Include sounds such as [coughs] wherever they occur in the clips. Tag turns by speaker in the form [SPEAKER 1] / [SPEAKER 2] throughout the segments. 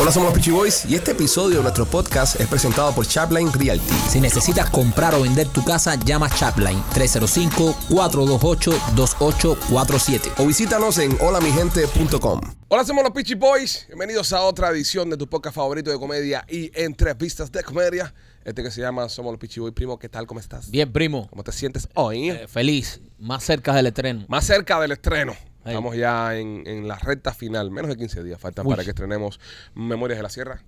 [SPEAKER 1] Hola, somos los Peachy Boys y este episodio de nuestro podcast es presentado por Chapline Realty.
[SPEAKER 2] Si necesitas comprar o vender tu casa, llama Chapline 305-428-2847.
[SPEAKER 1] O visítanos en holamigente.com. Hola, somos los Peachy Boys. Bienvenidos a otra edición de tu podcast favorito de comedia y entrevistas de comedia. Este que se llama Somos los Peachy Boys. Primo, ¿qué tal? ¿Cómo estás?
[SPEAKER 3] Bien, primo.
[SPEAKER 1] ¿Cómo te sientes hoy?
[SPEAKER 3] Eh, feliz. Más cerca del estreno.
[SPEAKER 1] Más cerca del estreno. Estamos ya en, en la recta final. Menos de 15 días faltan
[SPEAKER 3] Uy.
[SPEAKER 1] para que estrenemos Memorias de la Sierra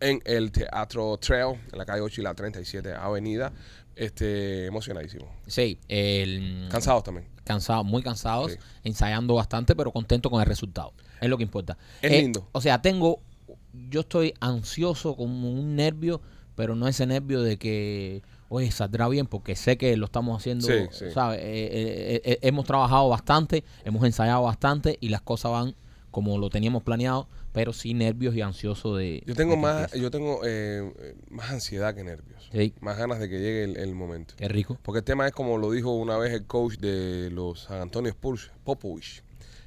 [SPEAKER 1] en el Teatro Trail, en la calle 8 y la 37 Avenida. Este, emocionadísimo.
[SPEAKER 3] Sí. el-
[SPEAKER 1] Cansados también.
[SPEAKER 3] Cansados, muy cansados.
[SPEAKER 1] Sí.
[SPEAKER 3] Ensayando bastante, pero contento con el resultado. Es lo que importa. Eh,
[SPEAKER 1] Es lindo.
[SPEAKER 3] O sea, tengo... Yo estoy ansioso como un nervio, pero no ese nervio de que... Oye, saldrá bien porque sé que lo estamos haciendo,
[SPEAKER 1] Sí, sí.
[SPEAKER 3] ¿sabes? Eh, eh, eh, hemos trabajado bastante, hemos ensayado bastante y las cosas van como lo teníamos planeado, pero sí nervios y ansioso de...
[SPEAKER 1] Yo tengo
[SPEAKER 3] de que
[SPEAKER 1] más,
[SPEAKER 3] empiece.
[SPEAKER 1] yo tengo eh, eh, más ansiedad que nervios.
[SPEAKER 3] Sí.
[SPEAKER 1] Más ganas de que llegue el, el momento.
[SPEAKER 3] Qué rico.
[SPEAKER 1] Porque el tema es como lo dijo una vez el coach de los San Antonio Spurs, Popovich.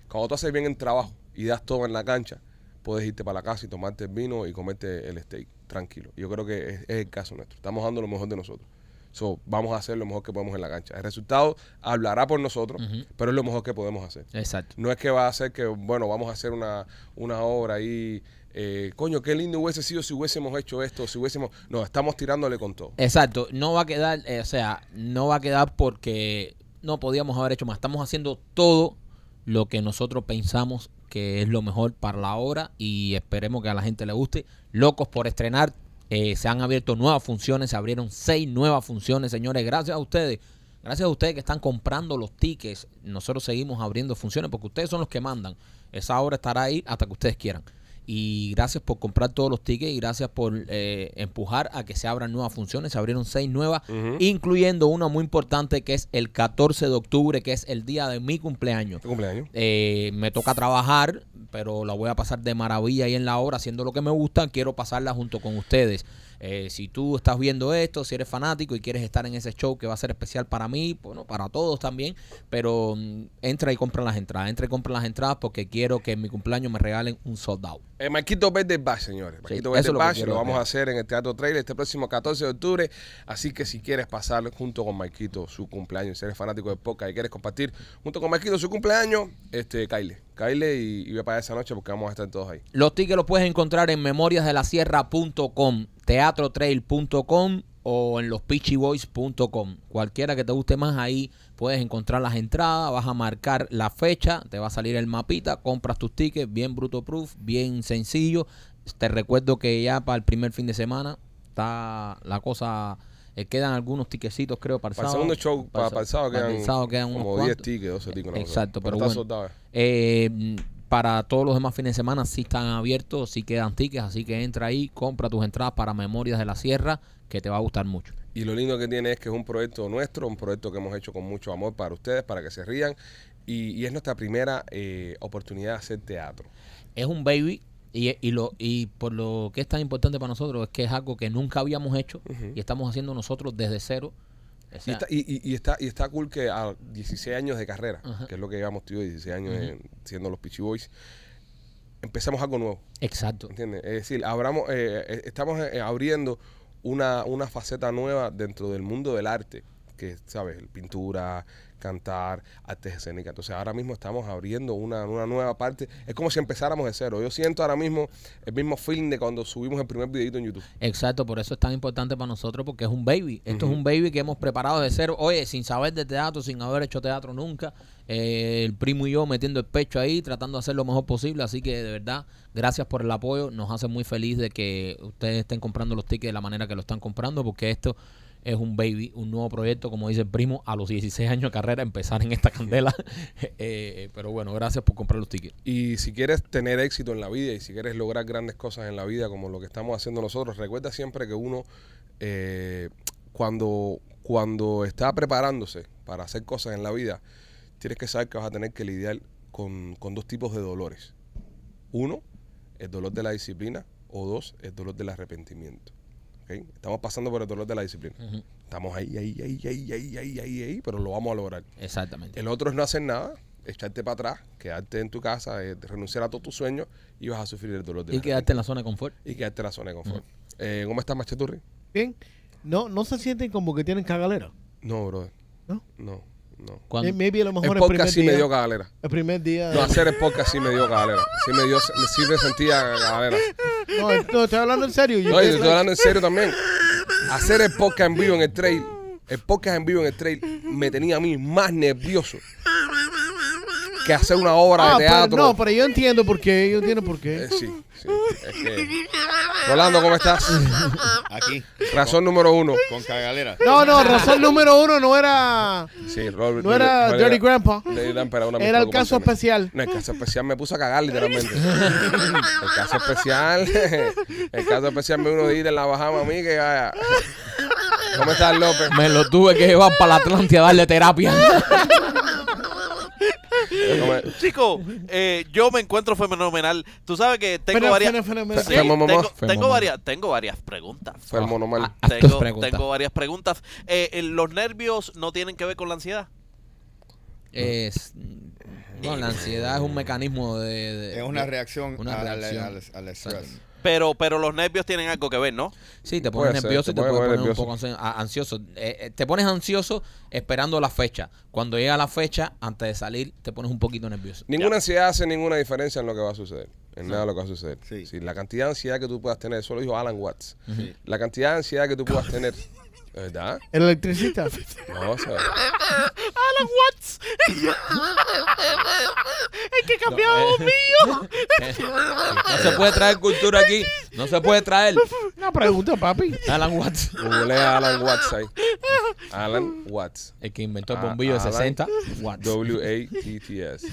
[SPEAKER 1] Cuando tú haces bien el trabajo y das todo en la cancha, puedes irte para la casa y tomarte el vino y comerte el steak tranquilo. Yo creo que es, es el caso nuestro. Estamos dando lo mejor de nosotros. So, vamos a hacer lo mejor que podemos en la cancha. El resultado hablará por nosotros, pero es lo mejor que podemos hacer.
[SPEAKER 3] Exacto.
[SPEAKER 1] No es que va a ser que, bueno, vamos a hacer una, una obra ahí. eh, coño, qué lindo hubiese sido si hubiésemos hecho esto, si hubiésemos. No, estamos tirándole con todo.
[SPEAKER 3] Exacto, no va a quedar, eh, o sea, no va a quedar porque no podíamos haber hecho más. Estamos haciendo todo lo que nosotros pensamos que es lo mejor para la obra y esperemos que a la gente le guste. Locos por estrenar, eh, se han abierto nuevas funciones, se abrieron seis nuevas funciones, señores, gracias a ustedes. Gracias a ustedes que están comprando los tickets, nosotros seguimos abriendo funciones porque ustedes son los que mandan. Esa obra estará ahí hasta que ustedes quieran. Y gracias por comprar todos los tickets y gracias por eh, empujar a que se abran nuevas funciones. Se abrieron seis nuevas, incluyendo una muy importante que es el 14 de octubre, que es el día de mi cumpleaños.
[SPEAKER 1] ¿Tu cumpleaños?
[SPEAKER 3] Eh, me toca trabajar, pero la voy a pasar de maravilla ahí en la obra, haciendo lo que me gusta. Quiero pasarla junto con ustedes. Eh, si tú estás viendo esto, si eres fanático y quieres estar en ese show que va a ser especial para mí, bueno, para todos también, pero mm, entra y compra las entradas. Entra y compra las entradas porque quiero que en mi cumpleaños me regalen un sold out.
[SPEAKER 1] Eh, Marquito Verde Bash, señores. Marquito
[SPEAKER 3] eso
[SPEAKER 1] Verde
[SPEAKER 3] es lo que
[SPEAKER 1] Bash,
[SPEAKER 3] quiero
[SPEAKER 1] lo vamos
[SPEAKER 3] ver.
[SPEAKER 1] a hacer en el Teatro Trailer este próximo 14 de octubre. Así que si quieres pasar junto con Marquito su cumpleaños, si eres fanático de poca y quieres compartir junto con Marquito su cumpleaños, este, Kyle. Kyle y, y ve para allá esa noche porque vamos a estar todos ahí.
[SPEAKER 3] Los tickets los puedes encontrar en memoriasdelasierra.com, teatrotrail.com o en lospitchyboys.com. Cualquiera que te guste más ahí puedes encontrar las entradas, vas a marcar la fecha, te va a salir el mapita, compras tus tickets, bien bruto proof, bien sencillo. Te recuerdo que ya para el primer fin de semana está la cosa eh, quedan algunos tiquecitos creo para el,
[SPEAKER 1] Para el
[SPEAKER 3] sábado.
[SPEAKER 1] segundo show, para, para el sábado
[SPEAKER 3] para
[SPEAKER 1] quedan,
[SPEAKER 3] el sábado quedan unos
[SPEAKER 1] como 10
[SPEAKER 3] cuantos.
[SPEAKER 1] tickets, 12 tickets. una cosa.
[SPEAKER 3] Exacto, pero
[SPEAKER 1] está
[SPEAKER 3] bueno.
[SPEAKER 1] soldado, eh.
[SPEAKER 3] Eh, mm, para todos los demás fines de semana sí están abiertos, sí quedan tickets, así que entra ahí, compra tus entradas para Memorias de la Sierra, que te va a gustar mucho.
[SPEAKER 1] Y lo lindo que tiene es que es un proyecto nuestro, un proyecto que hemos hecho con mucho amor para ustedes, para que se rían. Y, y es nuestra primera eh, oportunidad de hacer teatro.
[SPEAKER 3] Es un baby y, y lo, y por lo que es tan importante para nosotros es que es algo que nunca habíamos hecho y estamos haciendo nosotros desde cero. O
[SPEAKER 1] Y
[SPEAKER 3] sea,
[SPEAKER 1] está, y, y- y está, y está cool que a 16 años de carrera,
[SPEAKER 3] Ajá.
[SPEAKER 1] que es lo que llevamos, tío, 16 años en- siendo los Peachy Boys, empezamos algo nuevo,
[SPEAKER 3] exacto.
[SPEAKER 1] ¿entiendes? Es decir, abramos, eh, eh, estamos eh, abriendo una, una faceta nueva dentro del mundo del arte, que, ¿sabes? Pintura, cantar, artes escénicas. Entonces, ahora mismo estamos abriendo una, una nueva parte. Es como si empezáramos de cero. Yo siento ahora mismo el mismo feeling de cuando subimos el primer videito en YouTube.
[SPEAKER 3] Exacto, por eso es tan importante para nosotros porque es un baby. Esto es un baby que hemos preparado de cero, oye, sin saber de teatro, sin haber hecho teatro nunca. Eh, el primo y yo metiendo el pecho ahí, tratando de hacer lo mejor posible. Así que de verdad, gracias por el apoyo. Nos hace muy feliz de que ustedes estén comprando los tickets de la manera que lo están comprando porque esto es un baby, un nuevo proyecto, como dice el primo, a los 16 años de carrera empezar en esta candela. [laughs] Eh, pero bueno, gracias por comprar los tickets.
[SPEAKER 1] Y si quieres tener éxito en la vida y si quieres lograr grandes cosas en la vida como lo que estamos haciendo nosotros, recuerda siempre que uno eh, cuando, cuando está preparándose para hacer cosas en la vida, tienes que saber que vas a tener que lidiar con, con dos tipos de dolores. Uno, el dolor de la disciplina o dos, el dolor del arrepentimiento. ¿ok? Estamos pasando por el dolor de la disciplina. Estamos ahí, ahí, ahí, ahí, ahí, ahí, ahí, ahí, pero lo vamos a lograr.
[SPEAKER 3] Exactamente.
[SPEAKER 1] El otro es no hacer nada echarte para atrás, quedarte en tu casa, eh, renunciar a todos tus sueños y vas a sufrir el dolor de
[SPEAKER 3] Y
[SPEAKER 1] la
[SPEAKER 3] quedarte en la zona de confort.
[SPEAKER 1] y quedarte en la zona de confort. Eh, ¿Cómo estás, Macheturri?
[SPEAKER 4] Bien, no, no se sienten como que tienen cagalera.
[SPEAKER 1] No, brother.
[SPEAKER 4] ¿No?
[SPEAKER 1] No, no.
[SPEAKER 3] Cuando-
[SPEAKER 4] Eh, Maybe a lo mejor
[SPEAKER 1] El
[SPEAKER 4] el, primer
[SPEAKER 1] podcast sí me
[SPEAKER 4] día.
[SPEAKER 1] dio galera.
[SPEAKER 4] el primer día.
[SPEAKER 1] No, hacer el podcast sí me dio galera. Sí me dio, sí me sentía galera.
[SPEAKER 4] No, no, estoy hablando en serio.
[SPEAKER 1] No, y te estoy hablando en serio también. Hacer el podcast en vivo en el trail, el podcast en vivo en el trail me tenía a mí más nervioso que hacer una obra
[SPEAKER 4] Ah,
[SPEAKER 1] de
[SPEAKER 4] pero
[SPEAKER 1] teatro.
[SPEAKER 4] no, pero yo entiendo por qué. Yo entiendo por qué. [laughs]
[SPEAKER 1] Eh, sí, sí. Es que... Rolando, ¿cómo estás?
[SPEAKER 5] Aquí.
[SPEAKER 1] Razón número uno.
[SPEAKER 5] Con cagalera.
[SPEAKER 4] No, no, razón número uno no era.
[SPEAKER 1] Sí, Robert-
[SPEAKER 4] No era
[SPEAKER 1] Robert-
[SPEAKER 4] Dirty Grandpa.
[SPEAKER 1] Dirty Grandpa era una de mis
[SPEAKER 4] Era el caso
[SPEAKER 1] preocupaciones.
[SPEAKER 4] especial.
[SPEAKER 1] No, el caso especial me puso a cagar
[SPEAKER 4] [laughs]
[SPEAKER 1] literalmente. el caso especial. [laughs] el caso especial me uno de ir en la Bahama a mí que vaya. ¿Cómo estás, López?
[SPEAKER 3] Me lo tuve que llevar para la Atlántida a darle terapia.
[SPEAKER 1] ¿Cómo es?
[SPEAKER 6] Chico, eh, yo me encuentro fenomenal. Tú sabes que tengo
[SPEAKER 4] Fenomenal,
[SPEAKER 6] varias.
[SPEAKER 4] fenomenal.
[SPEAKER 6] Sí,
[SPEAKER 1] Fenomenal.
[SPEAKER 6] tengo,
[SPEAKER 3] Fenomenal.
[SPEAKER 6] tengo varias, tengo varias preguntas.
[SPEAKER 1] Fue el monomal.
[SPEAKER 3] Ah, haz tus
[SPEAKER 6] Tengo,
[SPEAKER 3] preguntas.
[SPEAKER 6] tengo varias preguntas. Eh, eh, ¿Los nervios no tienen que ver con la ansiedad?
[SPEAKER 3] Es, bueno, la ansiedad es un mecanismo de... de-
[SPEAKER 5] Es una
[SPEAKER 3] de-
[SPEAKER 5] reacción,
[SPEAKER 3] una
[SPEAKER 5] al-
[SPEAKER 3] reacción.
[SPEAKER 5] Al, al- al estrés.
[SPEAKER 3] Exacto.
[SPEAKER 6] Pero, pero los nervios tienen algo que ver, ¿no?
[SPEAKER 3] Sí, te
[SPEAKER 1] Puede
[SPEAKER 3] pones
[SPEAKER 1] ser,
[SPEAKER 3] nervioso y
[SPEAKER 1] te
[SPEAKER 3] te,
[SPEAKER 1] puede
[SPEAKER 3] puedes poner
[SPEAKER 1] poner
[SPEAKER 3] un poco ansi- a- ansioso. Eh, eh, te pones ansioso esperando la fecha. Cuando llega la fecha, antes de salir, te pones un poquito nervioso.
[SPEAKER 1] Ninguna ansiedad hace ninguna diferencia en lo que va a suceder. En nada de lo que va a suceder.
[SPEAKER 5] Sí.
[SPEAKER 1] Si la cantidad de ansiedad que tú puedas tener, eso lo dijo Alan Watts.
[SPEAKER 5] Sí.
[SPEAKER 1] La cantidad de ansiedad que tú puedas tener. ¿Verdad?
[SPEAKER 4] El [laughs] electricista.
[SPEAKER 1] No, o sea,
[SPEAKER 3] Eh, No se puede traer cultura aquí. No se puede traer.
[SPEAKER 1] eh.
[SPEAKER 4] Una pregunta, papi.
[SPEAKER 3] Alan Watts.
[SPEAKER 1] googlea Alan Watts ahí. Alan Watts.
[SPEAKER 3] El que inventó el
[SPEAKER 1] Ah,
[SPEAKER 3] bombillo de
[SPEAKER 1] Alan [laughs]
[SPEAKER 3] 60 watts.
[SPEAKER 1] W-A-T-T-S.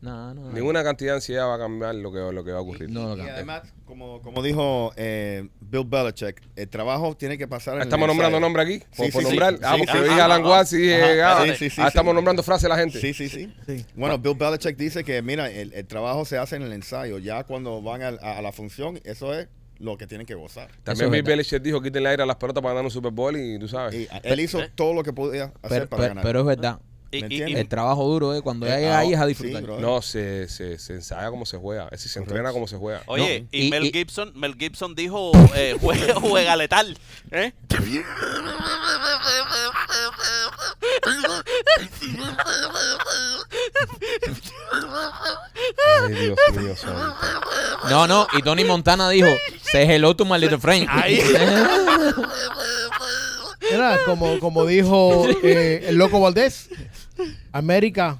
[SPEAKER 3] No, no, no.
[SPEAKER 1] Ninguna cantidad de ansiedad va a cambiar lo que, lo que va a ocurrir.
[SPEAKER 3] No, no,
[SPEAKER 5] Y
[SPEAKER 3] no.
[SPEAKER 5] además, como, como dijo eh, Bill Belichick, el trabajo tiene que pasar en el
[SPEAKER 1] Estamos nombrando
[SPEAKER 5] ensayo.
[SPEAKER 1] nombre aquí. Por,
[SPEAKER 5] Sí,
[SPEAKER 1] por
[SPEAKER 5] sí,
[SPEAKER 1] nombrar.
[SPEAKER 5] sí.
[SPEAKER 1] ah,
[SPEAKER 5] Sí,
[SPEAKER 1] porque
[SPEAKER 6] sí,
[SPEAKER 1] lo dije
[SPEAKER 6] sí.
[SPEAKER 1] Alan Watts y
[SPEAKER 6] Ajá,
[SPEAKER 1] eh, ah,
[SPEAKER 6] sí,
[SPEAKER 5] sí, sí,
[SPEAKER 1] ah, estamos
[SPEAKER 5] sí.
[SPEAKER 1] nombrando frases a la gente.
[SPEAKER 5] Sí, sí, sí.
[SPEAKER 4] Sí.
[SPEAKER 5] Bueno, Bill Belichick dice que, mira, el, el trabajo se hace en el ensayo. Ya cuando van al- a, a la función, eso es lo que tienen que gozar.
[SPEAKER 1] También
[SPEAKER 3] Eso es
[SPEAKER 1] Bill
[SPEAKER 3] verdad.
[SPEAKER 1] Belichick dijo quítenle aire a las pelotas para ganar un Super Bowl y tú sabes.
[SPEAKER 5] Y él hizo todo lo que podía
[SPEAKER 3] Pero,
[SPEAKER 5] hacer para
[SPEAKER 3] pero-
[SPEAKER 5] ganar.
[SPEAKER 3] pero es verdad.
[SPEAKER 6] Y-
[SPEAKER 5] ¿Me
[SPEAKER 6] y- y-
[SPEAKER 5] entiendes?
[SPEAKER 3] El trabajo duro es cuando ya
[SPEAKER 5] Eh,
[SPEAKER 3] llegas ahí es a
[SPEAKER 5] ahora-
[SPEAKER 3] disfrutar.
[SPEAKER 5] sí, bro.
[SPEAKER 1] No, se, se, se ensaya como se juega. Es decir, se entrena como se juega.
[SPEAKER 6] oye,
[SPEAKER 3] No,
[SPEAKER 6] y,
[SPEAKER 3] y-
[SPEAKER 6] Mel
[SPEAKER 3] y-
[SPEAKER 6] Gibson, Mel Gibson dijo eh, [laughs] juega, juega letal. ¿eh?
[SPEAKER 1] Ay, Dios mío, santo.
[SPEAKER 3] No, no, y Tony Montana dijo, say hello to my little friend.
[SPEAKER 6] Ahí.
[SPEAKER 4] Era como, como dijo eh, el loco Valdés. América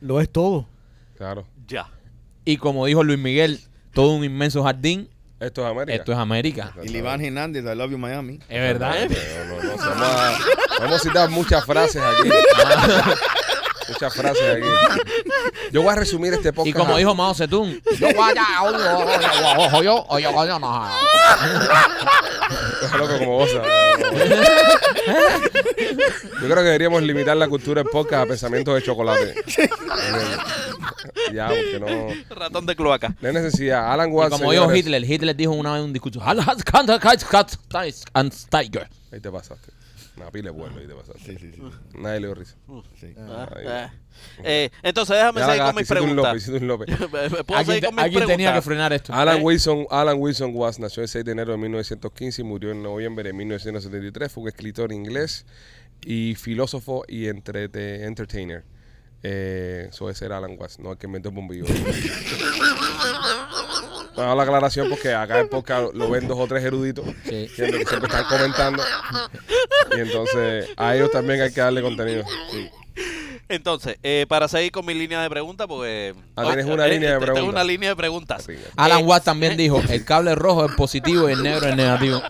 [SPEAKER 4] lo es todo.
[SPEAKER 1] Claro.
[SPEAKER 6] Ya.
[SPEAKER 3] [laughs] y como dijo Luis Miguel, todo un inmenso jardín,
[SPEAKER 1] Esto es América.
[SPEAKER 3] esto es América.
[SPEAKER 5] Y Liván Hernández, I love you Miami.
[SPEAKER 3] Es verdad.
[SPEAKER 1] No, no, no, vamos, a, vamos a citar muchas frases aquí. Ah, muchas frases aquí. Yo voy a resumir este podcast.
[SPEAKER 3] Y como dijo Mao Zedong, yo vaya, oye, oye, oye, oye, oye, oye, no.
[SPEAKER 1] Está [laughs] loco como vos. ¿sabes? Yo creo que deberíamos limitar la cultura en podcast a pensamientos de chocolate. ya, porque no.
[SPEAKER 6] Ratón de cloaca.
[SPEAKER 1] No hay necesidad. Alan
[SPEAKER 3] Y
[SPEAKER 1] Watts.
[SPEAKER 3] como dijo
[SPEAKER 1] señores-
[SPEAKER 3] Hitler, Hitler dijo una vez en un discurso, "Al- has- can- has- has- has- and tiger".
[SPEAKER 1] Ahí te pasaste. Una pila de vuelo, ahí te pasaste.
[SPEAKER 5] Sí, sí, sí.
[SPEAKER 1] Nadie le dio risa.
[SPEAKER 5] sí.
[SPEAKER 6] Ah,
[SPEAKER 1] Ahí.
[SPEAKER 6] eh. Eh, entonces déjame
[SPEAKER 1] Ya la
[SPEAKER 6] seguir con
[SPEAKER 1] cagaste,
[SPEAKER 6] mis
[SPEAKER 1] hiciste un López,
[SPEAKER 6] preguntas.
[SPEAKER 1] hiciste un
[SPEAKER 6] [laughs]
[SPEAKER 1] López.
[SPEAKER 6] ¿Puedo
[SPEAKER 3] Alguien,
[SPEAKER 6] seguir
[SPEAKER 3] te-
[SPEAKER 6] con mis
[SPEAKER 3] alguien tenía que
[SPEAKER 6] preguntas?
[SPEAKER 3] frenar esto.
[SPEAKER 1] Alan
[SPEAKER 6] Ok.
[SPEAKER 1] Wilson, Alan Wilson Watts nació el 6 de enero de 1915 y murió en noviembre de 1973. Fue un escritor inglés y filósofo y entrete- entertainer. Eh, eso es ser Alan Watts, no el que inventó el bombillo. No, hago la aclaración porque acá en podcast lo ven dos o tres eruditos
[SPEAKER 3] Sí.
[SPEAKER 1] entiendo, que siempre están comentando. Y entonces a ellos también hay que darle contenido.
[SPEAKER 6] Entonces, eh, para seguir con mi línea de preguntas, porque...
[SPEAKER 1] Ah, tienes
[SPEAKER 6] Oye,
[SPEAKER 1] una línea de
[SPEAKER 6] tengo
[SPEAKER 1] preguntas.
[SPEAKER 6] una línea de preguntas.
[SPEAKER 1] Rica.
[SPEAKER 3] Alan
[SPEAKER 6] Eh,
[SPEAKER 3] Watts también dijo, el cable rojo es positivo y el negro es negativo.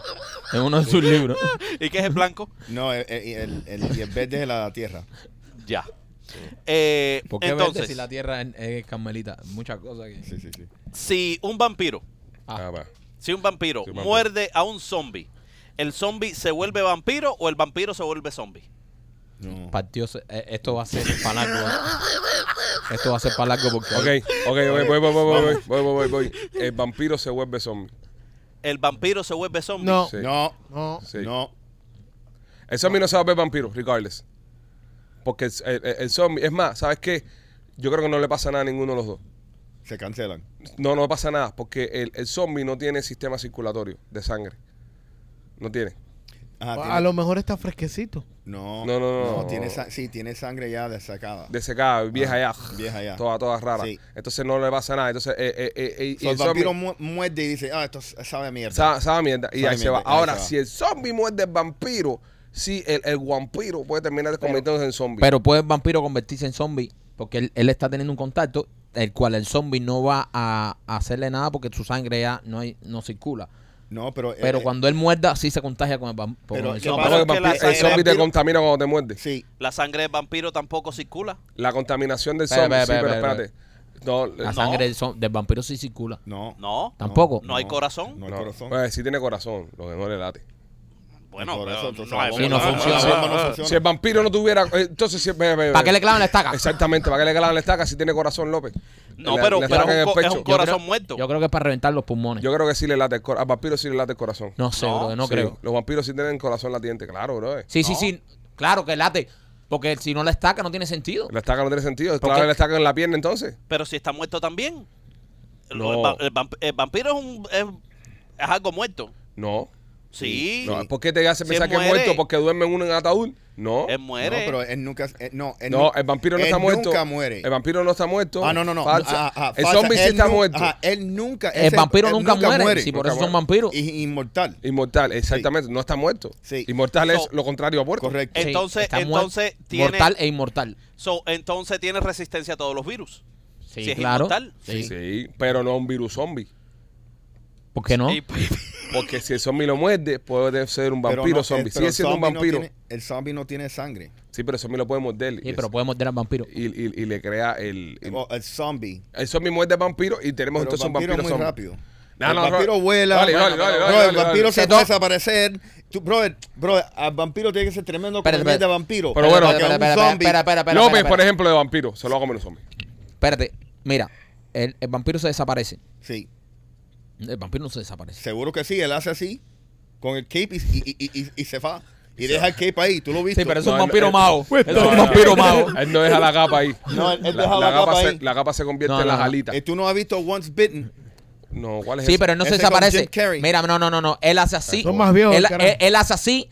[SPEAKER 3] En uno de sus libros.
[SPEAKER 6] ¿Y qué es
[SPEAKER 1] [laughs]
[SPEAKER 6] el blanco?
[SPEAKER 5] No, el, el, el, el- y el verde es la tierra.
[SPEAKER 6] Ya. Eh,
[SPEAKER 3] ¿Por qué
[SPEAKER 6] entonces,
[SPEAKER 3] verde si la tierra es, es carmelita? Muchas cosas que...
[SPEAKER 5] Sí, sí, sí.
[SPEAKER 6] si un vampiro,
[SPEAKER 1] Ah, va.
[SPEAKER 6] si un vampiro
[SPEAKER 1] Si un vampiro.
[SPEAKER 6] muerde a un zombie, ¿el zombie se vuelve vampiro o el vampiro se vuelve zombie?
[SPEAKER 5] No.
[SPEAKER 3] Partió, se- eh, esto va a ser para largo. eh. Esto va a ser para largo porque...
[SPEAKER 1] Ok, ok, voy, voy, voy, voy, voy, voy, voy, voy, voy. El vampiro se vuelve zombie.
[SPEAKER 6] ¿El vampiro se vuelve zombie?
[SPEAKER 4] No,
[SPEAKER 1] Sí.
[SPEAKER 5] No,
[SPEAKER 4] no.
[SPEAKER 1] Sí.
[SPEAKER 5] no.
[SPEAKER 1] El zombie no se va a ver vampiro, regardless. Porque el, el- el zombie, es más, ¿sabes qué? Yo creo que no le pasa nada a ninguno de los dos.
[SPEAKER 5] Se cancelan.
[SPEAKER 1] No, no pasa nada, porque el, el zombie no tiene sistema circulatorio de sangre. No tiene.
[SPEAKER 5] Ajá,
[SPEAKER 4] a
[SPEAKER 6] Ah,
[SPEAKER 5] tiene-
[SPEAKER 4] lo mejor está fresquecito.
[SPEAKER 5] no,
[SPEAKER 1] No, no, no.
[SPEAKER 5] tiene sa- sí, tiene sangre ya desacada.
[SPEAKER 1] De secada, vieja
[SPEAKER 5] Ah,
[SPEAKER 1] ya.
[SPEAKER 5] vieja ya.
[SPEAKER 1] Toda, toda rara.
[SPEAKER 5] Sí.
[SPEAKER 1] Entonces no le pasa nada. Entonces, eh, eh, eh, eh, y
[SPEAKER 5] So, el
[SPEAKER 1] el zombie
[SPEAKER 5] vampiro mu- muerde y dice, ah, esto s- sabe a mierda.
[SPEAKER 1] sabe, sabe a mierda. Y
[SPEAKER 5] Sabe
[SPEAKER 1] ahí se va.
[SPEAKER 5] mierda, ahí
[SPEAKER 1] Ahora,
[SPEAKER 5] se va.
[SPEAKER 1] si el zombie muerde al vampiro, sí, el, el vampiro puede terminar convirtiéndose en zombie.
[SPEAKER 3] Pero puede el vampiro convertirse en zombie porque él, él está teniendo un contacto el cual el zombie no va a, a hacerle nada porque su sangre ya no hay, no circula.
[SPEAKER 5] no, pero...
[SPEAKER 3] Pero
[SPEAKER 5] eh,
[SPEAKER 3] cuando él muerda, sí se contagia con el, vam- con
[SPEAKER 5] Pero
[SPEAKER 3] el
[SPEAKER 5] ¿qué
[SPEAKER 1] No,
[SPEAKER 3] zombie.
[SPEAKER 1] porque el, vampi-
[SPEAKER 6] pasa? Que la
[SPEAKER 1] el
[SPEAKER 6] sangre
[SPEAKER 1] zombie te
[SPEAKER 5] vampiro-
[SPEAKER 1] contamina cuando te muerde.
[SPEAKER 5] Sí,
[SPEAKER 6] La sangre del vampiro tampoco circula.
[SPEAKER 1] La contaminación del
[SPEAKER 3] Espera,
[SPEAKER 1] zombie.
[SPEAKER 3] espera,
[SPEAKER 1] sí, pero
[SPEAKER 3] espera,
[SPEAKER 1] espérate.
[SPEAKER 6] Ah,
[SPEAKER 1] No,
[SPEAKER 3] La
[SPEAKER 1] eh,
[SPEAKER 3] sangre del, zom- del vampiro sí circula.
[SPEAKER 5] no.
[SPEAKER 6] No.
[SPEAKER 3] Tampoco.
[SPEAKER 6] No hay corazón.
[SPEAKER 5] No hay
[SPEAKER 1] no.
[SPEAKER 5] corazón.
[SPEAKER 1] Pues, sí tiene corazón, lo que no le late.
[SPEAKER 6] Bueno,
[SPEAKER 5] Por
[SPEAKER 6] pero
[SPEAKER 5] eso, entonces,
[SPEAKER 6] no hay
[SPEAKER 5] la
[SPEAKER 3] Sí, no
[SPEAKER 5] bomba-
[SPEAKER 3] funciona.
[SPEAKER 5] la bomba no
[SPEAKER 6] Ah,
[SPEAKER 5] funciona.
[SPEAKER 1] Si el vampiro no tuviera. eh, Entonces, si. ve, ve, ve.
[SPEAKER 3] ¿Para qué le clavan la estaca?
[SPEAKER 1] Exactamente, ¿para qué le clavan la estaca si tiene corazón López?
[SPEAKER 6] No,
[SPEAKER 1] Le-
[SPEAKER 6] pero,
[SPEAKER 1] le
[SPEAKER 6] pero
[SPEAKER 1] sacan
[SPEAKER 6] es,
[SPEAKER 1] el
[SPEAKER 6] un, co- es
[SPEAKER 1] pecho.
[SPEAKER 6] un corazón
[SPEAKER 3] creo-
[SPEAKER 6] muerto.
[SPEAKER 3] Yo creo que es para reventar los pulmones.
[SPEAKER 1] Yo creo que sí le late el corazón. Al vampiro sí le late el corazón.
[SPEAKER 3] no sé,
[SPEAKER 6] No.
[SPEAKER 3] bro, no
[SPEAKER 1] Sí,
[SPEAKER 3] creo.
[SPEAKER 1] Los vampiros sí tienen corazón latiente, claro, bro. eh.
[SPEAKER 3] Sí, sí, sí. Claro que late. Porque si no la estaca, no tiene sentido.
[SPEAKER 1] La estaca no tiene sentido.
[SPEAKER 3] ¿Por
[SPEAKER 1] Claro,
[SPEAKER 3] qué?
[SPEAKER 1] le estaca en la pierna entonces.
[SPEAKER 6] Pero si está muerto también. El-
[SPEAKER 1] No.
[SPEAKER 6] El, va- el vamp- el vampiro es, un, es, es algo muerto.
[SPEAKER 1] No.
[SPEAKER 6] Sí.
[SPEAKER 1] No, ¿Por qué te hace
[SPEAKER 6] Si
[SPEAKER 1] pensar
[SPEAKER 6] él
[SPEAKER 1] que es
[SPEAKER 6] muere.
[SPEAKER 1] muerto? Porque duerme en un ataúd. Oh, No.
[SPEAKER 6] Él
[SPEAKER 5] No,
[SPEAKER 6] muere.
[SPEAKER 5] pero él nunca... eh, no, él
[SPEAKER 1] No,
[SPEAKER 5] nu-
[SPEAKER 1] el vampiro no
[SPEAKER 5] él
[SPEAKER 1] está muerto.
[SPEAKER 5] nunca muere.
[SPEAKER 1] El vampiro no está muerto.
[SPEAKER 5] Ah, no, no, no.
[SPEAKER 1] Falsa.
[SPEAKER 5] Ajá, ajá,
[SPEAKER 1] el
[SPEAKER 5] falsa.
[SPEAKER 1] zombie sí
[SPEAKER 5] Él
[SPEAKER 1] está
[SPEAKER 5] nu-
[SPEAKER 1] muerto.
[SPEAKER 5] ajá, él nunca...
[SPEAKER 3] el
[SPEAKER 5] ese-
[SPEAKER 3] vampiro
[SPEAKER 5] él
[SPEAKER 3] nunca, muere. Sí, por
[SPEAKER 1] Nunca
[SPEAKER 3] eso
[SPEAKER 1] muere.
[SPEAKER 3] son vampiros.
[SPEAKER 5] Y- Inmortal.
[SPEAKER 1] Inmortal, exactamente. No está muerto.
[SPEAKER 5] Sí.
[SPEAKER 1] Inmortal es
[SPEAKER 6] So-
[SPEAKER 1] lo contrario a muerto.
[SPEAKER 5] Correcto.
[SPEAKER 3] Sí,
[SPEAKER 6] Entonces-
[SPEAKER 3] está muer-
[SPEAKER 6] entonces tiene-
[SPEAKER 3] Mortal e inmortal.
[SPEAKER 6] So, entonces tiene resistencia a todos los virus.
[SPEAKER 3] Sí,
[SPEAKER 6] Si es
[SPEAKER 3] claro.
[SPEAKER 6] inmortal.
[SPEAKER 3] Sí.
[SPEAKER 1] Sí, pero no un virus zombie.
[SPEAKER 3] ¿Por qué no?
[SPEAKER 6] Y- pues,
[SPEAKER 1] Porque si el zombie lo muerde, puede ser un
[SPEAKER 5] Pero
[SPEAKER 1] vampiro
[SPEAKER 5] no,
[SPEAKER 1] zombie.
[SPEAKER 5] el- pero
[SPEAKER 1] Sigue
[SPEAKER 5] el
[SPEAKER 1] siendo un
[SPEAKER 5] zombie no
[SPEAKER 1] vampiro.
[SPEAKER 5] tiene- el zombie no tiene sangre.
[SPEAKER 1] Sí, pero el zombie lo puede morder.
[SPEAKER 3] Sí, pero puede morder al vampiro.
[SPEAKER 1] y, y- y le crea el. el,
[SPEAKER 5] O el zombie.
[SPEAKER 1] el zombie muerde al vampiro y tenemos
[SPEAKER 5] Pero el
[SPEAKER 1] entonces un
[SPEAKER 5] vampiro
[SPEAKER 1] vampiro
[SPEAKER 5] muy
[SPEAKER 1] zombie.
[SPEAKER 5] rápido.
[SPEAKER 1] No,
[SPEAKER 5] el
[SPEAKER 1] no,
[SPEAKER 5] vampiro
[SPEAKER 1] bro.
[SPEAKER 5] vuela.
[SPEAKER 1] Dale,
[SPEAKER 5] bueno,
[SPEAKER 1] dale, dale,
[SPEAKER 5] bro,
[SPEAKER 1] dale,
[SPEAKER 5] el
[SPEAKER 1] dale,
[SPEAKER 5] vampiro
[SPEAKER 1] dale.
[SPEAKER 5] se
[SPEAKER 3] Se
[SPEAKER 5] puede
[SPEAKER 3] to-
[SPEAKER 5] desaparecer. Tú, brother, brother, al vampiro tiene que ser tremendo
[SPEAKER 3] Espérate,
[SPEAKER 5] comer de
[SPEAKER 3] espérate.
[SPEAKER 5] vampiro.
[SPEAKER 1] Pero bueno,
[SPEAKER 5] Para que
[SPEAKER 1] espera,
[SPEAKER 5] un zombie-
[SPEAKER 1] López, por ejemplo, de vampiro. Se lo hago menos zombie.
[SPEAKER 3] Espérate, mira, el, el vampiro se desaparece.
[SPEAKER 5] Sí,
[SPEAKER 3] El vampiro no se desaparece.
[SPEAKER 5] seguro que sí. Él hace así con el cape y, y- y- y- y se va. Y deja el cape ahí. Tú lo viste.
[SPEAKER 3] Sí, pero es
[SPEAKER 1] No,
[SPEAKER 3] un
[SPEAKER 1] él-
[SPEAKER 3] vampiro
[SPEAKER 1] él-
[SPEAKER 3] mago.
[SPEAKER 1] él-
[SPEAKER 3] Es un
[SPEAKER 1] no,
[SPEAKER 3] vampiro mago.
[SPEAKER 1] no, Él no deja la capa ahí.
[SPEAKER 5] No, él- él
[SPEAKER 1] La-
[SPEAKER 5] deja la capa
[SPEAKER 1] se-
[SPEAKER 5] ahí.
[SPEAKER 1] la capa se convierte
[SPEAKER 3] No,
[SPEAKER 1] en las
[SPEAKER 3] no, no.
[SPEAKER 1] alitas.
[SPEAKER 5] Eh, tú no has visto Once Bitten.
[SPEAKER 1] No, ¿cuál es
[SPEAKER 3] Sí,
[SPEAKER 1] ese?
[SPEAKER 3] pero él no se
[SPEAKER 5] Ese con
[SPEAKER 3] desaparece.
[SPEAKER 5] Jim Carrey.
[SPEAKER 3] Mira, no, no, no, no. Él hace así.
[SPEAKER 4] Son más viejos,
[SPEAKER 3] Él,
[SPEAKER 4] carajo.
[SPEAKER 3] él- él hace así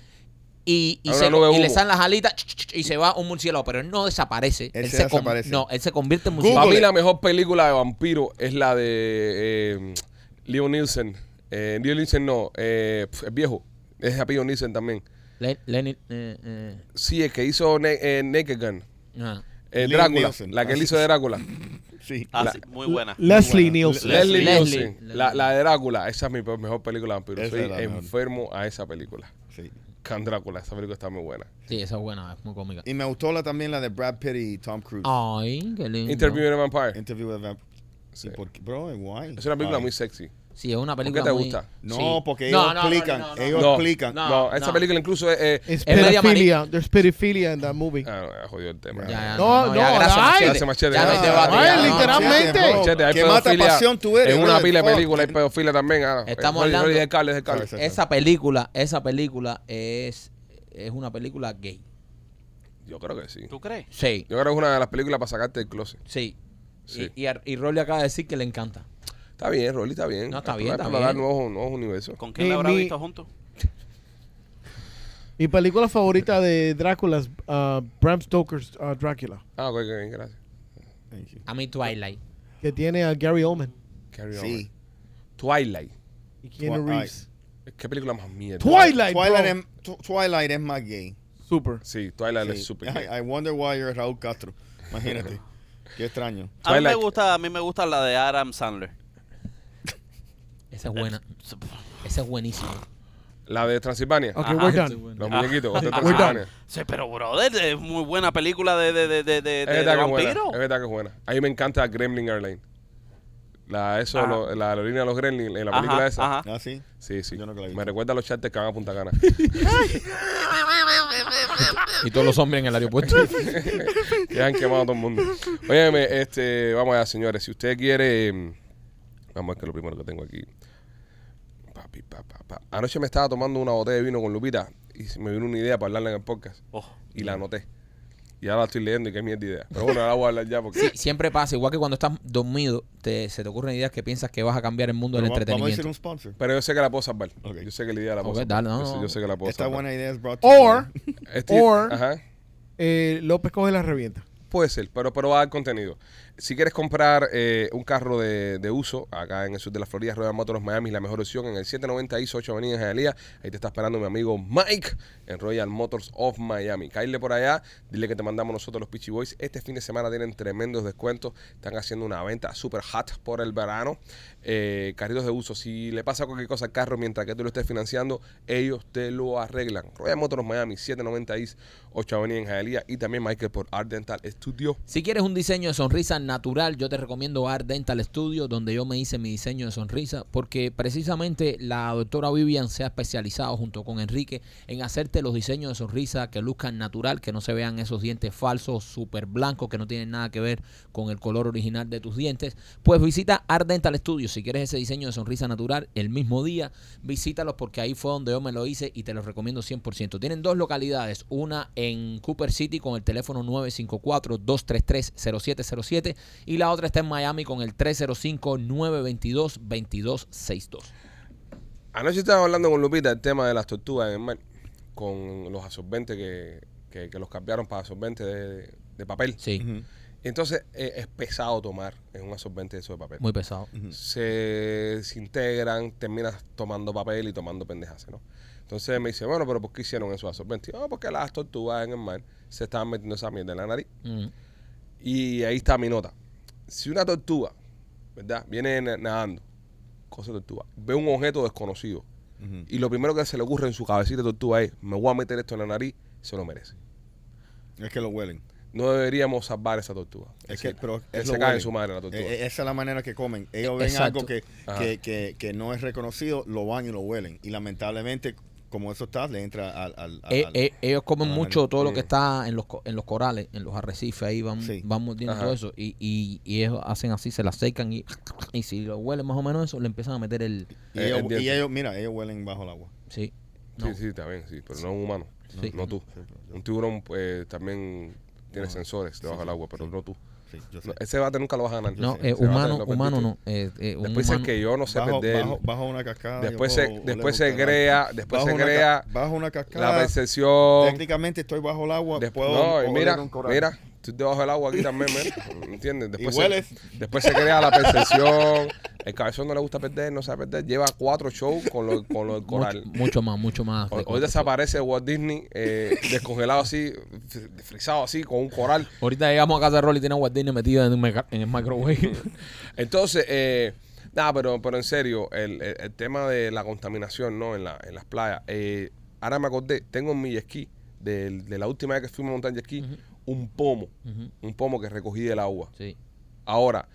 [SPEAKER 3] y, y
[SPEAKER 1] Ahora
[SPEAKER 3] se-
[SPEAKER 1] no veo
[SPEAKER 3] y le
[SPEAKER 1] humo.
[SPEAKER 3] salen las alitas ch, ch, ch, y se va un murciélago. Pero él no desaparece.
[SPEAKER 5] Él
[SPEAKER 3] Él
[SPEAKER 5] se
[SPEAKER 3] se con-
[SPEAKER 5] desaparece.
[SPEAKER 3] No, él se convierte en
[SPEAKER 1] Para
[SPEAKER 3] murciélago.
[SPEAKER 1] mí la mejor película de vampiro es la de eh, Leo Nielsen. Eh, Leo Nielsen no, eh, pf, es viejo. Es apellido Nielsen también.
[SPEAKER 3] Le- Lenin, eh, eh,
[SPEAKER 1] Sí, el que hizo Ne- eh, Naked Gun.
[SPEAKER 3] ah.
[SPEAKER 1] Eh,
[SPEAKER 5] Leo
[SPEAKER 1] Drácula,
[SPEAKER 5] Nielsen.
[SPEAKER 1] la que él hizo de Drácula.
[SPEAKER 5] Sí.
[SPEAKER 6] Ah,
[SPEAKER 1] La-
[SPEAKER 6] sí, muy buena.
[SPEAKER 4] Leslie
[SPEAKER 5] Bueno,
[SPEAKER 4] Nielsen.
[SPEAKER 5] Le-
[SPEAKER 1] Leslie
[SPEAKER 3] Leslie.
[SPEAKER 1] Nielsen,
[SPEAKER 3] Leslie.
[SPEAKER 1] la, la de Drácula. Esa es mi pe- mejor película de vampiro.
[SPEAKER 5] Esa es la
[SPEAKER 1] Soy
[SPEAKER 5] mejor.
[SPEAKER 1] enfermo a esa película.
[SPEAKER 5] sí.
[SPEAKER 1] Can Drácula, esa película está muy buena.
[SPEAKER 3] Sí, esa es buena, es muy cómica.
[SPEAKER 5] Y me gustó la, también la de Brad Pitt y Tom Cruise.
[SPEAKER 3] Ah. Ay, qué
[SPEAKER 5] Mm,
[SPEAKER 3] lindo.
[SPEAKER 1] Interview with a Vampire.
[SPEAKER 5] Interview with Vamp.
[SPEAKER 1] Sí.
[SPEAKER 5] ¿Y por qué? Bro, guay.
[SPEAKER 1] Es una película
[SPEAKER 5] Ay.
[SPEAKER 1] muy sexy.
[SPEAKER 3] Sí, es una película
[SPEAKER 1] te
[SPEAKER 3] muy-
[SPEAKER 1] gusta?
[SPEAKER 5] No,
[SPEAKER 3] Sí.
[SPEAKER 5] porque
[SPEAKER 3] No, no,
[SPEAKER 5] ellos
[SPEAKER 3] no,
[SPEAKER 5] explican.
[SPEAKER 3] no, no, no.
[SPEAKER 5] ellos
[SPEAKER 1] no,
[SPEAKER 5] explican.
[SPEAKER 1] No,
[SPEAKER 3] No,
[SPEAKER 1] esa
[SPEAKER 3] no.
[SPEAKER 1] película incluso es... eh,
[SPEAKER 4] It's
[SPEAKER 3] Es media
[SPEAKER 4] pedophilia. There's pedophilia in that movie.
[SPEAKER 1] ah, no, jodido el tema.
[SPEAKER 3] Ya, ya,
[SPEAKER 4] No, no,
[SPEAKER 3] gracias,
[SPEAKER 4] ay.
[SPEAKER 3] machete.
[SPEAKER 1] Gracias, machete.
[SPEAKER 3] Ya no hay
[SPEAKER 1] Ah,
[SPEAKER 3] debate,
[SPEAKER 4] ay,
[SPEAKER 3] ya, no,
[SPEAKER 4] literal- literalmente.
[SPEAKER 5] machete, bro.
[SPEAKER 1] Machete, hay
[SPEAKER 5] Que mata
[SPEAKER 1] pedofilia
[SPEAKER 5] pasión tú eres.
[SPEAKER 1] En una
[SPEAKER 5] brother.
[SPEAKER 1] pila de
[SPEAKER 5] Fuck.
[SPEAKER 1] películas hay pedofilia también. ah, no.
[SPEAKER 3] Estamos
[SPEAKER 1] Jordi,
[SPEAKER 3] hablando-
[SPEAKER 1] Jordi, del cable, del cable.
[SPEAKER 5] Exacto.
[SPEAKER 3] Esa película, esa película es, es una película gay.
[SPEAKER 1] Yo creo que sí. Yo
[SPEAKER 6] ¿Tú crees?
[SPEAKER 3] Sí,
[SPEAKER 1] creo que es una de las películas para sacarte del closet.
[SPEAKER 3] sí.
[SPEAKER 1] Sí.
[SPEAKER 3] Y, y, a- y Rolly acaba de decir que le encanta.
[SPEAKER 1] Está bien, Rolly, está bien.
[SPEAKER 3] No, está bien,
[SPEAKER 1] Explorar-
[SPEAKER 3] está
[SPEAKER 1] explorar
[SPEAKER 3] bien.
[SPEAKER 1] Nuevos, nuevos universos.
[SPEAKER 6] ¿Con quién
[SPEAKER 4] Mi-
[SPEAKER 6] la habrá
[SPEAKER 4] mi-
[SPEAKER 6] visto juntos?
[SPEAKER 4] Mi película favorita de Drácula es ah, Bram Stoker's ah, Drácula,
[SPEAKER 1] Ah, ok, ok, gracias.
[SPEAKER 3] A mí Twilight.
[SPEAKER 4] que tiene a Gary Oldman
[SPEAKER 1] Carry on.
[SPEAKER 5] Sí.
[SPEAKER 1] Twilight.
[SPEAKER 4] y Keanu
[SPEAKER 5] Twi-
[SPEAKER 4] Reeves.
[SPEAKER 1] ¿Qué película más mierda?
[SPEAKER 4] Twilight, bro.
[SPEAKER 5] Twilight es, Tw- Twilight es más gay.
[SPEAKER 4] Super.
[SPEAKER 1] Sí, Twilight
[SPEAKER 5] Sí.
[SPEAKER 1] es súper gay.
[SPEAKER 5] [laughs] I, I wonder why you're Raúl Castro. Imagínate.
[SPEAKER 3] [laughs]
[SPEAKER 5] Qué extraño.
[SPEAKER 6] A mí, me
[SPEAKER 1] Twilight.
[SPEAKER 6] gusta, a mí me gusta la de Adam Sandler.
[SPEAKER 3] Esa es buena. Esa es buenísima.
[SPEAKER 1] La de Transilvania.
[SPEAKER 4] Ok,
[SPEAKER 3] Ah,
[SPEAKER 6] Ajá.
[SPEAKER 3] este
[SPEAKER 4] we're done.
[SPEAKER 1] Los muñequitos.
[SPEAKER 3] [laughs]
[SPEAKER 1] otra
[SPEAKER 4] We're
[SPEAKER 1] Transilvania.
[SPEAKER 4] done.
[SPEAKER 6] Sí, pero brother, es muy buena película de, de, de, de, de,
[SPEAKER 1] Es
[SPEAKER 6] de
[SPEAKER 1] verdad que es buena.
[SPEAKER 6] vampiro.
[SPEAKER 1] Es verdad que es buena. A mí me encanta Gremlin Airline. La, eso,
[SPEAKER 6] Ajá.
[SPEAKER 1] lo- la aerolínea de los Gremlins, en la película
[SPEAKER 6] Ajá,
[SPEAKER 1] esa.
[SPEAKER 6] ajá.
[SPEAKER 5] ¿Ah, sí?
[SPEAKER 1] Sí, sí.
[SPEAKER 5] Yo nunca la he visto.
[SPEAKER 1] me recuerda a los charters que van a Punta Cana. [laughs]
[SPEAKER 3] Y todos los hombres en el aeropuerto.
[SPEAKER 1] que han quemado a todo el mundo. Óyeme, este, vamos allá, señores. Si usted quiere. mm, Vamos a ver que es lo primero que tengo aquí. Papi, pa, pa, pa. Anoche me estaba tomando una botella de vino con Lupita y se me vino una idea para hablarla en el podcast
[SPEAKER 6] Oh,
[SPEAKER 1] y la anoté. Y ahora la estoy leyendo y qué mierda idea. Pero bueno, ahora voy a hablar ya porque...
[SPEAKER 3] [laughs] Siempre pasa, igual que cuando estás dormido, te, se te ocurren ideas que piensas que vas a cambiar el mundo
[SPEAKER 5] Pero
[SPEAKER 3] del
[SPEAKER 5] va- vamos a
[SPEAKER 3] entretenimiento.
[SPEAKER 5] decir un sponsor.
[SPEAKER 1] Pero yo sé que la puedo salvar.
[SPEAKER 5] Ok.
[SPEAKER 1] Yo sé que la idea la puedo
[SPEAKER 3] Ok,
[SPEAKER 1] salvar.
[SPEAKER 3] dale, no,
[SPEAKER 1] yo, sé,
[SPEAKER 3] no.
[SPEAKER 1] yo sé que la puedo
[SPEAKER 5] Esta
[SPEAKER 1] salvar.
[SPEAKER 5] buena idea es brought to you
[SPEAKER 4] Or
[SPEAKER 5] by- [laughs]
[SPEAKER 1] Este-
[SPEAKER 4] Or-
[SPEAKER 1] ajá.
[SPEAKER 4] eh, López coge la revienta.
[SPEAKER 1] Puede ser, pero, pero va a dar contenido. Si quieres comprar eh, un carro de, de uso, acá en el sur de la Florida, Royal Motors Miami, la mejor opción en el 790 East 8 Avenida en Hialeah. Ahí te está esperando mi amigo Mike en Royal Motors of Miami. Caile por allá, dile que te mandamos nosotros los Peachy Boys. Este fin de semana tienen tremendos descuentos. Están haciendo una venta super hot por el verano. Eh, carritos de uso, si le pasa cualquier cosa al carro mientras que tú lo estés financiando, ellos te lo arreglan. Royal Motors Miami, 790 East 8 Avenida en Hialeah y también Michael por Art Dental Studio.
[SPEAKER 3] Si quieres un diseño de sonrisa natural, yo te recomiendo Art Dental Studio, donde yo me hice mi diseño de sonrisa, porque precisamente la doctora Vivian se ha especializado junto con Enrique en hacerte los diseños de sonrisa que luzcan natural, que no se vean esos dientes falsos, súper blancos, que no tienen nada que ver con el color original de tus dientes. Pues visita Art Dental Studio, si quieres ese diseño de sonrisa natural el mismo día, visítalos porque ahí fue donde yo me lo hice y te los recomiendo 100%. Tienen dos localidades, una en Cooper City con el teléfono 954-233-0707 y la otra está en Miami con el 305-922-2262.
[SPEAKER 1] Anoche estaba hablando con Lupita del tema de las tortugas en el mar, con los absorbentes que, que- que los cambiaron para absorbentes de, de papel.
[SPEAKER 3] Sí,
[SPEAKER 5] Ujú.
[SPEAKER 1] Entonces eh, es pesado tomar en un absorbente de eso de papel.
[SPEAKER 3] muy pesado.
[SPEAKER 1] se desintegran, terminas tomando papel y tomando pendejas, ¿no? Entonces me dice, bueno, pero ¿por qué hicieron eso absorbentes? Oh, porque las tortugas en el mar se estaban metiendo esa mierda en la nariz.
[SPEAKER 3] Mm.
[SPEAKER 1] Y ahí está mi nota. Si una tortuga, ¿verdad? Viene na- nadando, cosa de tortuga, ve un objeto desconocido
[SPEAKER 5] Ujú.
[SPEAKER 1] y lo primero que se le ocurre en su cabecita de tortuga es, me voy a meter esto en la nariz, se lo merece.
[SPEAKER 5] Es que lo huelen.
[SPEAKER 1] No deberíamos salvar esa tortuga.
[SPEAKER 5] Es que, pero
[SPEAKER 1] que
[SPEAKER 5] es
[SPEAKER 1] se cae
[SPEAKER 5] lo
[SPEAKER 1] en
[SPEAKER 5] huelen.
[SPEAKER 1] su madre la tortuga.
[SPEAKER 5] E- e- esa es la manera que comen. Ellos ven
[SPEAKER 3] E, Exacto.
[SPEAKER 5] algo que,
[SPEAKER 1] Ajá.
[SPEAKER 5] que, que, que no es reconocido, lo van y lo huelen. Y lamentablemente, como eso está, le entra al...
[SPEAKER 1] Ah,
[SPEAKER 5] al, al-
[SPEAKER 3] Eh,
[SPEAKER 5] al-
[SPEAKER 3] eh, ellos comen
[SPEAKER 5] al
[SPEAKER 3] mucho todo lo que
[SPEAKER 1] Mm.
[SPEAKER 3] está en los, co- en los corales, en los arrecifes, ahí van,
[SPEAKER 5] Sí.
[SPEAKER 3] van mordiendo
[SPEAKER 1] Ajá.
[SPEAKER 3] todo eso. Y, y, y ellos hacen así, se la secan y, y si lo huelen más o menos eso, le empiezan a meter el...
[SPEAKER 5] y,
[SPEAKER 1] eh,
[SPEAKER 5] ellos,
[SPEAKER 1] entiendo.
[SPEAKER 5] y ellos, mira, ellos huelen bajo el agua.
[SPEAKER 3] Sí, no.
[SPEAKER 1] Sí, sí, está bien, sí, pero no un humano,
[SPEAKER 3] Sí.
[SPEAKER 1] no tú. Un tiburón eh, también tiene sensores debajo del agua, pero no tú.
[SPEAKER 5] Sí, yo sé.
[SPEAKER 1] No, ese bate nunca lo vas a ganar.
[SPEAKER 3] No,
[SPEAKER 1] Ese
[SPEAKER 3] eh,
[SPEAKER 1] bate
[SPEAKER 3] humano,
[SPEAKER 1] lo
[SPEAKER 3] humano
[SPEAKER 1] perdiste.
[SPEAKER 3] no. eh, eh, un
[SPEAKER 1] Después
[SPEAKER 3] humano.
[SPEAKER 1] dice que yo no sé
[SPEAKER 5] bajo,
[SPEAKER 1] perder.
[SPEAKER 5] bajo, bajo una cascada.
[SPEAKER 1] después
[SPEAKER 5] yo
[SPEAKER 1] se,
[SPEAKER 5] puedo oler
[SPEAKER 1] después
[SPEAKER 5] un
[SPEAKER 1] se
[SPEAKER 5] canario.
[SPEAKER 1] crea, después
[SPEAKER 5] Bajo
[SPEAKER 1] se
[SPEAKER 5] una ca-
[SPEAKER 1] crea
[SPEAKER 5] bajo una
[SPEAKER 1] la
[SPEAKER 5] cascada.
[SPEAKER 1] percepción.
[SPEAKER 5] Técnicamente estoy bajo el agua.
[SPEAKER 1] Des-
[SPEAKER 5] puedo
[SPEAKER 1] no, y
[SPEAKER 5] oler
[SPEAKER 1] mira,
[SPEAKER 5] un coral.
[SPEAKER 1] mira, tú debajo del agua aquí también, mira, [laughs] ¿entiendes? Después,
[SPEAKER 5] Y hueles.
[SPEAKER 1] Se, después se crea la percepción. El cabezón no le gusta perder, no sabe perder. Lleva cuatro shows con lo, con lo del coral.
[SPEAKER 3] Mucho, mucho más,
[SPEAKER 1] [laughs]
[SPEAKER 3] mucho más.
[SPEAKER 1] Hoy,
[SPEAKER 3] de-
[SPEAKER 1] hoy desaparece Walt Disney eh, descongelado así, fri- frisado así, con un coral.
[SPEAKER 3] Ahorita llegamos a casa de Rolly y tiene a Walt Disney metido en, un meca- en
[SPEAKER 1] [laughs]
[SPEAKER 3] el microwave.
[SPEAKER 1] Entonces, eh, nada, pero, pero en serio, el, el- el tema de la contaminación ¿no? en, la, en las playas. eh, ahora me acordé, tengo en mi jet ski, del- de, la última vez que fuimos a montar jet ski, un pomo,
[SPEAKER 3] Ujú,
[SPEAKER 1] un pomo que recogí del agua.
[SPEAKER 3] sí.
[SPEAKER 1] Ahora,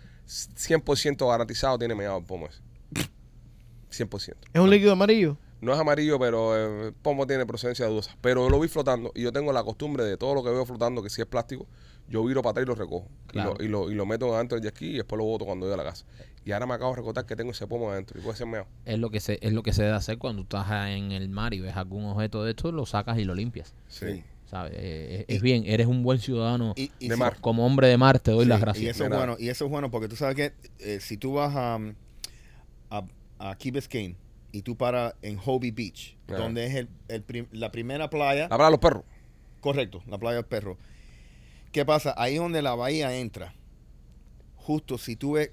[SPEAKER 1] 100% garantizado tiene meado el pomo ese. 100%.
[SPEAKER 4] Es un líquido amarillo.
[SPEAKER 1] No es amarillo, pero eh, el pomo tiene procedencia dudosa. Pero lo vi flotando y yo tengo la costumbre de todo lo que veo flotando, que si es plástico, yo viro para atrás y lo recojo. Y
[SPEAKER 3] Claro.
[SPEAKER 1] lo- Y, lo, y, lo, meto adentro del jet ski y después lo boto cuando voy a la casa. Y ahora me acabo de recordar que tengo ese pomo adentro y puede ser meado.
[SPEAKER 3] Es lo que se es lo que se debe hacer cuando estás en el mar y ves algún objeto de estos, lo sacas y lo limpias.
[SPEAKER 1] Sí.
[SPEAKER 3] ¿sabes? Eh, es, es bien, eres un buen ciudadano.
[SPEAKER 5] Y, y
[SPEAKER 1] De
[SPEAKER 5] si-
[SPEAKER 1] mar.
[SPEAKER 3] Como hombre de mar te doy
[SPEAKER 5] Sí,
[SPEAKER 3] las
[SPEAKER 5] Y
[SPEAKER 3] gracias.
[SPEAKER 5] eso es
[SPEAKER 1] Mira.
[SPEAKER 5] bueno, y eso es bueno porque tú sabes que eh, si tú vas a, mm, a, a Key Biscayne y tú paras en Hobie Beach,
[SPEAKER 1] Ajá.
[SPEAKER 5] donde es el- el prim- la primera playa,
[SPEAKER 1] Habla a los perros.
[SPEAKER 5] correcto, la playa del perro. ¿Qué pasa? Ahí donde la bahía entra, justo si tú ves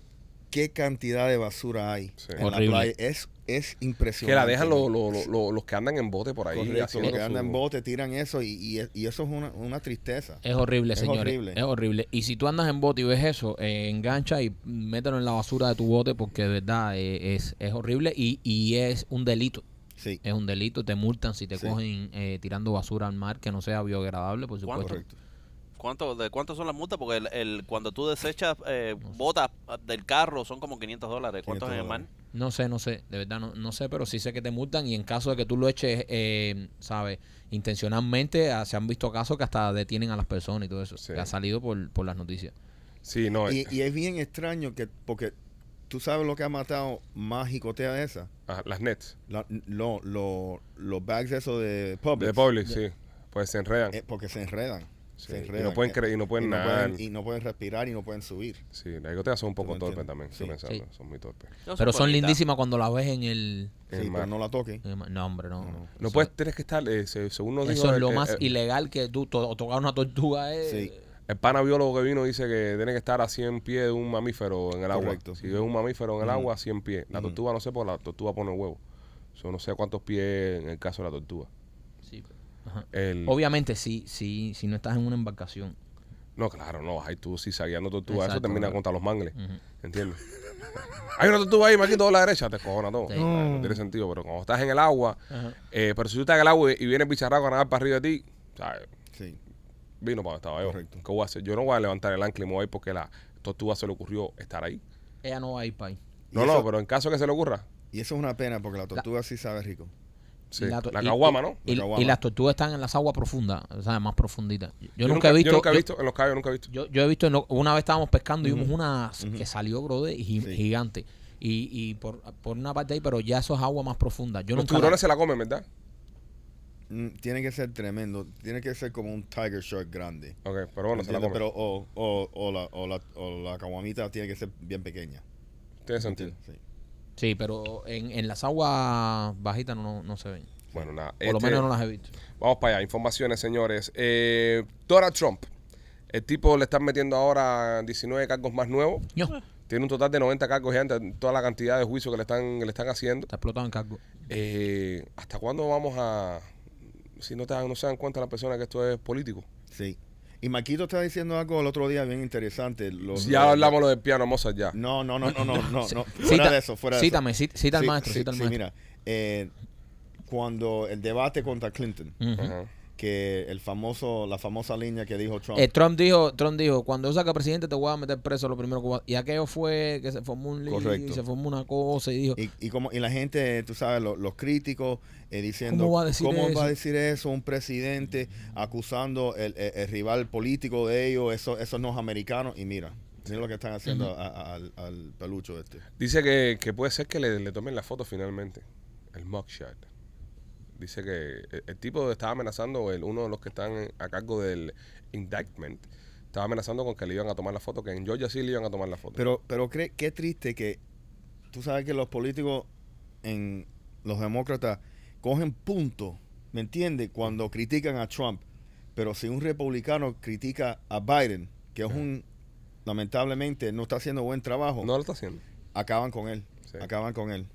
[SPEAKER 5] qué cantidad de basura hay
[SPEAKER 1] Sí.
[SPEAKER 5] en
[SPEAKER 3] Horrible.
[SPEAKER 5] la playa, es, es impresionante.
[SPEAKER 1] Que la dejan
[SPEAKER 5] ¿no?
[SPEAKER 1] los, los- los- los- los que andan en bote por ahí.
[SPEAKER 5] Correcto,
[SPEAKER 1] haciendo
[SPEAKER 5] los que andan
[SPEAKER 1] su-
[SPEAKER 5] en bote tiran eso y, y- y eso es una, una tristeza.
[SPEAKER 3] Es horrible,
[SPEAKER 5] Es
[SPEAKER 3] señores.
[SPEAKER 5] horrible.
[SPEAKER 3] Es horrible. Y si tú andas en bote y ves eso, eh, engancha y mételo en la basura de tu bote porque de verdad eh, es, es horrible y, y es un delito.
[SPEAKER 5] Sí,
[SPEAKER 3] Es un delito, te multan si te
[SPEAKER 5] Sí.
[SPEAKER 3] cogen eh, tirando basura al mar que no sea biodegradable, por
[SPEAKER 6] ¿Cuánto?
[SPEAKER 3] supuesto.
[SPEAKER 5] correcto.
[SPEAKER 6] ¿Cuánto, ¿De cuánto son las multas? Porque el, el- cuando tú desechas eh, botas ah, del carro son como 500 dólares. ¿Cuántos
[SPEAKER 5] 500
[SPEAKER 6] en el mar?
[SPEAKER 5] dólares.
[SPEAKER 3] No sé, no sé, de verdad no, no sé, pero sí sé que te multan y en caso de que tú lo eches, eh, ¿sabes? Intencionalmente ah, se han visto casos que hasta detienen a las personas y todo eso,
[SPEAKER 1] Sí.
[SPEAKER 3] que ha salido por, por las noticias.
[SPEAKER 1] Sí, no.
[SPEAKER 5] Y,
[SPEAKER 1] eh,
[SPEAKER 5] y es bien extraño que, porque tú sabes lo que ha matado más jicotea de esa.
[SPEAKER 1] ajá, las nets.
[SPEAKER 5] La- lo- lo- los bags esos de Publix.
[SPEAKER 1] De Publix, sí. Pues se enredan.
[SPEAKER 5] Eh, porque se enredan.
[SPEAKER 1] Sí,
[SPEAKER 5] se
[SPEAKER 1] y
[SPEAKER 5] enredan,
[SPEAKER 1] no pueden
[SPEAKER 5] eh,
[SPEAKER 1] cre- y no pueden
[SPEAKER 5] y
[SPEAKER 1] nadar.
[SPEAKER 5] y no pueden respirar y no pueden subir.
[SPEAKER 1] Sí, las gaigoteas son un poco
[SPEAKER 5] Tú me
[SPEAKER 1] torpes
[SPEAKER 5] entiendes.
[SPEAKER 1] también.
[SPEAKER 5] Sí.
[SPEAKER 1] estoy pensando,
[SPEAKER 3] Sí.
[SPEAKER 1] son muy torpes.
[SPEAKER 3] Pero son
[SPEAKER 6] bonitas.
[SPEAKER 3] lindísimas cuando las ves en el...
[SPEAKER 1] Es
[SPEAKER 5] Sí, pero
[SPEAKER 1] más-
[SPEAKER 5] no la toquen.
[SPEAKER 3] en el- No, hombre, no. no.
[SPEAKER 1] No
[SPEAKER 3] Eso-
[SPEAKER 1] puedes, tienes que estar, eh, se- según nos dijo
[SPEAKER 3] Eso es
[SPEAKER 1] el- eh,
[SPEAKER 3] lo
[SPEAKER 1] el-
[SPEAKER 3] más
[SPEAKER 1] el,
[SPEAKER 3] ilegal que tú to- tocar una tortuga es.
[SPEAKER 5] Sí.
[SPEAKER 1] el pana biólogo que vino dice que tiene que estar a 100 pies de un mamífero en el agua.
[SPEAKER 5] Correcto.
[SPEAKER 1] Si es un mamífero en el
[SPEAKER 5] Ujú.
[SPEAKER 1] agua, 100 pies. La
[SPEAKER 5] Ujú.
[SPEAKER 1] tortuga no sé, porque la tortuga pone huevo. Yo no sé cuántos pies en el caso de la tortuga.
[SPEAKER 3] Sí. pues, Ajá.
[SPEAKER 1] El-
[SPEAKER 3] Obviamente, sí, sí, si no estás en una embarcación.
[SPEAKER 1] No, claro, no. Ahí tú, si sabiendo tortuga, eso
[SPEAKER 3] Exacto,
[SPEAKER 1] termina
[SPEAKER 3] claro.
[SPEAKER 1] contra los mangles.
[SPEAKER 3] Ujú.
[SPEAKER 1] ¿Entiendes? Hay una tortuga ahí, Marquito, a la derecha, te cojona todo.
[SPEAKER 3] Sí.
[SPEAKER 1] O sea, No tiene sentido, pero cuando estás en el agua,
[SPEAKER 3] Ajá.
[SPEAKER 1] eh, pero si tú estás en el agua y y viene el bicharraco a nadar para arriba de ti, ¿sabes?
[SPEAKER 5] Sí.
[SPEAKER 1] vino para donde estaba yo.
[SPEAKER 5] Correcto.
[SPEAKER 1] ¿Qué voy a hacer? Yo no voy a levantar el ancla y me voy a ir porque la tortuga se le ocurrió estar ahí.
[SPEAKER 3] Ella no va a ir para ahí.
[SPEAKER 5] Y
[SPEAKER 1] No,
[SPEAKER 5] eso-
[SPEAKER 1] no, pero en caso que se le ocurra,
[SPEAKER 5] Y eso es una pena porque la tortuga sí sabe rico.
[SPEAKER 1] sí.
[SPEAKER 3] Y
[SPEAKER 1] la,
[SPEAKER 3] to- y-
[SPEAKER 1] caguama,
[SPEAKER 3] y-
[SPEAKER 1] ¿no?
[SPEAKER 3] Y,
[SPEAKER 5] La caguama.
[SPEAKER 3] y las tortugas están en las aguas profundas, o sea, más profunditas. Yo, yo nunca, he visto.
[SPEAKER 1] Yo nunca he
[SPEAKER 3] yo-
[SPEAKER 1] visto, en los cayos nunca he visto.
[SPEAKER 3] Yo, yo he visto, no, una vez estábamos pescando y vimos una que
[SPEAKER 5] ujú.
[SPEAKER 3] salió, bro, de gi-
[SPEAKER 5] Sí.
[SPEAKER 3] gigante. Y, y por, por una parte ahí, pero ya eso es agua más profunda. Yo
[SPEAKER 1] los
[SPEAKER 3] nunca. la-
[SPEAKER 1] tiburones se la comen, ¿verdad?
[SPEAKER 5] Mm, tiene que ser tremendo. Tiene que ser como un tiger shark grande.
[SPEAKER 1] Ok, pero bueno, se la
[SPEAKER 5] ¿Entiendes?
[SPEAKER 1] comen.
[SPEAKER 5] Pero o, o, o la, o, la, o la caguamita tiene que ser bien pequeña.
[SPEAKER 1] Tiene sentido.
[SPEAKER 5] Sí.
[SPEAKER 3] Sí, pero en, en las aguas bajitas no, no, no se ven.
[SPEAKER 1] Bueno, nada.
[SPEAKER 3] Por lo
[SPEAKER 1] este-
[SPEAKER 3] menos no las he visto.
[SPEAKER 1] Vamos para allá, informaciones, señores. Eh, Donald Trump. El tipo le están metiendo ahora 19 cargos más nuevos.
[SPEAKER 3] Ño,
[SPEAKER 1] Tiene un total de 90 cargos ya ante toda la cantidad de juicios que le están, que le están haciendo.
[SPEAKER 3] está explotado en cargo.
[SPEAKER 1] Eh, ¿Hasta cuándo vamos a.? Si no, te, dan- no se dan cuenta las personas que esto es político.
[SPEAKER 5] Sí. Y Maquito estaba diciendo algo el otro día bien interesante. Lo-
[SPEAKER 1] ya
[SPEAKER 5] lo-
[SPEAKER 1] hablamos lo del piano, Mozart, ya.
[SPEAKER 5] No, no, no,
[SPEAKER 3] [laughs]
[SPEAKER 5] no, no, no, no.
[SPEAKER 3] Cita-
[SPEAKER 5] Fuera de eso, fuera de eso.
[SPEAKER 3] Cítame, cita, cita al
[SPEAKER 5] Sí,
[SPEAKER 3] maestro,
[SPEAKER 5] sí,
[SPEAKER 3] cita al
[SPEAKER 5] sí,
[SPEAKER 3] maestro.
[SPEAKER 5] mira, eh, cuando el debate contra Clinton,
[SPEAKER 3] Ujú.
[SPEAKER 1] Ajá.
[SPEAKER 5] que el famoso, la famosa línea que dijo Trump,
[SPEAKER 3] Eh, Trump dijo, Trump dijo, cuando yo saque presidente te voy a meter preso lo primero que voy a-". Y aquello fue que se formó un lío,
[SPEAKER 5] Correcto.
[SPEAKER 3] y se formó una cosa y dijo,
[SPEAKER 5] y, y como y la gente, tú sabes, lo- los críticos eh, diciendo,
[SPEAKER 3] ¿Cómo va a decir
[SPEAKER 5] ¿cómo
[SPEAKER 3] eso?
[SPEAKER 5] va a decir eso un presidente acusando el, el- el rival político de ellos, eso, esos no es americanos? Y mira, mira lo que están haciendo a- a- al, al pelucho este.
[SPEAKER 1] Dice que, que puede ser que le, le tomen la foto finalmente. El mugshot. Dice que el, el tipo estaba amenazando, el, uno de los que están a cargo del indictment, estaba amenazando con que le iban a tomar la foto, que en Georgia sí le iban a tomar la foto.
[SPEAKER 5] Pero, pero cre- qué triste que tú sabes que los políticos, en los demócratas, cogen punto, ¿me entiendes? Cuando critican a Trump. Pero si un republicano critica a Biden, que es un, lamentablemente, no está haciendo buen trabajo,
[SPEAKER 1] no lo está haciendo.
[SPEAKER 5] acaban con él.
[SPEAKER 1] Sí.
[SPEAKER 5] Acaban con él.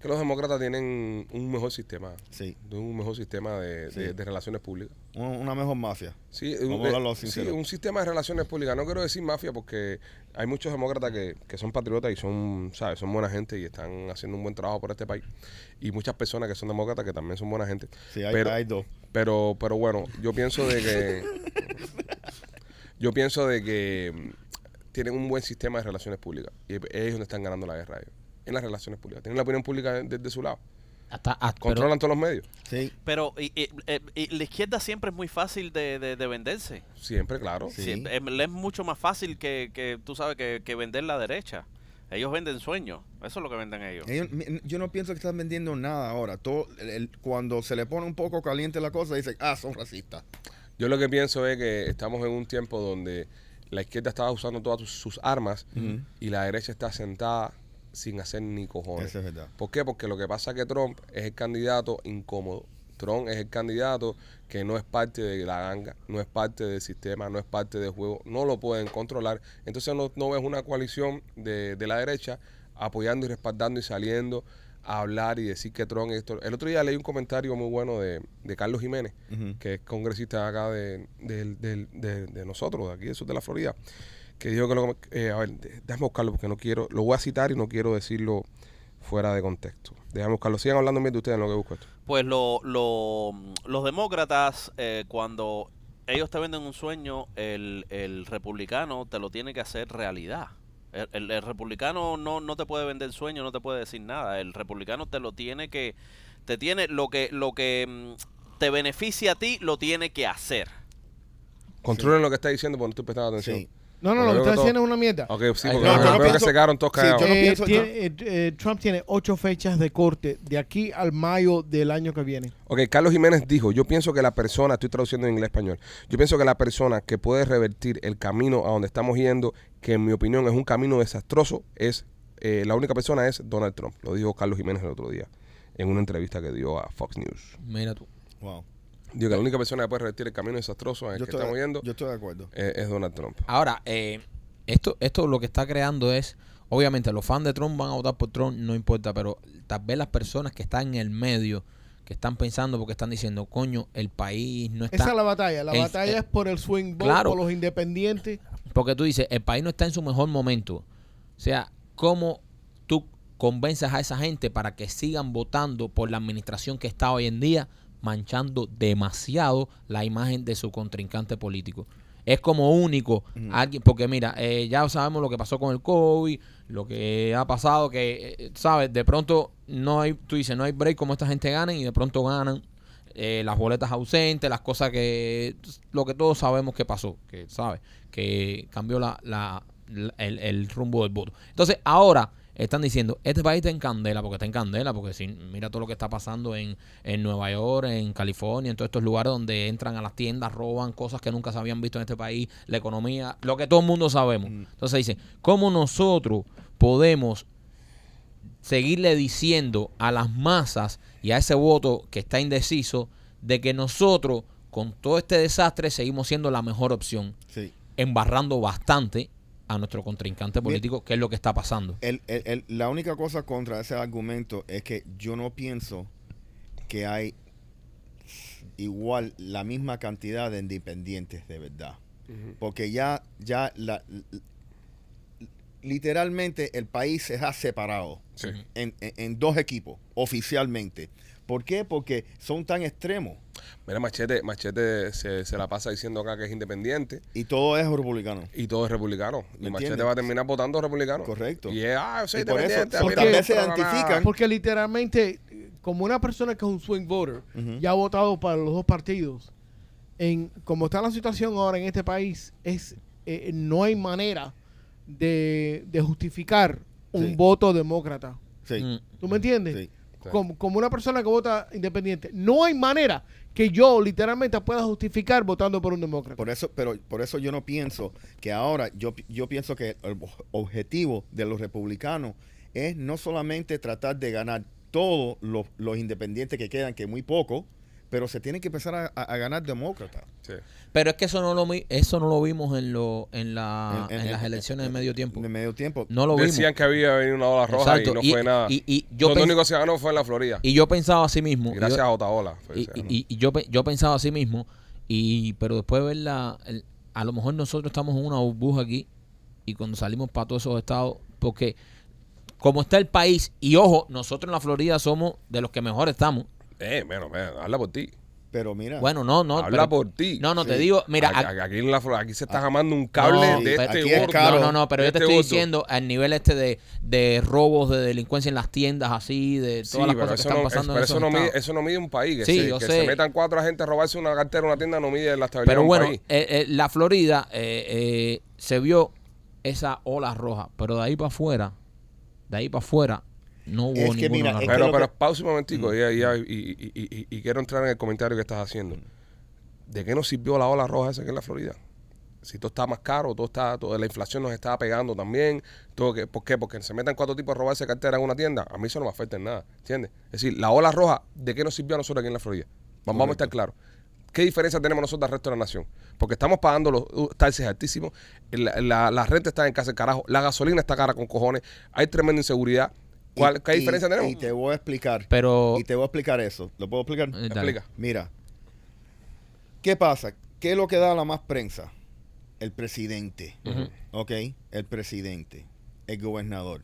[SPEAKER 1] Que los demócratas tienen un mejor sistema,
[SPEAKER 5] Sí.
[SPEAKER 1] un mejor sistema de-
[SPEAKER 5] Sí.
[SPEAKER 1] de- de relaciones públicas.
[SPEAKER 5] Un- Una mejor mafia.
[SPEAKER 1] Sí,
[SPEAKER 5] Vamos
[SPEAKER 1] un,
[SPEAKER 5] a hablarlo
[SPEAKER 1] eh, sí,
[SPEAKER 5] sincero.
[SPEAKER 1] un sistema de relaciones públicas. No quiero decir mafia porque hay muchos demócratas que, que son patriotas y son, ¿sabes? Son buena gente y están haciendo un buen trabajo por este país. Y muchas personas que son demócratas que también son buena gente.
[SPEAKER 5] Sí, hay,
[SPEAKER 1] pero,
[SPEAKER 5] hay dos.
[SPEAKER 1] pero, pero bueno, yo pienso de que... yo pienso de que mm, tienen un buen sistema de relaciones públicas. Y es es donde están ganando la guerra ellos. En las relaciones públicas. Tienen la opinión pública desde su lado.
[SPEAKER 3] hasta, hasta- pero-
[SPEAKER 1] Controlan todos los medios.
[SPEAKER 5] Sí.
[SPEAKER 6] Pero y- y- eh, y la izquierda siempre es muy fácil de, de- de venderse.
[SPEAKER 1] Siempre, claro.
[SPEAKER 5] Sí.
[SPEAKER 6] Siempre- em, le es mucho más fácil que, que tú sabes que, que vender la derecha. Ellos venden sueños. Eso es lo que venden ellos.
[SPEAKER 5] Ellos- mi- yo no pienso que están vendiendo nada ahora. Todo, el- el- cuando se le pone un poco caliente la cosa, dicen, ah, son racistas.
[SPEAKER 1] Yo lo que pienso es que estamos en un tiempo donde la izquierda estaba usando todas sus, sus armas y la derecha está sentada sin hacer ni cojones.
[SPEAKER 5] Eso es verdad.
[SPEAKER 1] ¿Por qué? Porque lo que pasa es que Trump es el candidato incómodo. Trump es el candidato que no es parte de la ganga, no es parte del sistema, no es parte del juego, no lo pueden controlar. Entonces no, no ves una coalición de, de la derecha apoyando y respaldando y saliendo a hablar y decir que Trump es esto. El otro día leí un comentario muy bueno de, de Carlos Jiménez,
[SPEAKER 5] Ujú.
[SPEAKER 1] que es congresista acá de, del- del- de- de nosotros, de aquí del sur de la Florida, que dijo que lo... eh, a ver, de- déjame buscarlo porque no quiero... Lo voy a citar y no quiero decirlo fuera de contexto. Déjame buscarlo. Sigan hablando bien de ustedes en lo que busco esto.
[SPEAKER 6] Pues lo, lo- los demócratas, eh, cuando ellos te venden un sueño, el, el republicano te lo tiene que hacer realidad. El, el- el republicano no, no te puede vender sueño, no te puede decir nada. El republicano te lo tiene que... Te tiene lo que, lo que mm, te beneficia a ti, lo tiene que hacer.
[SPEAKER 1] Controlen lo que está diciendo porque no estoy prestando atención.
[SPEAKER 5] Sí.
[SPEAKER 4] No, no,
[SPEAKER 1] Porque
[SPEAKER 4] lo que
[SPEAKER 1] veo
[SPEAKER 4] estás
[SPEAKER 1] todo-
[SPEAKER 4] diciendo es una mierda.
[SPEAKER 1] Ok, sí,
[SPEAKER 3] Ay,
[SPEAKER 1] porque veo-
[SPEAKER 3] no, yo no
[SPEAKER 1] veo que
[SPEAKER 5] pienso-
[SPEAKER 1] se quedaron todos
[SPEAKER 5] Sí,
[SPEAKER 1] callados.
[SPEAKER 5] yo no
[SPEAKER 4] Eh,
[SPEAKER 5] pienso-
[SPEAKER 4] tiene- eh, eh, Trump tiene ocho fechas de corte de aquí al mayo del año que viene.
[SPEAKER 1] Ok, Carlos Jiménez dijo, yo pienso que la persona, estoy traduciendo en inglés español, yo pienso que la persona que puede revertir el camino a donde estamos yendo, que en mi opinión es un camino desastroso, es eh, la única persona es Donald Trump. Lo dijo Carlos Jiménez el otro día en una entrevista que dio a Fox News.
[SPEAKER 3] Mira tú.
[SPEAKER 5] Wow.
[SPEAKER 1] Digo que la única persona que puede revertir el camino desastroso en el
[SPEAKER 5] Yo
[SPEAKER 1] pues, que
[SPEAKER 5] estoy,
[SPEAKER 1] estamos yendo
[SPEAKER 5] yo estoy de acuerdo.
[SPEAKER 1] eh, es Donald Trump.
[SPEAKER 3] Ahora, eh, esto, esto lo que está creando es, obviamente, los fans de Trump van a votar por Trump, no importa, pero tal vez las personas que están en el medio, que están pensando porque están diciendo, coño, el país no está...
[SPEAKER 4] Esa es la batalla. La
[SPEAKER 3] Es-
[SPEAKER 4] batalla
[SPEAKER 3] eh,
[SPEAKER 4] es por el swing vote,
[SPEAKER 3] claro.
[SPEAKER 4] por los independientes.
[SPEAKER 3] Porque tú dices, el país no está en su mejor momento. O sea, ¿cómo tú convences a esa gente para que sigan votando por la administración que está hoy en día, manchando demasiado la imagen de su contrincante político? Es como único alguien, porque mira, eh, ya sabemos lo que pasó con el COVID, lo que ha pasado, que, eh, ¿sabes? De pronto no hay, tú dices, no hay break como esta gente gana y de pronto ganan eh, las boletas ausentes, las cosas que. Lo que todos sabemos que pasó, que ¿sabes? Que cambió la, la- la- el, el rumbo del voto. Entonces, ahora están diciendo: este país está en candela, porque está en candela, porque si, mira todo lo que está pasando en, en Nueva York, en California, en todos estos lugares donde entran a las tiendas, roban cosas que nunca se habían visto en este país, la economía, lo que todo el mundo sabemos. Entonces dicen: ¿cómo nosotros podemos seguirle diciendo a las masas y a ese voto que está indeciso de que nosotros con todo este desastre seguimos siendo la mejor opción,
[SPEAKER 5] Sí.
[SPEAKER 3] embarrando bastante a nuestro contrincante político, que es lo que está pasando.
[SPEAKER 5] El- el- el- la única cosa contra ese argumento es que yo no pienso que hay igual la misma cantidad de independientes de verdad. Porque ya, ya la, literalmente el país se ha separado
[SPEAKER 1] Sí.
[SPEAKER 5] en, en- en dos equipos oficialmente. ¿Por qué? Porque son tan extremos
[SPEAKER 1] Mira, Machete, Machete se, se la pasa diciendo acá que es independiente
[SPEAKER 5] y todo es republicano.
[SPEAKER 1] y todo es republicano. Y
[SPEAKER 5] ¿Me
[SPEAKER 1] Machete
[SPEAKER 5] entiendes?
[SPEAKER 1] va a terminar votando republicano.
[SPEAKER 5] Correcto.
[SPEAKER 1] Y es, ah, yo soy
[SPEAKER 5] Y por eso,
[SPEAKER 1] independiente, a
[SPEAKER 5] porque
[SPEAKER 1] mí no me
[SPEAKER 4] a veces
[SPEAKER 1] gusta para nada.
[SPEAKER 5] identifican-
[SPEAKER 4] Porque literalmente, eh, como una persona que es un swing voter, ya ha votado para los dos partidos, en como está la situación ahora en este país, es eh, no hay manera de, de justificar un
[SPEAKER 5] Sí.
[SPEAKER 4] voto demócrata.
[SPEAKER 5] Sí.
[SPEAKER 3] Mm.
[SPEAKER 4] ¿Tú me entiendes?
[SPEAKER 5] Sí.
[SPEAKER 1] Sí.
[SPEAKER 4] Como, como una persona que vota independiente. No hay manera que yo literalmente pueda justificar votando por un demócrata.
[SPEAKER 5] Por eso, pero por eso yo no pienso que ahora, yo, pi- yo pienso que el ob- objetivo de los republicanos es no solamente tratar de ganar todos los, los independientes que quedan, que muy poco, pero se tienen que empezar a, a- a ganar demócratas.
[SPEAKER 1] Sí.
[SPEAKER 3] Pero es que eso no lo, mi- eso no lo vimos en, lo, en, la, Ah, en,
[SPEAKER 5] En- en-
[SPEAKER 3] las
[SPEAKER 5] en-
[SPEAKER 3] elecciones de
[SPEAKER 5] en-
[SPEAKER 3] medio tiempo.
[SPEAKER 5] De medio tiempo.
[SPEAKER 3] No lo vimos.
[SPEAKER 1] Decían que había venido una ola roja y
[SPEAKER 3] Exacto.
[SPEAKER 1] no
[SPEAKER 3] Y-
[SPEAKER 1] fue nada.
[SPEAKER 3] y- y yo
[SPEAKER 1] Donde
[SPEAKER 3] pens-
[SPEAKER 1] único se ganó fue en la Florida.
[SPEAKER 3] Y yo pensaba así mismo. y yo-
[SPEAKER 1] Gracias a Otaola. fue
[SPEAKER 3] y,
[SPEAKER 1] ese, ¿no?
[SPEAKER 3] y- y yo, pe- yo pensaba así mismo, y pero después de verla, el- a lo mejor nosotros estamos en una burbuja aquí y cuando salimos para todos esos estados, porque como está el país, y ojo, nosotros en la Florida somos de los que mejor estamos.
[SPEAKER 1] Eh, menos, menos, habla por ti.
[SPEAKER 5] Pero mira,
[SPEAKER 3] Bueno, no, no.
[SPEAKER 1] Habla por ti.
[SPEAKER 3] No, no, te
[SPEAKER 5] Ah. Sí.
[SPEAKER 3] digo, mira,
[SPEAKER 1] Aquí-
[SPEAKER 3] ac-
[SPEAKER 1] aquí, en la Florida, aquí se está jamando un cable
[SPEAKER 3] No,
[SPEAKER 1] de
[SPEAKER 5] pero
[SPEAKER 1] este
[SPEAKER 5] aquí es
[SPEAKER 1] gordo.
[SPEAKER 5] caro.
[SPEAKER 3] no, no, no, pero
[SPEAKER 1] de
[SPEAKER 3] yo te
[SPEAKER 1] este
[SPEAKER 3] estoy
[SPEAKER 1] gordo.
[SPEAKER 3] diciendo al nivel este de, de robos, de delincuencia en las tiendas, así, de todas
[SPEAKER 1] Sí,
[SPEAKER 3] las
[SPEAKER 1] pero
[SPEAKER 3] cosas que
[SPEAKER 1] eso
[SPEAKER 3] están
[SPEAKER 1] no, es-
[SPEAKER 3] pasando en
[SPEAKER 1] pero
[SPEAKER 3] esos
[SPEAKER 1] eso no mide,
[SPEAKER 3] estados.
[SPEAKER 1] eso no mide un país. Que,
[SPEAKER 3] Sí,
[SPEAKER 1] se,
[SPEAKER 3] yo
[SPEAKER 1] que
[SPEAKER 3] sé.
[SPEAKER 1] se metan cuatro gente a robarse una cartera en una tienda no mide la estabilidad
[SPEAKER 3] Pero
[SPEAKER 1] de un
[SPEAKER 3] bueno,
[SPEAKER 1] país.
[SPEAKER 3] eh, eh, la Florida eh, eh, se vio esa ola roja, pero de ahí para afuera, de ahí para afuera, no hubo
[SPEAKER 5] Es
[SPEAKER 3] ninguna
[SPEAKER 5] que mira,
[SPEAKER 3] ola
[SPEAKER 5] es que
[SPEAKER 3] roja.
[SPEAKER 5] Mm.
[SPEAKER 1] Pero,
[SPEAKER 5] lo
[SPEAKER 1] pero pausa un momentico y, y- y- y- y- y quiero entrar en el comentario que estás haciendo.
[SPEAKER 5] Mm.
[SPEAKER 1] ¿De qué nos sirvió la ola roja esa que es la Florida? Si todo está más caro, todo está, todo- la inflación nos estaba pegando también. Todo que, ¿Por qué? Porque se metan cuatro tipos a robarse cartera en una tienda. A mí eso no me afecta en nada, ¿entiendes? Es decir, la ola roja, ¿de qué nos sirvió a nosotros aquí en la Florida? Vamos, vamos a estar claros. ¿Qué diferencia tenemos nosotros del resto de la nación? Porque estamos pagando los uh, taxes altísimos, la, la- la renta está en casa del carajo, la gasolina está cara con cojones, hay tremenda inseguridad. ¿Cuál,
[SPEAKER 5] y-
[SPEAKER 1] ¿Qué
[SPEAKER 5] y-
[SPEAKER 1] diferencia tenemos?
[SPEAKER 5] Y te voy a explicar.
[SPEAKER 3] Pero-
[SPEAKER 5] y te voy a explicar eso. ¿Lo puedo explicar?
[SPEAKER 3] Eh, dale.
[SPEAKER 1] Explica.
[SPEAKER 5] Mira, ¿qué pasa? ¿Qué es lo que da la más prensa? El presidente. ¿Ok? El presidente. El gobernador.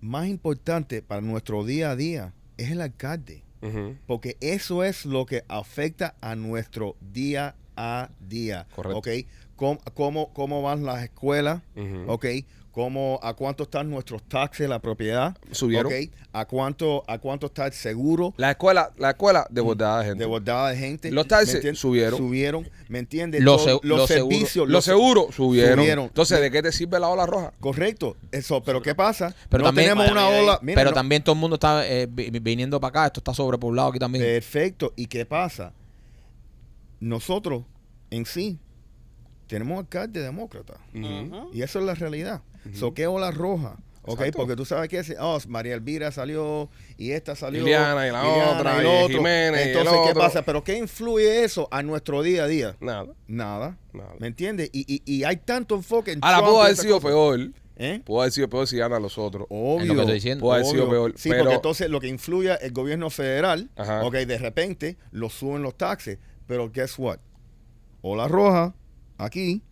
[SPEAKER 5] Más importante para nuestro día a día es el alcalde.
[SPEAKER 1] Ujú.
[SPEAKER 5] Porque eso es lo que afecta a nuestro día a día.
[SPEAKER 1] Correcto.
[SPEAKER 5] ¿Ok? ¿Cómo, cómo, cómo van las escuelas?
[SPEAKER 1] Ujú.
[SPEAKER 5] ¿Ok? cómo, a cuánto están nuestros taxes, la propiedad.
[SPEAKER 1] Subieron.
[SPEAKER 5] ok, a cuánto, a cuánto está el seguro
[SPEAKER 1] La escuela, la escuela desbordada de gente.
[SPEAKER 5] desbordada de gente.
[SPEAKER 1] Los taxes
[SPEAKER 5] ¿me entiendes?
[SPEAKER 1] subieron.
[SPEAKER 5] Subieron, ¿me entiendes?
[SPEAKER 3] Los
[SPEAKER 5] Todo-
[SPEAKER 3] seg- los seguros-
[SPEAKER 5] servicios.
[SPEAKER 1] Los seguros subieron.
[SPEAKER 5] subieron.
[SPEAKER 1] Entonces, ¿de qué te sirve la ola roja?
[SPEAKER 5] Correcto. Eso, pero ¿qué pasa?
[SPEAKER 3] Pero
[SPEAKER 5] no
[SPEAKER 3] también-
[SPEAKER 5] tenemos una
[SPEAKER 6] Vale, ahí.
[SPEAKER 5] ola. mira,
[SPEAKER 3] pero
[SPEAKER 5] no-
[SPEAKER 3] también todo el mundo está eh, vi- vi- viniendo para acá. Esto está sobrepoblado aquí también.
[SPEAKER 5] Perfecto. ¿Y qué pasa? Nosotros en sí tenemos alcalde demócrata.
[SPEAKER 6] Ujú.
[SPEAKER 5] Y eso es la realidad. So, ¿Qué ola roja? ¿Ok?
[SPEAKER 1] Exacto.
[SPEAKER 5] Porque tú sabes que es, oh, María Elvira salió y esta salió.
[SPEAKER 1] Liliana, y la otra,
[SPEAKER 5] el
[SPEAKER 1] y
[SPEAKER 5] otro.
[SPEAKER 1] Jiménez, y el
[SPEAKER 5] Entonces, ¿qué
[SPEAKER 1] otro.
[SPEAKER 5] pasa? ¿Pero qué influye eso a nuestro día a día?
[SPEAKER 1] Nada.
[SPEAKER 5] Nada.
[SPEAKER 1] Nada.
[SPEAKER 5] ¿Me entiendes? Y, y- y hay tanto enfoque en
[SPEAKER 1] Ahora,
[SPEAKER 5] Trump
[SPEAKER 1] Ah, pudo
[SPEAKER 5] y
[SPEAKER 1] haber
[SPEAKER 5] esa
[SPEAKER 1] sido
[SPEAKER 5] cosa.
[SPEAKER 1] peor.
[SPEAKER 5] ¿Eh?
[SPEAKER 1] Pudo haber sido peor si gana los otros.
[SPEAKER 5] Obvio.
[SPEAKER 3] Es lo que estoy diciendo.
[SPEAKER 1] Puede haber sido
[SPEAKER 5] Obvio.
[SPEAKER 1] peor,
[SPEAKER 5] Sí,
[SPEAKER 1] pero-
[SPEAKER 5] porque entonces lo que influye el gobierno federal,
[SPEAKER 1] Ajá.
[SPEAKER 5] ok, de repente lo suben los taxes, pero guess what? Ola Roja, aquí,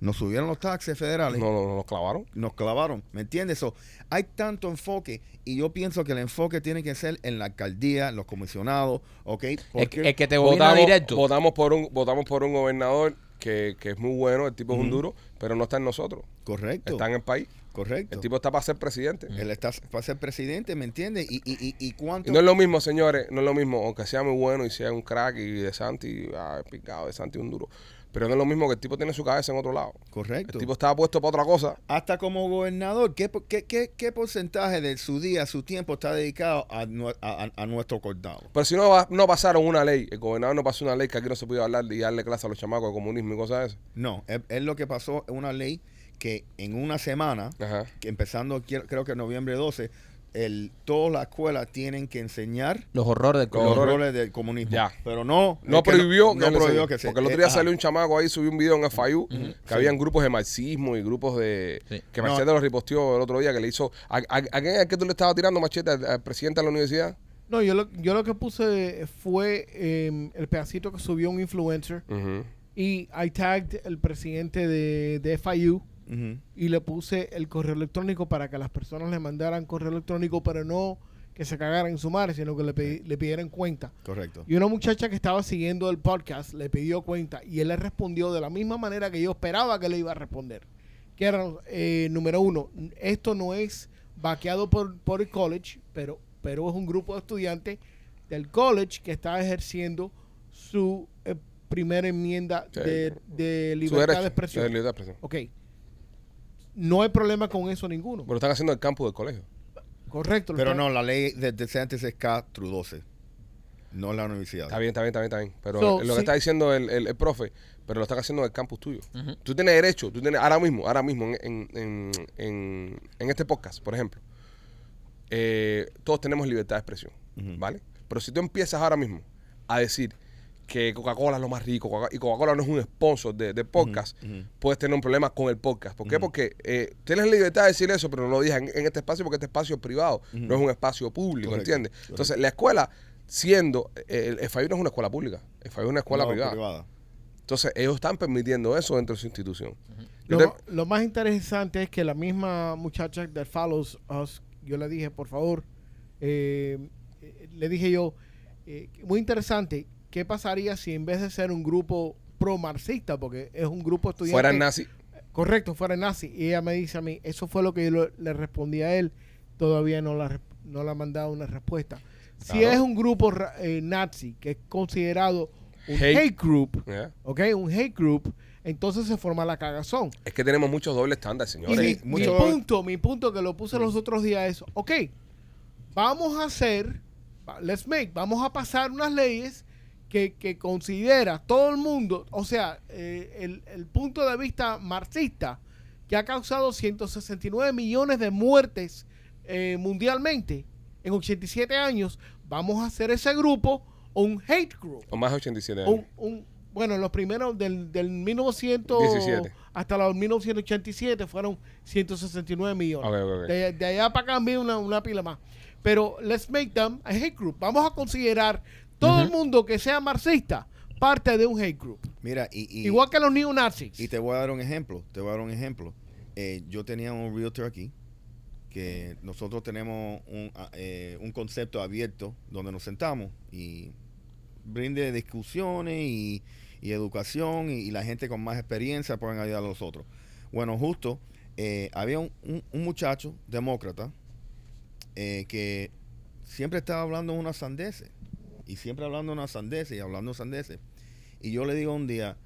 [SPEAKER 5] nos subieron los taxes federales,
[SPEAKER 1] No, no, no nos clavaron.
[SPEAKER 5] nos clavaron, ¿me entiendes? So, hay tanto enfoque y yo pienso que el enfoque tiene que ser en la alcaldía, los comisionados, ok.
[SPEAKER 3] el,
[SPEAKER 5] porque-
[SPEAKER 3] el que te gobierna
[SPEAKER 1] Votamos,
[SPEAKER 3] directo.
[SPEAKER 1] votamos por un, votamos por un gobernador que, que es muy bueno, el tipo es un duro, pero no está en nosotros.
[SPEAKER 5] correcto,
[SPEAKER 1] Está en el país.
[SPEAKER 5] correcto.
[SPEAKER 1] El tipo está para ser presidente.
[SPEAKER 5] Él está para ser presidente, ¿me entiendes? Y, y, y, y cuánto...
[SPEAKER 1] Y no es lo mismo, señores, no es lo mismo, aunque sea muy bueno y sea un crack y de Santi, ah, picado, de Santi un duro. Pero no es lo mismo que el tipo tiene su cabeza en otro lado.
[SPEAKER 5] correcto.
[SPEAKER 1] El tipo estaba puesto para otra cosa.
[SPEAKER 5] hasta como gobernador, ¿qué, po- qué, qué, qué porcentaje de su día, su tiempo está dedicado a, nue- a- a- a nuestro cordado?
[SPEAKER 1] Pero si no, va- no pasaron una ley, el gobernador no pasó una ley que aquí no se podía hablar y darle clase a los chamacos de comunismo y cosas de esas.
[SPEAKER 5] No, es, es lo que pasó, es una ley que en una semana,
[SPEAKER 1] Ajá.
[SPEAKER 5] que empezando quiero- creo que en noviembre 12, el, todas las escuelas tienen que enseñar
[SPEAKER 3] los horrores del
[SPEAKER 5] los
[SPEAKER 1] horrores.
[SPEAKER 3] color.
[SPEAKER 5] roles del comunismo.
[SPEAKER 1] Ya.
[SPEAKER 5] Pero no,
[SPEAKER 1] No
[SPEAKER 5] es que
[SPEAKER 1] prohibió
[SPEAKER 5] no,
[SPEAKER 1] le
[SPEAKER 5] prohibió
[SPEAKER 1] enseñe.
[SPEAKER 5] que se eh, ah,
[SPEAKER 1] Porque el otro día
[SPEAKER 5] ajá.
[SPEAKER 1] salió un chamaco ahí, subió un video en FIU que habían grupos de marxismo y grupos de.
[SPEAKER 3] Sí.
[SPEAKER 1] que
[SPEAKER 5] No.
[SPEAKER 1] Machete los riposteó el otro día, que le hizo. ¿A, a, a quién es que tú le estabas tirando machete al, al presidente de la universidad?
[SPEAKER 4] No, yo lo, yo lo que puse fue eh, el pedacito que subió un influencer
[SPEAKER 1] Ujú.
[SPEAKER 4] y I tagged el presidente de, de FIU
[SPEAKER 5] Ujú.
[SPEAKER 4] y le puse el correo electrónico para que las personas le mandaran correo electrónico, pero no que se cagaran en su madre, sino que le, pedi- le pidieran cuenta.
[SPEAKER 5] Correcto.
[SPEAKER 4] Y una muchacha que estaba siguiendo el podcast le pidió cuenta y él le respondió de la misma manera que yo esperaba que le iba a responder. Que era, eh, número uno, esto no es vaqueado por, por el college, pero, pero es un grupo de estudiantes del college que está ejerciendo su eh, primera enmienda
[SPEAKER 1] Sí.
[SPEAKER 4] de, de
[SPEAKER 1] Su
[SPEAKER 4] libertad de
[SPEAKER 1] derecho,
[SPEAKER 4] expresión.
[SPEAKER 1] es libertad de expresión.
[SPEAKER 4] Ok. No hay problema con eso ninguno.
[SPEAKER 1] Pero están haciendo el campo del colegio.
[SPEAKER 4] Correcto. lo
[SPEAKER 5] Pero
[SPEAKER 4] está-
[SPEAKER 5] no, la ley de DeSantis es K true 12, no la universidad.
[SPEAKER 1] Está bien, está bien, está bien, está bien. Pero lo
[SPEAKER 4] So,
[SPEAKER 1] que
[SPEAKER 4] sí.
[SPEAKER 1] está diciendo el, el- el profe, pero lo están haciendo en el campus tuyo.
[SPEAKER 3] Ujú.
[SPEAKER 1] Tú tienes derecho, tú tienes ahora mismo, ahora mismo en, en- en- en- en este podcast, por ejemplo, eh, todos tenemos libertad de expresión, ¿vale? Pero si tú empiezas ahora mismo a decir que Coca-Cola es lo más rico Coca- y Coca-Cola no es un sponsor de, de podcast, puedes tener un problema con el podcast. ¿Por qué? Porque eh, tienes la libertad de decir eso, pero no lo digas en, en este espacio porque este espacio es privado, no es un espacio público,
[SPEAKER 5] Correcto,
[SPEAKER 1] ¿entiendes?
[SPEAKER 5] correcto.
[SPEAKER 1] Entonces, Este, la escuela siendo, eh, el, el FIU no es una escuela pública, el FIU es una escuela
[SPEAKER 5] No,
[SPEAKER 1] privada.
[SPEAKER 5] privada.
[SPEAKER 1] Entonces, ellos están permitiendo eso dentro de su institución. Yo
[SPEAKER 4] Lo,
[SPEAKER 1] te-
[SPEAKER 4] ma- lo más interesante es que la misma muchacha del Follows Us, yo le dije, por favor, eh, eh, le dije yo, eh, muy interesante, ¿qué pasaría si en vez de ser un grupo pro-marxista, porque es un grupo estudiante...
[SPEAKER 1] fuera nazi.
[SPEAKER 4] Correcto, fuera nazi. Y ella me dice a mí, eso fue lo que yo lo- le respondí a él, todavía no la, res- no le han mandado una respuesta. Si
[SPEAKER 1] Claro.
[SPEAKER 4] es un grupo ra- eh, nazi, que es considerado un
[SPEAKER 1] Hate.
[SPEAKER 4] hate, group,
[SPEAKER 1] ¿ya?
[SPEAKER 4] ¿ok? Un hate group, entonces se forma la cagazón.
[SPEAKER 1] Es que tenemos muchos dobles estándares,
[SPEAKER 4] Y
[SPEAKER 1] señores.
[SPEAKER 4] mi,
[SPEAKER 5] Sí,
[SPEAKER 4] mi
[SPEAKER 5] mucho-
[SPEAKER 4] punto, mi punto que lo puse los otros días es, ok, vamos a hacer, va- let's make, vamos a pasar unas leyes que, que considera todo el mundo, o sea, eh, el, el punto de vista marxista que ha causado 169 millones de muertes eh, mundialmente en 87 años, vamos a hacer ese grupo un hate group.
[SPEAKER 1] O más de 87 años.
[SPEAKER 4] Un, un- bueno, los primeros del, del 1900
[SPEAKER 1] 17.
[SPEAKER 4] hasta los 1987 fueron 169 millones.
[SPEAKER 1] Ok, ok, ok.
[SPEAKER 4] De, de allá para acá envío una, una pila más. Pero let's make them a hate group. Vamos a considerar todo el mundo que sea marxista parte de un hate group.
[SPEAKER 5] Mira, y, y-
[SPEAKER 4] Igual que los neonazis.
[SPEAKER 5] Y te voy a dar un ejemplo, te voy a dar un ejemplo. Eh, yo tenía un realtor aquí, que nosotros tenemos un, a- eh, un concepto abierto donde nos sentamos y brinde discusiones y, y educación y, y la gente con más experiencia pueden ayudar a los otros. Bueno, justo eh, había un, un- un muchacho demócrata eh, que siempre estaba hablando unas sandeces y siempre hablando unas sandeces y hablando sandeces. Y yo le digo un día,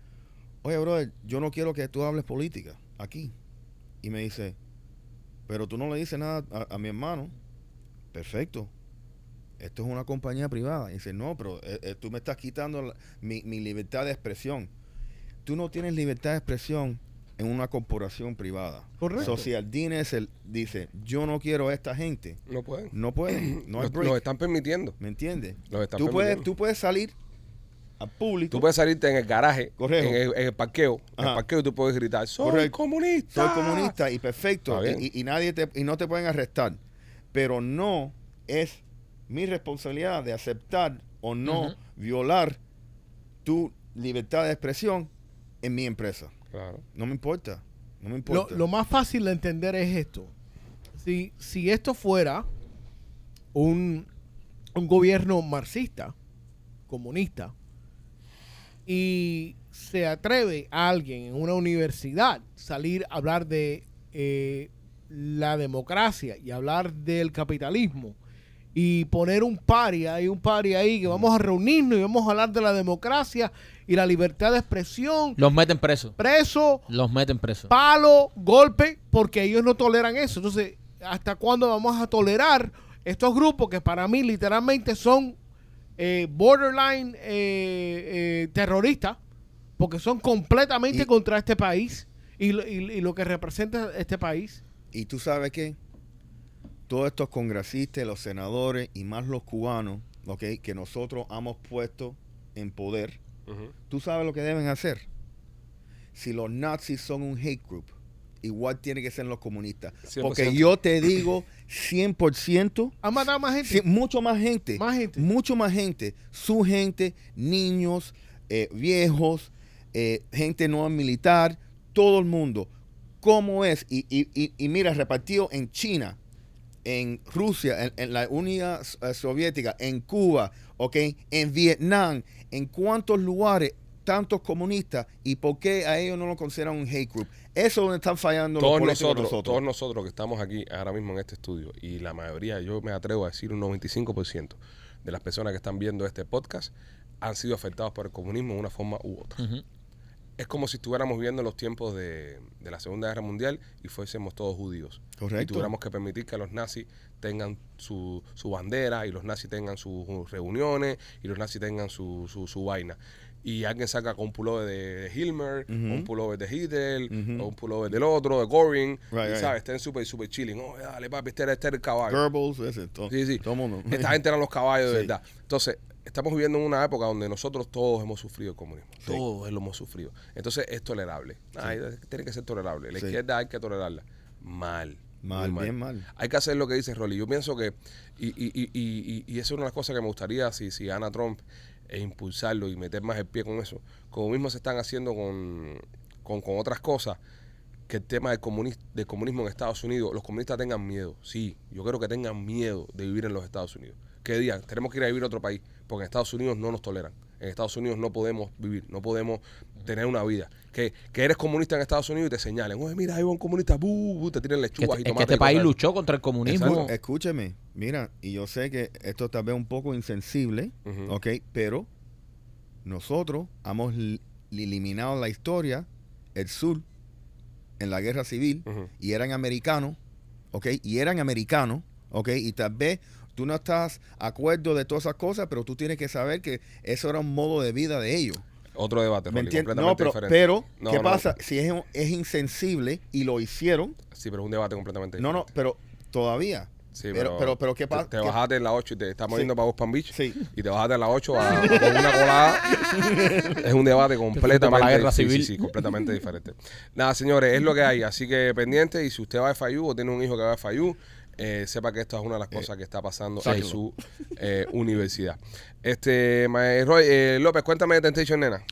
[SPEAKER 5] oye, brother, yo no quiero que tú hables política aquí. Y me dice, pero tú no le dices nada a, a mi hermano. Perfecto. Esto es una compañía privada. Y dice, no, pero eh, eh, tú me estás quitando la- mi, mi libertad de expresión. Tú no tienes libertad de expresión en una corporación privada.
[SPEAKER 4] Correcto.
[SPEAKER 5] Social Dines dice, yo no quiero a esta gente.
[SPEAKER 1] No pueden.
[SPEAKER 5] No puede, no hay
[SPEAKER 1] Los-
[SPEAKER 5] break.
[SPEAKER 1] los están permitiendo.
[SPEAKER 5] ¿Me entiendes?
[SPEAKER 1] Los están
[SPEAKER 5] Tú puedes,
[SPEAKER 1] permitiendo.
[SPEAKER 5] tú puedes salir al público.
[SPEAKER 1] Tú puedes salirte en el garaje,
[SPEAKER 5] Correcto.
[SPEAKER 1] En, el, en el parqueo, en el
[SPEAKER 5] Ajá.
[SPEAKER 1] parqueo tú puedes gritar, soy
[SPEAKER 5] Correcto.
[SPEAKER 1] comunista.
[SPEAKER 4] Ah.
[SPEAKER 5] Soy comunista y perfecto.
[SPEAKER 1] Está bien.
[SPEAKER 5] Y, y- y nadie te, y no te pueden arrestar. Pero no es mi responsabilidad de aceptar o no
[SPEAKER 3] Ujú.
[SPEAKER 5] violar tu libertad de expresión en mi empresa.
[SPEAKER 1] Claro.
[SPEAKER 5] No me importa. No me
[SPEAKER 4] Lo,
[SPEAKER 5] importa.
[SPEAKER 4] lo más fácil de entender es esto. Si, si esto fuera un, un gobierno marxista, comunista, y se atreve a alguien en una universidad salir a hablar de eh, la democracia y hablar del capitalismo y poner un pari ahí, un pari ahí, que vamos a reunirnos y vamos a hablar de la democracia y la libertad de expresión,
[SPEAKER 3] Los meten presos.
[SPEAKER 4] preso,
[SPEAKER 3] Los meten presos.
[SPEAKER 4] palo, golpe, porque ellos no toleran eso. Entonces, ¿hasta cuándo vamos a tolerar estos grupos que para mí literalmente son eh, borderline eh, eh, terroristas? Porque son completamente
[SPEAKER 5] Y-
[SPEAKER 4] contra este país y, lo- y- y lo que representa este país.
[SPEAKER 5] Y tú sabes qué? Todos estos congresistas, los senadores y más los cubanos, ¿ok? Que nosotros hemos puesto en poder,
[SPEAKER 1] Ujú.
[SPEAKER 5] tú sabes lo que deben hacer. Si los nazis son un hate group, igual tiene que ser los comunistas.
[SPEAKER 1] 100%.
[SPEAKER 5] Porque yo te digo 100%,
[SPEAKER 4] Han matado más gente.
[SPEAKER 5] sí, mucho más gente,
[SPEAKER 4] Más gente.
[SPEAKER 5] mucho más gente, su gente, niños, eh, viejos, eh, gente no militar, todo el mundo. ¿Cómo es? Y, y- y- y mira, repartido en China, en Rusia, en, en la Unión eh, Soviética, en Cuba, ¿ok? En Vietnam, en cuántos lugares tantos comunistas y por qué a ellos no lo consideran un hate group. Eso es donde están fallando
[SPEAKER 1] Todos
[SPEAKER 5] los políticos
[SPEAKER 1] nosotros,
[SPEAKER 5] nosotros.
[SPEAKER 1] todos nosotros que estamos aquí ahora mismo en este estudio y la mayoría, yo me atrevo a decir un 95% de las personas que están viendo este podcast han sido afectados por el comunismo de una forma u otra.
[SPEAKER 3] Ujú.
[SPEAKER 1] Es como si estuviéramos viviendo los tiempos de, de la Segunda Guerra Mundial y fuésemos todos judíos.
[SPEAKER 5] Correcto.
[SPEAKER 1] Y tuviéramos que permitir que los nazis tengan su, su bandera y los nazis tengan sus reuniones y los nazis tengan su, su, su vaina. Y alguien saca con un pullover de, de Hilmer,
[SPEAKER 5] Ujú.
[SPEAKER 1] un pullover de Hitler,
[SPEAKER 5] Ujú.
[SPEAKER 1] o un pullover del otro, de Goring.
[SPEAKER 5] Right,
[SPEAKER 1] y
[SPEAKER 5] right.
[SPEAKER 1] sabes, estén súper, súper chilling. Oh, dale, papi, este era, este era el caballo.
[SPEAKER 5] Goebbels, ese, todo,
[SPEAKER 1] Sí, sí.
[SPEAKER 5] todo
[SPEAKER 1] [laughs]
[SPEAKER 5] el mundo.
[SPEAKER 1] Esta gente eran los caballos, de
[SPEAKER 5] Sí.
[SPEAKER 1] verdad. Entonces, estamos viviendo en una época donde nosotros todos hemos sufrido el comunismo. Todos lo hemos sufrido. Entonces, es tolerable. Ay, tiene que ser tolerable. La
[SPEAKER 5] Sí.
[SPEAKER 1] izquierda hay que tolerarla. Mal.
[SPEAKER 5] Mal,
[SPEAKER 1] muy
[SPEAKER 5] bien mal.
[SPEAKER 1] Hay que hacer lo que dice Rolly. Yo pienso que, y, y, y, y, y- y eso es una de las cosas que me gustaría si, si Ana Trump e impulsarlo y meter más el pie con eso, como mismo se están haciendo con, con, con otras cosas, que el tema del, comunis- del comunismo en Estados Unidos, los comunistas tengan miedo, sí, yo creo que tengan miedo de vivir en los Estados Unidos. Que digan, tenemos que ir a vivir a otro país, porque en Estados Unidos no nos toleran. En Estados Unidos no podemos vivir, no podemos tener una vida. Que, que eres comunista en Estados Unidos y te señalen, oye, mira, ahí va un comunista, bu, bu", te tiran
[SPEAKER 3] Que
[SPEAKER 1] lechugas y
[SPEAKER 3] este, es que
[SPEAKER 1] tomates.
[SPEAKER 3] este
[SPEAKER 1] y
[SPEAKER 3] país
[SPEAKER 1] cosas.
[SPEAKER 3] luchó contra el comunismo.
[SPEAKER 1] Exacto.
[SPEAKER 5] Escúchame, mira, y yo sé que esto tal vez un poco insensible,
[SPEAKER 1] Ujú.
[SPEAKER 5] ¿ok? Pero nosotros hemos li- eliminado la historia, el sur, en la guerra civil,
[SPEAKER 1] Ujú.
[SPEAKER 5] y eran americanos, ¿ok? Y eran americanos, ¿ok? Y tal vez tú no estás acuerdo de todas esas cosas, pero tú tienes que saber que eso era un modo de vida de ellos.
[SPEAKER 1] Otro debate,
[SPEAKER 5] ¿Me
[SPEAKER 1] Rolly,
[SPEAKER 5] entiendes?
[SPEAKER 1] completamente
[SPEAKER 5] No, pero,
[SPEAKER 1] diferente.
[SPEAKER 5] pero
[SPEAKER 1] No,
[SPEAKER 5] ¿qué
[SPEAKER 1] no.
[SPEAKER 5] pasa? Si es, es insensible y lo hicieron,
[SPEAKER 1] Sí, pero es un debate completamente
[SPEAKER 5] no, no,
[SPEAKER 1] diferente.
[SPEAKER 5] pero todavía.
[SPEAKER 1] Sí,
[SPEAKER 5] pero, pero, pero, ¿qué
[SPEAKER 1] te-
[SPEAKER 5] pasa?
[SPEAKER 1] Te,
[SPEAKER 5] ¿Qué-
[SPEAKER 1] bajaste en la 8 y te estamos
[SPEAKER 5] Sí.
[SPEAKER 1] yendo para West Palm Beach.
[SPEAKER 5] Sí.
[SPEAKER 1] Y te bajaste en la 8 a, a con una colada. es un
[SPEAKER 3] [laughs]
[SPEAKER 1] debate completamente
[SPEAKER 3] para la guerra
[SPEAKER 1] sí, sí,
[SPEAKER 3] civil.
[SPEAKER 1] Sí, completamente diferente. Nada, señores, es lo que hay. Así que pendiente. Y si usted va a FIU o tiene un hijo que va a FIU, eh, sepa que esto es una de las cosas que está pasando en
[SPEAKER 5] sáquenlo.
[SPEAKER 1] su eh, universidad. Este, ma- Roy, eh, López, cuéntame de Temptation, nena.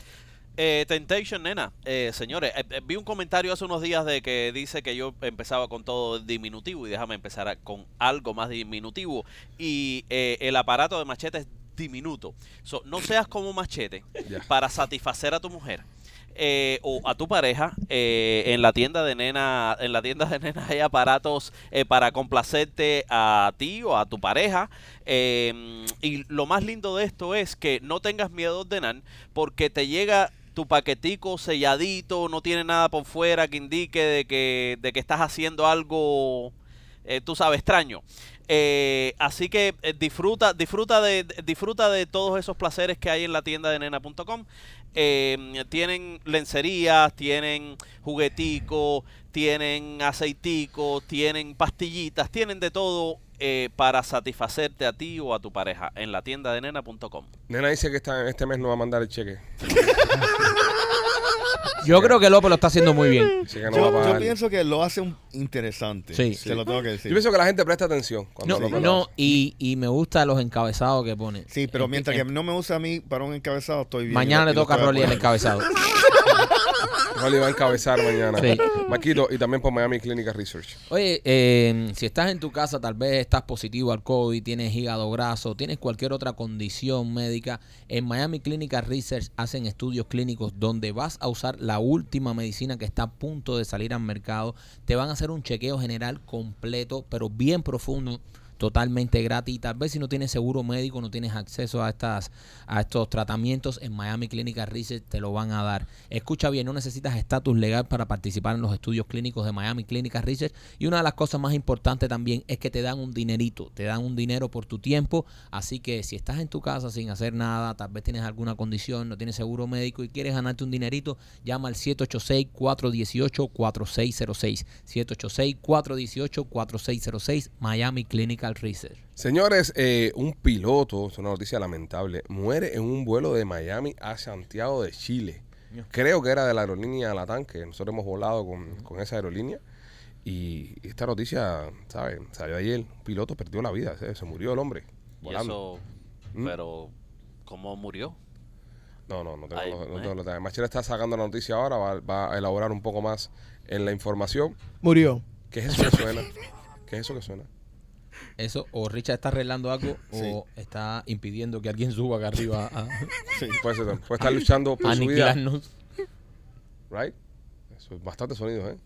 [SPEAKER 6] Eh, Temptation, nena. Eh, señores, eh, eh, vi un comentario hace unos días de que dice que yo empezaba con todo diminutivo y déjame empezar a- con algo más diminutivo. Y eh, el aparato de machete es diminuto. So, no seas como machete
[SPEAKER 1] Ya.
[SPEAKER 6] para satisfacer a tu mujer. eh, o a tu pareja eh, en la tienda de nena, en la tienda de nena hay aparatos eh, para complacerte a ti o a tu pareja. eh, y lo más lindo de esto es que no tengas miedo de ordenar porque te llega tu paquetico selladito, no tiene nada por fuera que indique de que, de que estás haciendo algo, eh, tú sabes, extraño. Eh, así que eh, disfruta, disfruta de, de- disfruta de todos esos placeres que hay en la tienda de nena.com. Eh, tienen lencerías, tienen juguetico, tienen aceitico, tienen pastillitas, tienen de todo eh, para satisfacerte a ti o a tu pareja en la tienda de nena.com.
[SPEAKER 1] Nena dice que está, este mes no va a mandar el cheque.
[SPEAKER 3] Yo creo que López lo está haciendo muy bien.
[SPEAKER 1] Así que no va a
[SPEAKER 5] Yo, yo
[SPEAKER 1] pagar.
[SPEAKER 5] pienso que lo hace un- interesante.
[SPEAKER 3] Sí.
[SPEAKER 5] Se lo tengo que
[SPEAKER 1] Yo
[SPEAKER 5] decir.
[SPEAKER 1] pienso que la gente presta atención. cuando
[SPEAKER 3] No,
[SPEAKER 1] lo
[SPEAKER 3] no y, y me gustan los encabezados que pone. Eh,
[SPEAKER 5] Sí, pero mientras que no me usa a mí para un encabezado, estoy bien.
[SPEAKER 3] Mañana
[SPEAKER 5] Y lo-
[SPEAKER 3] le
[SPEAKER 5] y lo
[SPEAKER 3] toca a
[SPEAKER 5] estoy
[SPEAKER 3] Rolly el
[SPEAKER 5] apoyando. [laughs]
[SPEAKER 3] encabezado.
[SPEAKER 1] Rolly va a encabezar mañana.
[SPEAKER 3] Sí.
[SPEAKER 1] Maquito, y también por Miami Clinic Research.
[SPEAKER 3] Oye, eh, si estás en tu casa, tal vez estás positivo al COVID, tienes hígado graso, tienes cualquier otra condición médica, en Miami Clinical Research hacen estudios clínicos donde vas a usar la última medicina que está a punto de salir al mercado. Te van a hacer un chequeo general completo, pero bien profundo totalmente gratis y tal vez si no tienes seguro médico no tienes acceso a estas a estos tratamientos en Miami Clinical Research te lo van a dar escucha bien no necesitas estatus legal para participar en los estudios clínicos de Miami Clinical Research y una de las cosas más importantes también es que te dan un dinerito te dan un dinero por tu tiempo así que si estás en tu casa sin hacer nada tal vez tienes alguna condición no tienes seguro médico y quieres ganarte un dinerito llama al 786 418 4606 786 418 4606 Miami Clinical Research
[SPEAKER 1] Señores, eh, un piloto, es una noticia lamentable, muere en un vuelo de Miami a Santiago de Chile. Creo que era de la aerolínea Latam, que nosotros hemos volado con, con esa aerolínea. Y esta noticia, ¿sabes? Salió ayer, un piloto perdió la vida, se, se murió el hombre
[SPEAKER 6] Y
[SPEAKER 1] volando.
[SPEAKER 6] eso,
[SPEAKER 1] ¿Mm?
[SPEAKER 6] pero ¿cómo murió?
[SPEAKER 1] No, no, no tengo,
[SPEAKER 6] Ay,
[SPEAKER 1] los- no
[SPEAKER 6] man.
[SPEAKER 1] tengo los detalles. Machera está sacando la noticia ahora, va, va a elaborar un poco más en la información.
[SPEAKER 4] Murió.
[SPEAKER 1] ¿Qué es eso que suena? ¿Qué es eso que suena?
[SPEAKER 3] Eso, o Richard está arreglando algo o está impidiendo que alguien suba acá arriba a,
[SPEAKER 5] Sí.
[SPEAKER 1] Puede, ser, puede estar luchando
[SPEAKER 3] a
[SPEAKER 1] por su vida.
[SPEAKER 3] aniquilarnos.
[SPEAKER 1] Right? Eso es bastante sonido, ¿eh?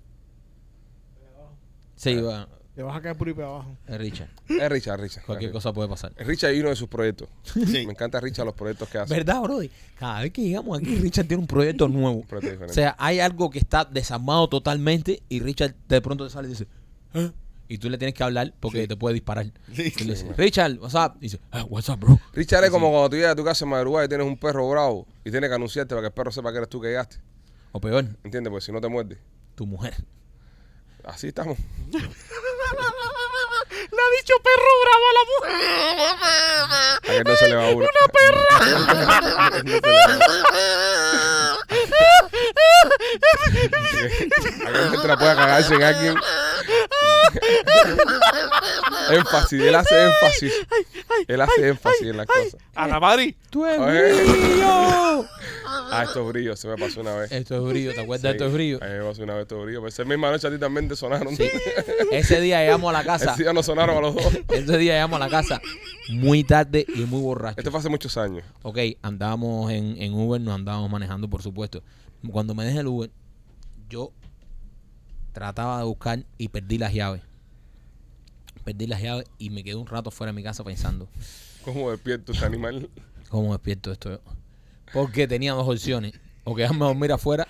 [SPEAKER 3] Sí, va,
[SPEAKER 4] Le vas a caer por ahí para abajo.
[SPEAKER 3] eh, Richard.
[SPEAKER 1] Es Richard, Richard.
[SPEAKER 3] Cualquier
[SPEAKER 1] Es
[SPEAKER 3] cosa puede pasar.
[SPEAKER 1] Richard y uno de sus proyectos.
[SPEAKER 3] [laughs]
[SPEAKER 5] Sí.
[SPEAKER 1] Me encanta Richard los proyectos que hace.
[SPEAKER 3] ¿Verdad, Brody? Cada vez que llegamos aquí, Richard tiene un proyecto nuevo.
[SPEAKER 1] Un proyecto
[SPEAKER 3] O
[SPEAKER 1] diferente.
[SPEAKER 3] sea, hay algo que está desarmado totalmente y Richard de pronto te sale y dice, "¿Ah?". y tú le tienes que hablar porque te puede disparar.
[SPEAKER 5] Sí.
[SPEAKER 3] Y le dice, Richard, what's up? Y dice, "Ah, what's up, bro?
[SPEAKER 1] Richard es como cuando tú llegas a tu casa en madrugada y tienes un perro bravo y tienes que anunciarte para que el perro sepa que eres tú que llegaste.
[SPEAKER 3] O peor,
[SPEAKER 1] ¿Entiendes? Porque si no te muerde.
[SPEAKER 3] tu mujer.
[SPEAKER 1] Así estamos.
[SPEAKER 7] Le ha dicho perro bravo a la mujer.
[SPEAKER 1] A que no se le va una. [laughs] A que no te la pueda cagarse en
[SPEAKER 3] [laughs]
[SPEAKER 1] alguien. énfasis, él hace énfasis. Él hace énfasis en las cosas.
[SPEAKER 6] ¡Ana Mari!
[SPEAKER 3] ¡Tú eres
[SPEAKER 1] Oye.
[SPEAKER 3] brillo!
[SPEAKER 1] Ah, estos brillos, se me pasó una vez.
[SPEAKER 3] Esto es brillo, ¿te acuerdas Eh, de
[SPEAKER 1] Sí,
[SPEAKER 3] esto es brillo?
[SPEAKER 1] A mí me pasó una vez estos brillos. Pues esa misma noche a ti también te sonaron. [laughs]
[SPEAKER 3] Ese día llegamos a la casa.
[SPEAKER 1] Así ya nos sonaron a los dos.
[SPEAKER 3] Ese día llegamos a la casa muy tarde y muy borracho.
[SPEAKER 1] Esto fue hace muchos años.
[SPEAKER 3] Ok, andábamos en, en Uber, nos andábamos manejando, por supuesto. Cuando me dejé el Uber, yo trataba de buscar y perdí las llaves. Perdí las llaves y me quedé un rato fuera de mi casa pensando,
[SPEAKER 1] ¿Cómo despierto este
[SPEAKER 3] [laughs]
[SPEAKER 1] animal?
[SPEAKER 3] ¿cómo despierto esto? yo? Porque tenía dos opciones, o quedarme a dormir afuera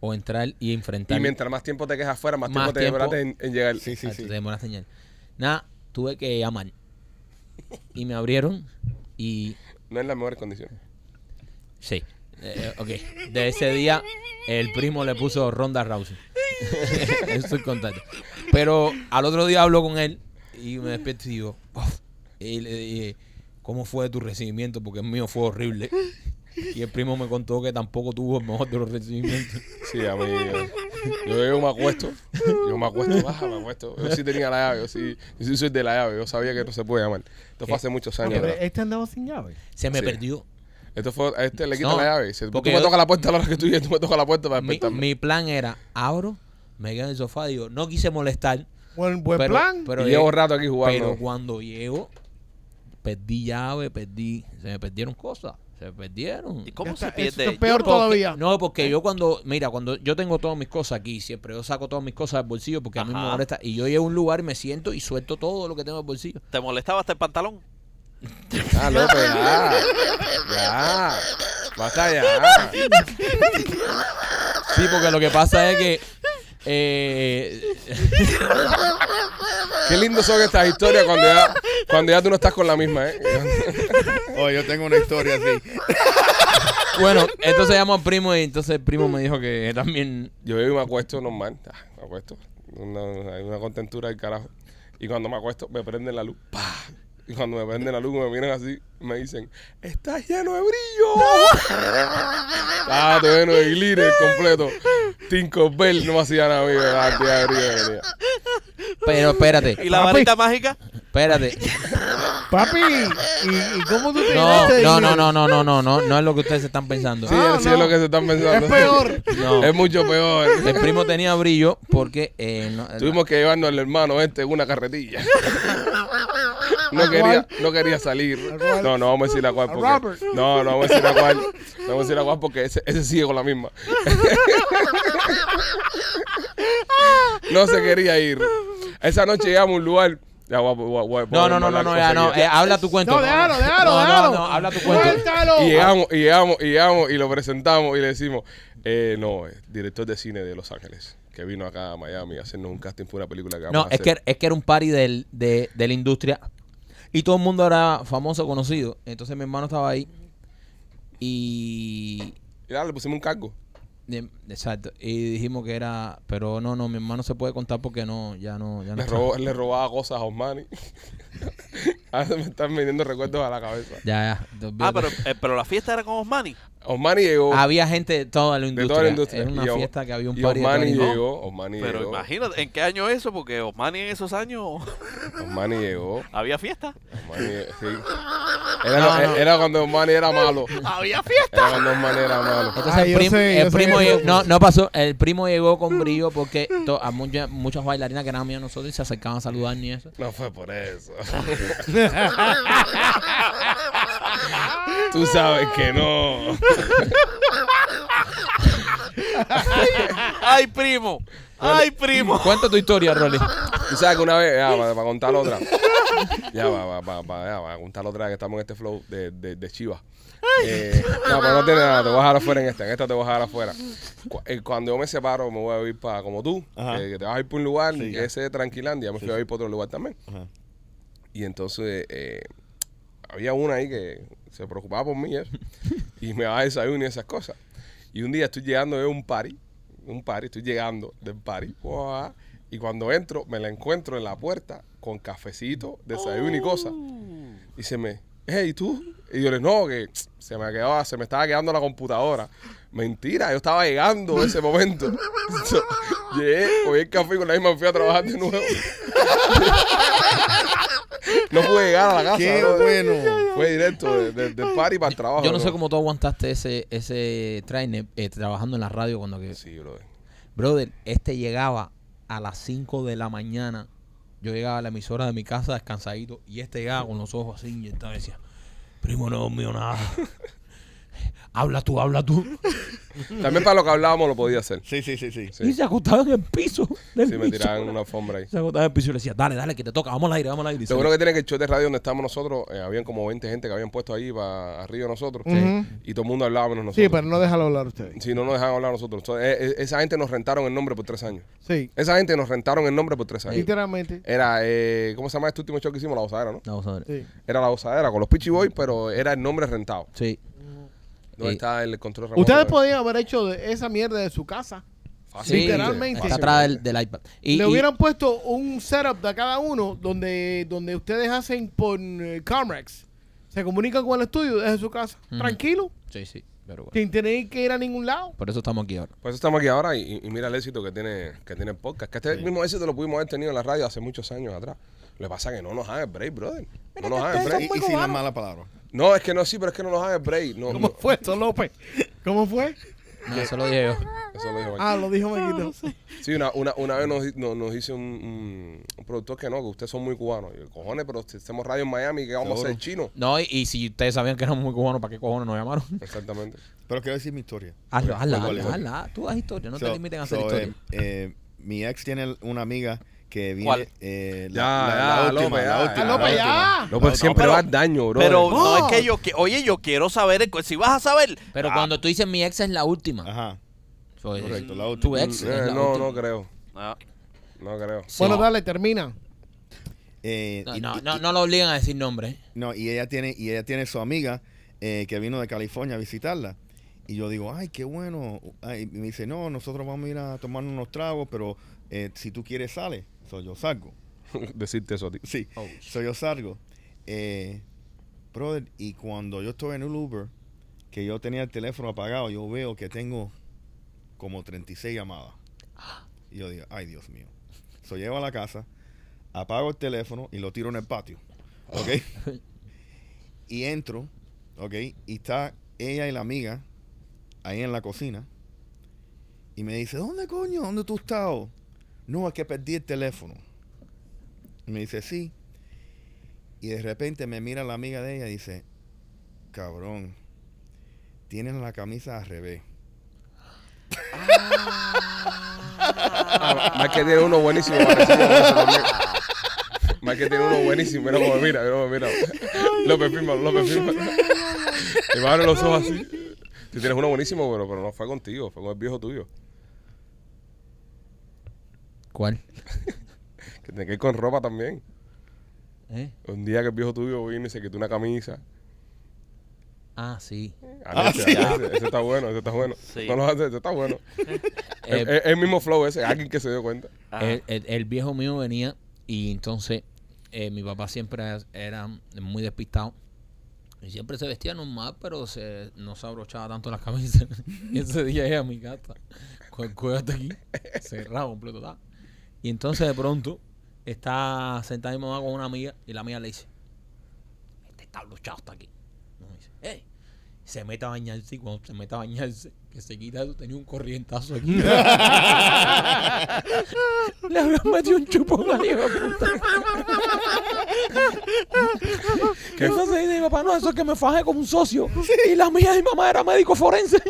[SPEAKER 3] o entrar y enfrentar.
[SPEAKER 1] Y mientras más tiempo te quedas afuera, más,
[SPEAKER 3] Más
[SPEAKER 1] tiempo te
[SPEAKER 3] tiempo.
[SPEAKER 1] demoraste en, en llegar.
[SPEAKER 5] Sí, sí,
[SPEAKER 3] Ah,
[SPEAKER 5] sí.
[SPEAKER 3] tú te demoraste en llegar. Nada, tuve que llamar. Y me abrieron y
[SPEAKER 1] No en las mejores condiciones.
[SPEAKER 3] Sí. Eh, ok. De ese día, el primo le puso Ronda Rousey. [laughs] Eso es contacto. Pero al otro día hablo con él y me despierto y digo, "Uf". y le dije, ¿cómo fue tu recibimiento? Porque el mío fue horrible. Y el primo me contó que tampoco tuvo el mejor de los recibimientos.
[SPEAKER 1] Sí, a mí. eh, Yo, yo me acuesto. Yo me acuesto, baja, me acuesto. Yo sí tenía la llave. Yo sí, yo sí soy de la llave. Yo sabía que no se puede llamar. Esto
[SPEAKER 3] ¿Qué?
[SPEAKER 1] fue hace muchos
[SPEAKER 4] No,
[SPEAKER 1] años.
[SPEAKER 4] pero
[SPEAKER 1] atrás.
[SPEAKER 4] este andaba sin llave.
[SPEAKER 3] Se me
[SPEAKER 1] Sí.
[SPEAKER 3] perdió.
[SPEAKER 1] Esto fue. A este le quita
[SPEAKER 3] No,
[SPEAKER 1] la llave. Dice, tú
[SPEAKER 3] porque
[SPEAKER 1] me
[SPEAKER 3] yo-
[SPEAKER 1] tocas la puerta a la hora que tú llegues, tú me tocas la puerta para
[SPEAKER 3] Mi,
[SPEAKER 1] despertarme.
[SPEAKER 3] mi plan era, abro, me quedo en el sofá y digo, no quise molestar.
[SPEAKER 4] Buen, buen
[SPEAKER 3] pero,
[SPEAKER 4] plan.
[SPEAKER 3] pero
[SPEAKER 1] y llevo
[SPEAKER 3] eh,
[SPEAKER 1] rato aquí jugando.
[SPEAKER 3] Pero cuando llego, perdí llave, perdí, se me perdieron cosas. Se perdieron.
[SPEAKER 6] ¿Y cómo
[SPEAKER 4] Ya
[SPEAKER 6] se
[SPEAKER 4] está, eso
[SPEAKER 6] pierde?
[SPEAKER 4] es peor
[SPEAKER 6] Yo-
[SPEAKER 3] Porque-
[SPEAKER 4] todavía.
[SPEAKER 3] No, porque yo cuando, mira, cuando yo tengo todas mis cosas aquí siempre, yo saco todas mis cosas del bolsillo porque a mí me
[SPEAKER 6] Ajá.
[SPEAKER 3] molesta. Y yo llego a un lugar y me siento y suelto todo lo que tengo en el bolsillo.
[SPEAKER 6] ¿Te molestaba hasta el pantalón?
[SPEAKER 1] Ah, ah. López, ya. Ya. Basta ya.
[SPEAKER 3] Sí, porque lo que pasa es que. eh,
[SPEAKER 1] Qué lindo son estas historias cuando ya, cuando ya tú no estás con la misma, ¿eh?
[SPEAKER 5] Oye, Oh, yo tengo una
[SPEAKER 3] [laughs]
[SPEAKER 5] historia así.
[SPEAKER 3] bueno, entonces llamo al primo y entonces el primo me dijo que también.
[SPEAKER 1] Yo veo y me acuesto normal. Ah, Me acuesto. Una, hay una contentura del carajo. Y cuando me acuesto, me prenden la luz. ¡Pah! Y cuando me prenden la luz, me miran así, me dicen, ¡Estás lleno de brillo! ah, todo lleno de glitter completo. Tinkerbell no me hacía nada, amigo. Ah, La cantidad de brillo que tenía.
[SPEAKER 3] Pero espérate,
[SPEAKER 6] ¿Y la
[SPEAKER 4] Papi.
[SPEAKER 6] varita mágica?
[SPEAKER 3] espérate.
[SPEAKER 4] Papi, ¿y, y cómo tú te [laughs]
[SPEAKER 3] No,
[SPEAKER 4] llenaste de
[SPEAKER 3] no, no, no,
[SPEAKER 4] dinero?
[SPEAKER 3] no, no, no, no, no es lo que ustedes están pensando.
[SPEAKER 1] Sí,
[SPEAKER 4] Ah,
[SPEAKER 1] es- sí
[SPEAKER 4] no.
[SPEAKER 1] es lo que se están pensando.
[SPEAKER 4] Es peor.
[SPEAKER 3] No.
[SPEAKER 1] Es mucho peor.
[SPEAKER 3] El primo tenía brillo porque eh, no-
[SPEAKER 1] Tuvimos que llevarnos al hermano este en una carretilla. No quería, no quería salir.
[SPEAKER 4] cuál?
[SPEAKER 1] No, no vamos a decir la cual.
[SPEAKER 4] ¿A Robert?
[SPEAKER 1] Porque, no, no vamos a decir la cual. No vamos a decir la cual porque ese, ese sigue con la misma. [laughs] No se quería ir. Esa noche llegamos a un lugar. Ya, voy a- voy a- voy a
[SPEAKER 3] no,
[SPEAKER 1] poner
[SPEAKER 3] no,
[SPEAKER 1] mal
[SPEAKER 3] no, no,
[SPEAKER 1] la
[SPEAKER 3] no,
[SPEAKER 1] cosa
[SPEAKER 3] ya no.
[SPEAKER 1] aquí.
[SPEAKER 3] eh, habla tu cuento.
[SPEAKER 4] No, déjalo, déjalo,
[SPEAKER 3] No, no,
[SPEAKER 4] déjalo.
[SPEAKER 3] no, habla tu [laughs] cuento.
[SPEAKER 4] Suéltalo.
[SPEAKER 1] Y llegamos, y llegamos, y llegamos, y lo presentamos y le decimos, eh, no, eh, director de cine de Los Ángeles, que vino acá a Miami a hacernos un casting por una película que vamos
[SPEAKER 3] No,
[SPEAKER 1] a
[SPEAKER 3] es
[SPEAKER 1] hacer.
[SPEAKER 3] que, es que era un party del, de, de la industria y todo el mundo era famoso, conocido. Entonces mi hermano estaba ahí y...
[SPEAKER 1] Y nada, le pusimos un cargo.
[SPEAKER 3] de- Exacto. Y dijimos que era... Pero no, no, mi hermano se puede contar porque no, ya no... Ya no
[SPEAKER 1] Le,
[SPEAKER 3] está.
[SPEAKER 1] robó- le robaba cosas a Osmani. [laughs] Ahora me están viniendo recuerdos a la cabeza.
[SPEAKER 3] Ya, ya.
[SPEAKER 6] Ah,
[SPEAKER 3] olvídate.
[SPEAKER 6] pero, eh, pero la fiesta era con Osmani.
[SPEAKER 1] Osmani llegó.
[SPEAKER 3] Había gente de toda la
[SPEAKER 1] de
[SPEAKER 3] Ah, industria.
[SPEAKER 1] toda la industria.
[SPEAKER 3] Era una
[SPEAKER 1] Y Os-
[SPEAKER 3] fiesta que había un
[SPEAKER 1] y
[SPEAKER 3] party de toda la
[SPEAKER 1] Osmani
[SPEAKER 3] industria.
[SPEAKER 1] llegó. Osmani
[SPEAKER 6] Pero
[SPEAKER 1] llegó.
[SPEAKER 6] imagínate, ¿en qué año eso? Porque Osmani en esos años [laughs]
[SPEAKER 1] Osmani llegó.
[SPEAKER 6] había fiesta.
[SPEAKER 1] Osmani llegó,
[SPEAKER 3] [laughs]
[SPEAKER 1] sí. Era, era cuando Osmani era malo.
[SPEAKER 6] Había fiesta.
[SPEAKER 1] Era cuando Osmani era
[SPEAKER 3] [laughs]
[SPEAKER 1] malo.
[SPEAKER 3] Entonces
[SPEAKER 4] Ah,
[SPEAKER 3] el,
[SPEAKER 4] yo
[SPEAKER 3] prim-
[SPEAKER 4] sé,
[SPEAKER 3] el
[SPEAKER 4] yo sé
[SPEAKER 3] primo
[SPEAKER 4] que
[SPEAKER 3] llegó-
[SPEAKER 4] tú-
[SPEAKER 3] no, no pasó, el primo llegó con brillo porque to- a muchas, muchas bailarinas que eran amigas de nosotros y se acercaban a saludar ni eso.
[SPEAKER 1] No fue por eso. [laughs] Tú sabes que no.
[SPEAKER 6] ¡Ay, primo! ¡Ay, primo!
[SPEAKER 3] Cuenta tu
[SPEAKER 1] [laughs]
[SPEAKER 3] historia, Rolly.
[SPEAKER 1] Tú sabes que una vez, ya, para, para contar otra. Ya, va, va, va, va, ya, para contar otra que estamos en este flow de, de, de Chivas. Eh, no, pero no tiene nada, te voy a dejar afuera en esta, en esta te voy a dejar afuera. Cu- eh, Cuando yo me separo, me voy a ir para como tú,
[SPEAKER 5] Ajá.
[SPEAKER 1] eh, que te vas a ir por un lugar,
[SPEAKER 5] Sí.
[SPEAKER 1] ese de Tranquilandia, me fui a ir para otro lugar también.
[SPEAKER 5] Ajá.
[SPEAKER 1] Y entonces eh, había una ahí que se preocupaba por
[SPEAKER 5] [laughs]
[SPEAKER 1] mí y eso, y me daba desayuno y esas cosas. Y un día estoy llegando de un party, un party, estoy llegando del party, ¡guau! y cuando entro me la encuentro en la puerta con cafecito, desayuno y cosas.
[SPEAKER 3] Oh.
[SPEAKER 1] Y se me, hey, ¿tú? Y yo le no, que se me quedaba, se me estaba quedando la computadora. Mentira, yo estaba llegando en ese momento. [laughs] So, Llegué, cogí el café y con la misma me fui a trabajar de nuevo. [laughs] no pude llegar a la casa.
[SPEAKER 5] Qué
[SPEAKER 1] bro.
[SPEAKER 5] bueno.
[SPEAKER 1] Fue directo de- de- del party para el trabajo.
[SPEAKER 3] Yo no
[SPEAKER 1] bro.
[SPEAKER 3] sé cómo tú aguantaste ese, ese trainer eh, trabajando en la radio cuando que.
[SPEAKER 1] Sí, bro.
[SPEAKER 3] Brother, este llegaba a las 5 de la mañana. Yo llegaba a la emisora de mi casa descansadito y este llegaba con los ojos así y estaba decía, primo no dormió
[SPEAKER 1] [laughs]
[SPEAKER 3] nada. habla tú, habla tú.
[SPEAKER 1] También para lo que hablábamos lo podía hacer.
[SPEAKER 5] Sí, sí, sí, sí.
[SPEAKER 1] Sí.
[SPEAKER 3] Y se acostaba en el piso. Del
[SPEAKER 1] Sí, me
[SPEAKER 4] [laughs]
[SPEAKER 3] piso.
[SPEAKER 1] tiraban en una alfombra ahí.
[SPEAKER 3] Se acostaba en el piso y le decía, dale, dale, que te toca, vamos al aire, vamos al aire. Y se-
[SPEAKER 1] Seguro que tiene que el show de radio donde estamos nosotros, eh, habían como 20 gente que habían puesto ahí para arriba de nosotros.
[SPEAKER 4] Ujú.
[SPEAKER 1] Y todo el mundo hablaba menos nosotros.
[SPEAKER 4] [laughs] Sí, pues. pero no déjalo hablar usted.
[SPEAKER 1] Si no nos dejaban hablar a nosotros. Entonces, eh, eh, esa gente nos rentaron el nombre por tres años.
[SPEAKER 4] Sí,
[SPEAKER 1] Esa gente nos rentaron el nombre por tres años.
[SPEAKER 4] literalmente.
[SPEAKER 1] Era, eh, ¿cómo se llama este último show que hicimos? La Osadera, ¿no?
[SPEAKER 3] No, vamos a ver.
[SPEAKER 4] Sí.
[SPEAKER 1] Era La Osadera con los Pitchy Boys, pero era el nombre rentado.
[SPEAKER 3] Sí.
[SPEAKER 1] Donde
[SPEAKER 3] Eh,
[SPEAKER 1] está el control remoto.
[SPEAKER 4] Ustedes podían haber hecho de esa mierda de su casa.
[SPEAKER 1] Fácil.
[SPEAKER 4] literalmente.
[SPEAKER 3] Está atrás del, del iPad. Y,
[SPEAKER 4] Le
[SPEAKER 3] y-
[SPEAKER 4] hubieran puesto un setup de cada uno donde, donde ustedes hacen por eh, Comrex. Se comunican con el estudio desde su casa.
[SPEAKER 3] Ujú.
[SPEAKER 4] Tranquilo,
[SPEAKER 3] Sí, sí, pero bueno.
[SPEAKER 4] sin tener que ir a ningún lado.
[SPEAKER 3] Por eso estamos aquí ahora.
[SPEAKER 1] Por Pues eso estamos aquí ahora y, y mira el éxito que tiene, que tiene el podcast. Que este mismo éxito lo pudimos haber tenido en la radio hace muchos años atrás. Lo que pasa es que no nos hagan el break, brother. No nos hagan el
[SPEAKER 5] Y,
[SPEAKER 1] break.
[SPEAKER 5] y sin las malas palabras.
[SPEAKER 1] No, es que no, sí, pero es que no nos hagan el break. No,
[SPEAKER 4] ¿Cómo
[SPEAKER 1] no.
[SPEAKER 4] fue esto, López? ¿Cómo fue?
[SPEAKER 3] No, eso lo dije yo.
[SPEAKER 1] Eso lo dijo Mike.
[SPEAKER 4] Ah, lo dijo Maquito.
[SPEAKER 1] Sí, una, una, una vez nos, di- no- nos dice un, un- un productor que no, que ustedes son muy cubanos. Y yo, cojones, pero si hacemos radio en Miami, ¿qué vamos a
[SPEAKER 5] Seguro.
[SPEAKER 1] ser chinos?
[SPEAKER 3] No, y, y si ustedes sabían que éramos muy cubanos, ¿para qué cojones nos llamaron?
[SPEAKER 1] Exactamente.
[SPEAKER 5] Pero quiero decir mi historia.
[SPEAKER 3] [laughs] Hazlo, hazla,
[SPEAKER 5] Igual,
[SPEAKER 3] hazla,
[SPEAKER 5] igual.
[SPEAKER 3] hazla. Tú haz historia, no te
[SPEAKER 5] So-
[SPEAKER 3] limiten a hacer
[SPEAKER 5] so,
[SPEAKER 3] historia.
[SPEAKER 5] eh, eh, mi ex tiene una amiga que viene.
[SPEAKER 6] ¿Cuál?
[SPEAKER 5] eh,
[SPEAKER 1] Ya, ya, López, ya, ya.
[SPEAKER 4] Ah, López,
[SPEAKER 5] la
[SPEAKER 4] ya.
[SPEAKER 5] última.
[SPEAKER 1] No, pero
[SPEAKER 5] No,
[SPEAKER 1] siempre
[SPEAKER 6] pero-
[SPEAKER 1] va al daño, bro.
[SPEAKER 6] Pero
[SPEAKER 4] No.
[SPEAKER 6] no es que yo, que- oye, yo quiero saber, el cu- si vas a saber.
[SPEAKER 3] Pero
[SPEAKER 6] Ah,
[SPEAKER 3] cuando tú dices mi ex es la última.
[SPEAKER 5] Ajá.
[SPEAKER 3] Pues,
[SPEAKER 5] Correcto, la
[SPEAKER 3] Tu
[SPEAKER 5] última.
[SPEAKER 3] ex eh. es la
[SPEAKER 1] Mm, eh, no,
[SPEAKER 3] última.
[SPEAKER 1] no creo.
[SPEAKER 6] ah,
[SPEAKER 1] No creo.
[SPEAKER 3] Sí.
[SPEAKER 4] Bueno, dale, termina.
[SPEAKER 5] Eh,
[SPEAKER 3] No,
[SPEAKER 5] y-
[SPEAKER 3] no,
[SPEAKER 5] y-
[SPEAKER 3] no, no lo obligan a decir nombre. ¿eh?
[SPEAKER 5] No, y ella tiene, y ella tiene su amiga eh, que vino de California a visitarla. Y yo digo, ay, qué bueno. Ay, y me dice, no, nosotros vamos a ir a tomar unos tragos, pero eh, si tú quieres, sale. So, yo salgo.
[SPEAKER 1] [laughs] Decirte eso a ti.
[SPEAKER 5] [laughs] Sí, so, yo salgo. Eh, brother, y cuando yo estoy en un Uber, que yo tenía el teléfono apagado, yo veo que tengo como 36 llamadas. Y yo digo, ay, Dios mío. So, llego a la casa, apago el teléfono y lo tiro en el patio. ¿Ok? y entro, ¿ok? Y está ella y la amiga ahí en la cocina. Y me dice, ¿dónde coño? ¿Dónde tú estás? No, es que perdí el teléfono. Y me dice, sí. Y de repente me mira la amiga de ella y dice, cabrón, tienes la camisa al revés.
[SPEAKER 1] Ah, Mike tiene uno buenísimo. Mike Mike tiene uno buenísimo. Mira cómo me mira, mira cómo me mira. López firma, López firma. Y me abre los ojos así. Tú tienes uno buenísimo, pero, pero no fue contigo, fue con el viejo tuyo.
[SPEAKER 3] ¿Cuál?
[SPEAKER 1] Que tiene que ir con ropa también.
[SPEAKER 3] ¿Eh?
[SPEAKER 1] Un día que el viejo tuyo vino y se quitó una camisa.
[SPEAKER 3] Ah,
[SPEAKER 5] [laughs]
[SPEAKER 3] sí.
[SPEAKER 1] Alex, Alex, ese está bueno, ese está bueno.
[SPEAKER 6] Sí.
[SPEAKER 1] No lo haces, ese está bueno.
[SPEAKER 3] Eh,
[SPEAKER 1] Es es el mismo flow ese, alguien que se dio cuenta.
[SPEAKER 6] ah.
[SPEAKER 1] Eh,
[SPEAKER 3] El, el- el viejo mío venía y entonces eh, mi papá siempre era muy despistado y siempre se vestía normal, pero se, no se abrochaba tanto las camisas. y [laughs] ese día ella, mi gata, con el cuello hasta aquí, cerrado completo. ta. Y entonces de pronto está sentada mi mamá con una amiga y la amiga le dice: Este está abrochado hasta aquí. No, me dice: ¡Ey! Se mete a bañarse y cuando se mete a bañarse, que se quita eso, tenía un corrientazo
[SPEAKER 5] [laughs]
[SPEAKER 3] aquí. Le habrán metido un chupón al hijo de puta.
[SPEAKER 1] ¿Qué?
[SPEAKER 3] Entonces dice mi papá, no, eso es que me fajé como un socio. Y la mía de mi mamá era médico forense.
[SPEAKER 5] [laughs]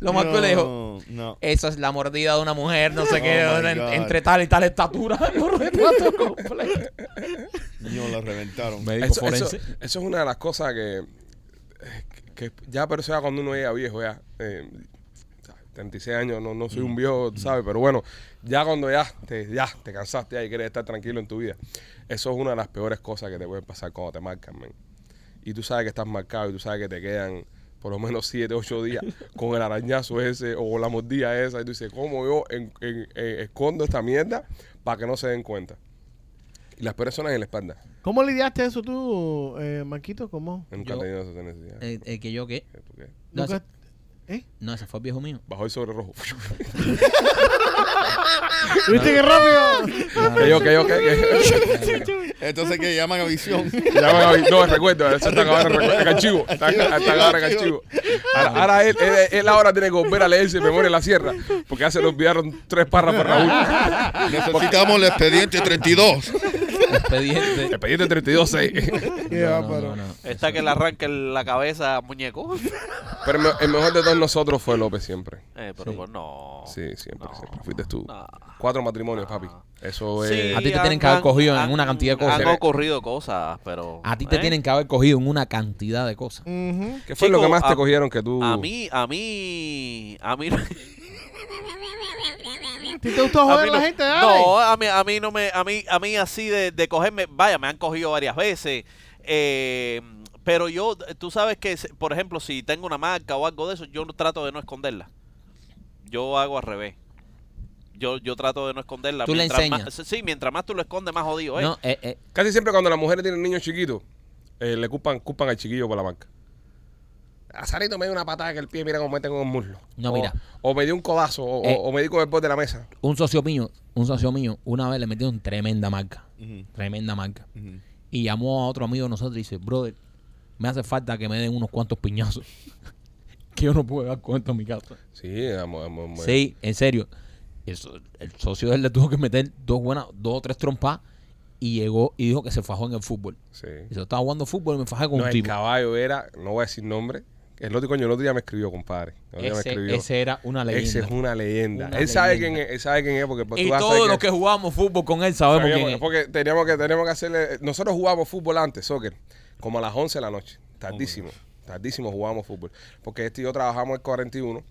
[SPEAKER 3] Lo más que le dijo,
[SPEAKER 5] No, no.
[SPEAKER 3] esa es la mordida de una mujer, no sé qué,
[SPEAKER 5] Oh my
[SPEAKER 3] en-
[SPEAKER 5] God.
[SPEAKER 3] entre tal y tal estatura. [laughs] Los retratos completos.
[SPEAKER 5] No la reventaron.
[SPEAKER 1] Eso, eso- eso es una de las cosas que, que ya, pero eso ya cuando uno llega viejo, ya. eh, 36 años, no, no soy un viejo, ¿sabes? Pero bueno, ya cuando ya te, ya te cansaste ya y quieres estar tranquilo en tu vida, eso es una de las peores cosas que te pueden pasar cuando te marcan, man. Y tú sabes que estás marcado y tú sabes que te quedan por lo menos 7, 8 días con el arañazo ese o la mordida esa. Y tú dices, ¿cómo yo en- en- eh, escondo esta mierda para que no se den cuenta? Y las personas en la espalda.
[SPEAKER 4] ¿Cómo lidiaste eso tú, eh, Marquito? ¿Cómo?
[SPEAKER 1] Nunca he
[SPEAKER 3] Yo-
[SPEAKER 1] tenido esa necesidad.
[SPEAKER 6] eh,
[SPEAKER 3] eh, que yo qué?
[SPEAKER 1] ¿Por qué?
[SPEAKER 3] No,
[SPEAKER 4] Nunca- ¿Eh?
[SPEAKER 3] No, ese fue el
[SPEAKER 1] [laughs]
[SPEAKER 3] viejo mío.
[SPEAKER 1] Bajó el sobre rojo.
[SPEAKER 4] [laughs] ¿Viste qué rápido?
[SPEAKER 1] que yo, que yo, que-
[SPEAKER 3] [laughs]
[SPEAKER 4] [laughs]
[SPEAKER 1] que-
[SPEAKER 5] Entonces que llaman
[SPEAKER 1] [laughs]
[SPEAKER 5] a visión.
[SPEAKER 1] Ya me avi- No, recuerdo, eso está acabado en el recu- en el archivo. Está acá- está acabado en el archivo. Ahora, ahora él, él, él ahora tiene que volver a leerse Memoria de la Sierra, porque ya se le olvidaron tres párrafos a Raúl.
[SPEAKER 5] Necesitamos el expediente 32.
[SPEAKER 3] Expediente.
[SPEAKER 1] Expediente 32-6.
[SPEAKER 4] Qué bárbaro.
[SPEAKER 6] Esta que le arranca la cabeza al muñeco. [laughs]
[SPEAKER 1] Pero el, me- el mejor de todos nosotros fue López siempre.
[SPEAKER 6] Eh, pero pues no. Ah.
[SPEAKER 1] Sí, siempre,
[SPEAKER 6] No.
[SPEAKER 1] siempre. Fuiste tú.
[SPEAKER 6] No.
[SPEAKER 1] Cuatro matrimonios, papi. Eso es...
[SPEAKER 6] Sí,
[SPEAKER 3] pues, A ti te tienen que haber cogido en una cantidad de cosas.
[SPEAKER 6] Han ocurrido cosas, pero.
[SPEAKER 3] A ti te
[SPEAKER 6] ¿eh?
[SPEAKER 3] tienen que haber cogido en una cantidad de cosas.
[SPEAKER 4] Ujú.
[SPEAKER 1] ¿Qué fue lo
[SPEAKER 6] Chico,
[SPEAKER 1] que más te
[SPEAKER 6] a-
[SPEAKER 1] cogieron que tú...
[SPEAKER 6] A mí, a mí. A mí.
[SPEAKER 4] ¿Sí ¿Te gustó
[SPEAKER 6] a
[SPEAKER 4] joder
[SPEAKER 6] mí
[SPEAKER 4] a la
[SPEAKER 6] no-
[SPEAKER 4] gente?
[SPEAKER 6] No,
[SPEAKER 4] dale?
[SPEAKER 6] a mí, a mí no me, a mí, a mí así de, de cogerme, vaya, me han cogido varias veces. eh, pero yo, tú sabes que, se- por ejemplo, si tengo una marca o algo de eso, yo no trato de no esconderla. Yo hago al revés. Yo, yo trato de no esconderla.
[SPEAKER 3] Tú la
[SPEAKER 6] Mientras
[SPEAKER 3] enseñas.
[SPEAKER 6] más- sí, mientras más tú lo escondes, más jodido es.
[SPEAKER 3] No, eh, eh,
[SPEAKER 1] Casi siempre cuando las mujeres tienen niños chiquitos, eh, le culpan, culpan al chiquillo por la marca. Azarito me dio una patada que el pie, mira cómo meten con el muslo.
[SPEAKER 3] No,
[SPEAKER 1] O-
[SPEAKER 3] mira.
[SPEAKER 1] O me dio un codazo, o, o-
[SPEAKER 3] Eh.
[SPEAKER 1] o me di con el borde de la mesa.
[SPEAKER 3] un socio mío, un socio mío, una vez le metieron tremenda marca.
[SPEAKER 5] Ujú,
[SPEAKER 3] Tremenda marca.
[SPEAKER 5] ujú.
[SPEAKER 3] Y llamó a otro amigo de nosotros y dice, brother, me hace falta que me den unos cuantos piñazos. [laughs] que yo no puedo dar cuenta en mi casa.
[SPEAKER 1] Sí, amo- amo- amo-
[SPEAKER 3] Sí, en serio. El, so- el socio de él le tuvo que meter dos buenas, dos o tres trompas y llegó y dijo que se fajó en el fútbol.
[SPEAKER 1] sí.
[SPEAKER 3] Y yo estaba jugando fútbol y me fajé con
[SPEAKER 1] No,
[SPEAKER 3] un
[SPEAKER 1] el
[SPEAKER 3] tipo.
[SPEAKER 1] caballo era, no voy a decir nombre. El otro, coño, el otro día me escribió, compadre. El otro día me
[SPEAKER 3] Ese,
[SPEAKER 1] escribió.
[SPEAKER 3] ese era una leyenda.
[SPEAKER 1] Ese es una leyenda.
[SPEAKER 3] Una
[SPEAKER 1] él, Sabe
[SPEAKER 3] leyenda.
[SPEAKER 1] quién es, él sabe quién es, porque pues,
[SPEAKER 3] y
[SPEAKER 1] tú vas a
[SPEAKER 3] todos
[SPEAKER 1] saber
[SPEAKER 3] los
[SPEAKER 1] quién
[SPEAKER 3] que
[SPEAKER 1] es.
[SPEAKER 3] jugábamos fútbol con él sabemos quién
[SPEAKER 1] Sabíamos-
[SPEAKER 3] es.
[SPEAKER 1] Porque teníamos que, teníamos que hacerle. Nosotros jugábamos fútbol antes, soccer, como a las 11 de la noche. Tardísimo. Tardísimo jugábamos fútbol. Porque este y yo trabajamos el 41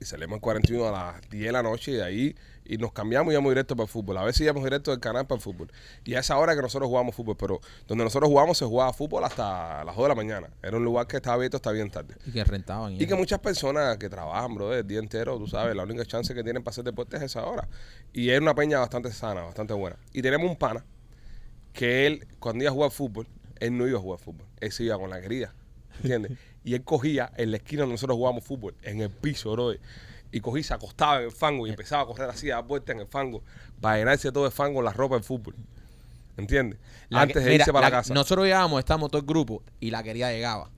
[SPEAKER 1] y salimos el 41 a las 10 de la noche y de ahí y nos cambiamos y íbamos directo para el fútbol. A veces íbamos directo del canal para el fútbol. Y a esa hora que nosotros jugábamos fútbol, pero donde nosotros jugábamos se jugaba fútbol hasta las 2 de la mañana. Era un lugar que estaba abierto hasta bien tarde.
[SPEAKER 3] Y que rentaban.
[SPEAKER 1] Y que muchas personas que trabajan, bro, el día entero, tú sabes, la única chance que tienen para hacer deporte es esa hora. Y es una peña bastante sana, bastante buena. Y tenemos un pana que él, cuando iba a jugar fútbol, él no iba a jugar fútbol. Él se iba con la querida,
[SPEAKER 3] [laughs]
[SPEAKER 1] ¿entiendes? y él cogía en la esquina donde nosotros jugábamos fútbol, en el piso, bro. Y cogía, y se acostaba en el fango y
[SPEAKER 3] Eh.
[SPEAKER 1] empezaba a correr así, a dar vueltas en el fango, para llenarse todo de fango la ropa del fútbol. ¿Entiendes?
[SPEAKER 3] La
[SPEAKER 1] Antes
[SPEAKER 3] que-
[SPEAKER 1] de
[SPEAKER 3] mira,
[SPEAKER 1] irse para la,
[SPEAKER 3] la-
[SPEAKER 1] casa.
[SPEAKER 3] Nosotros llegábamos, estábamos todo el grupo y la querida llegaba.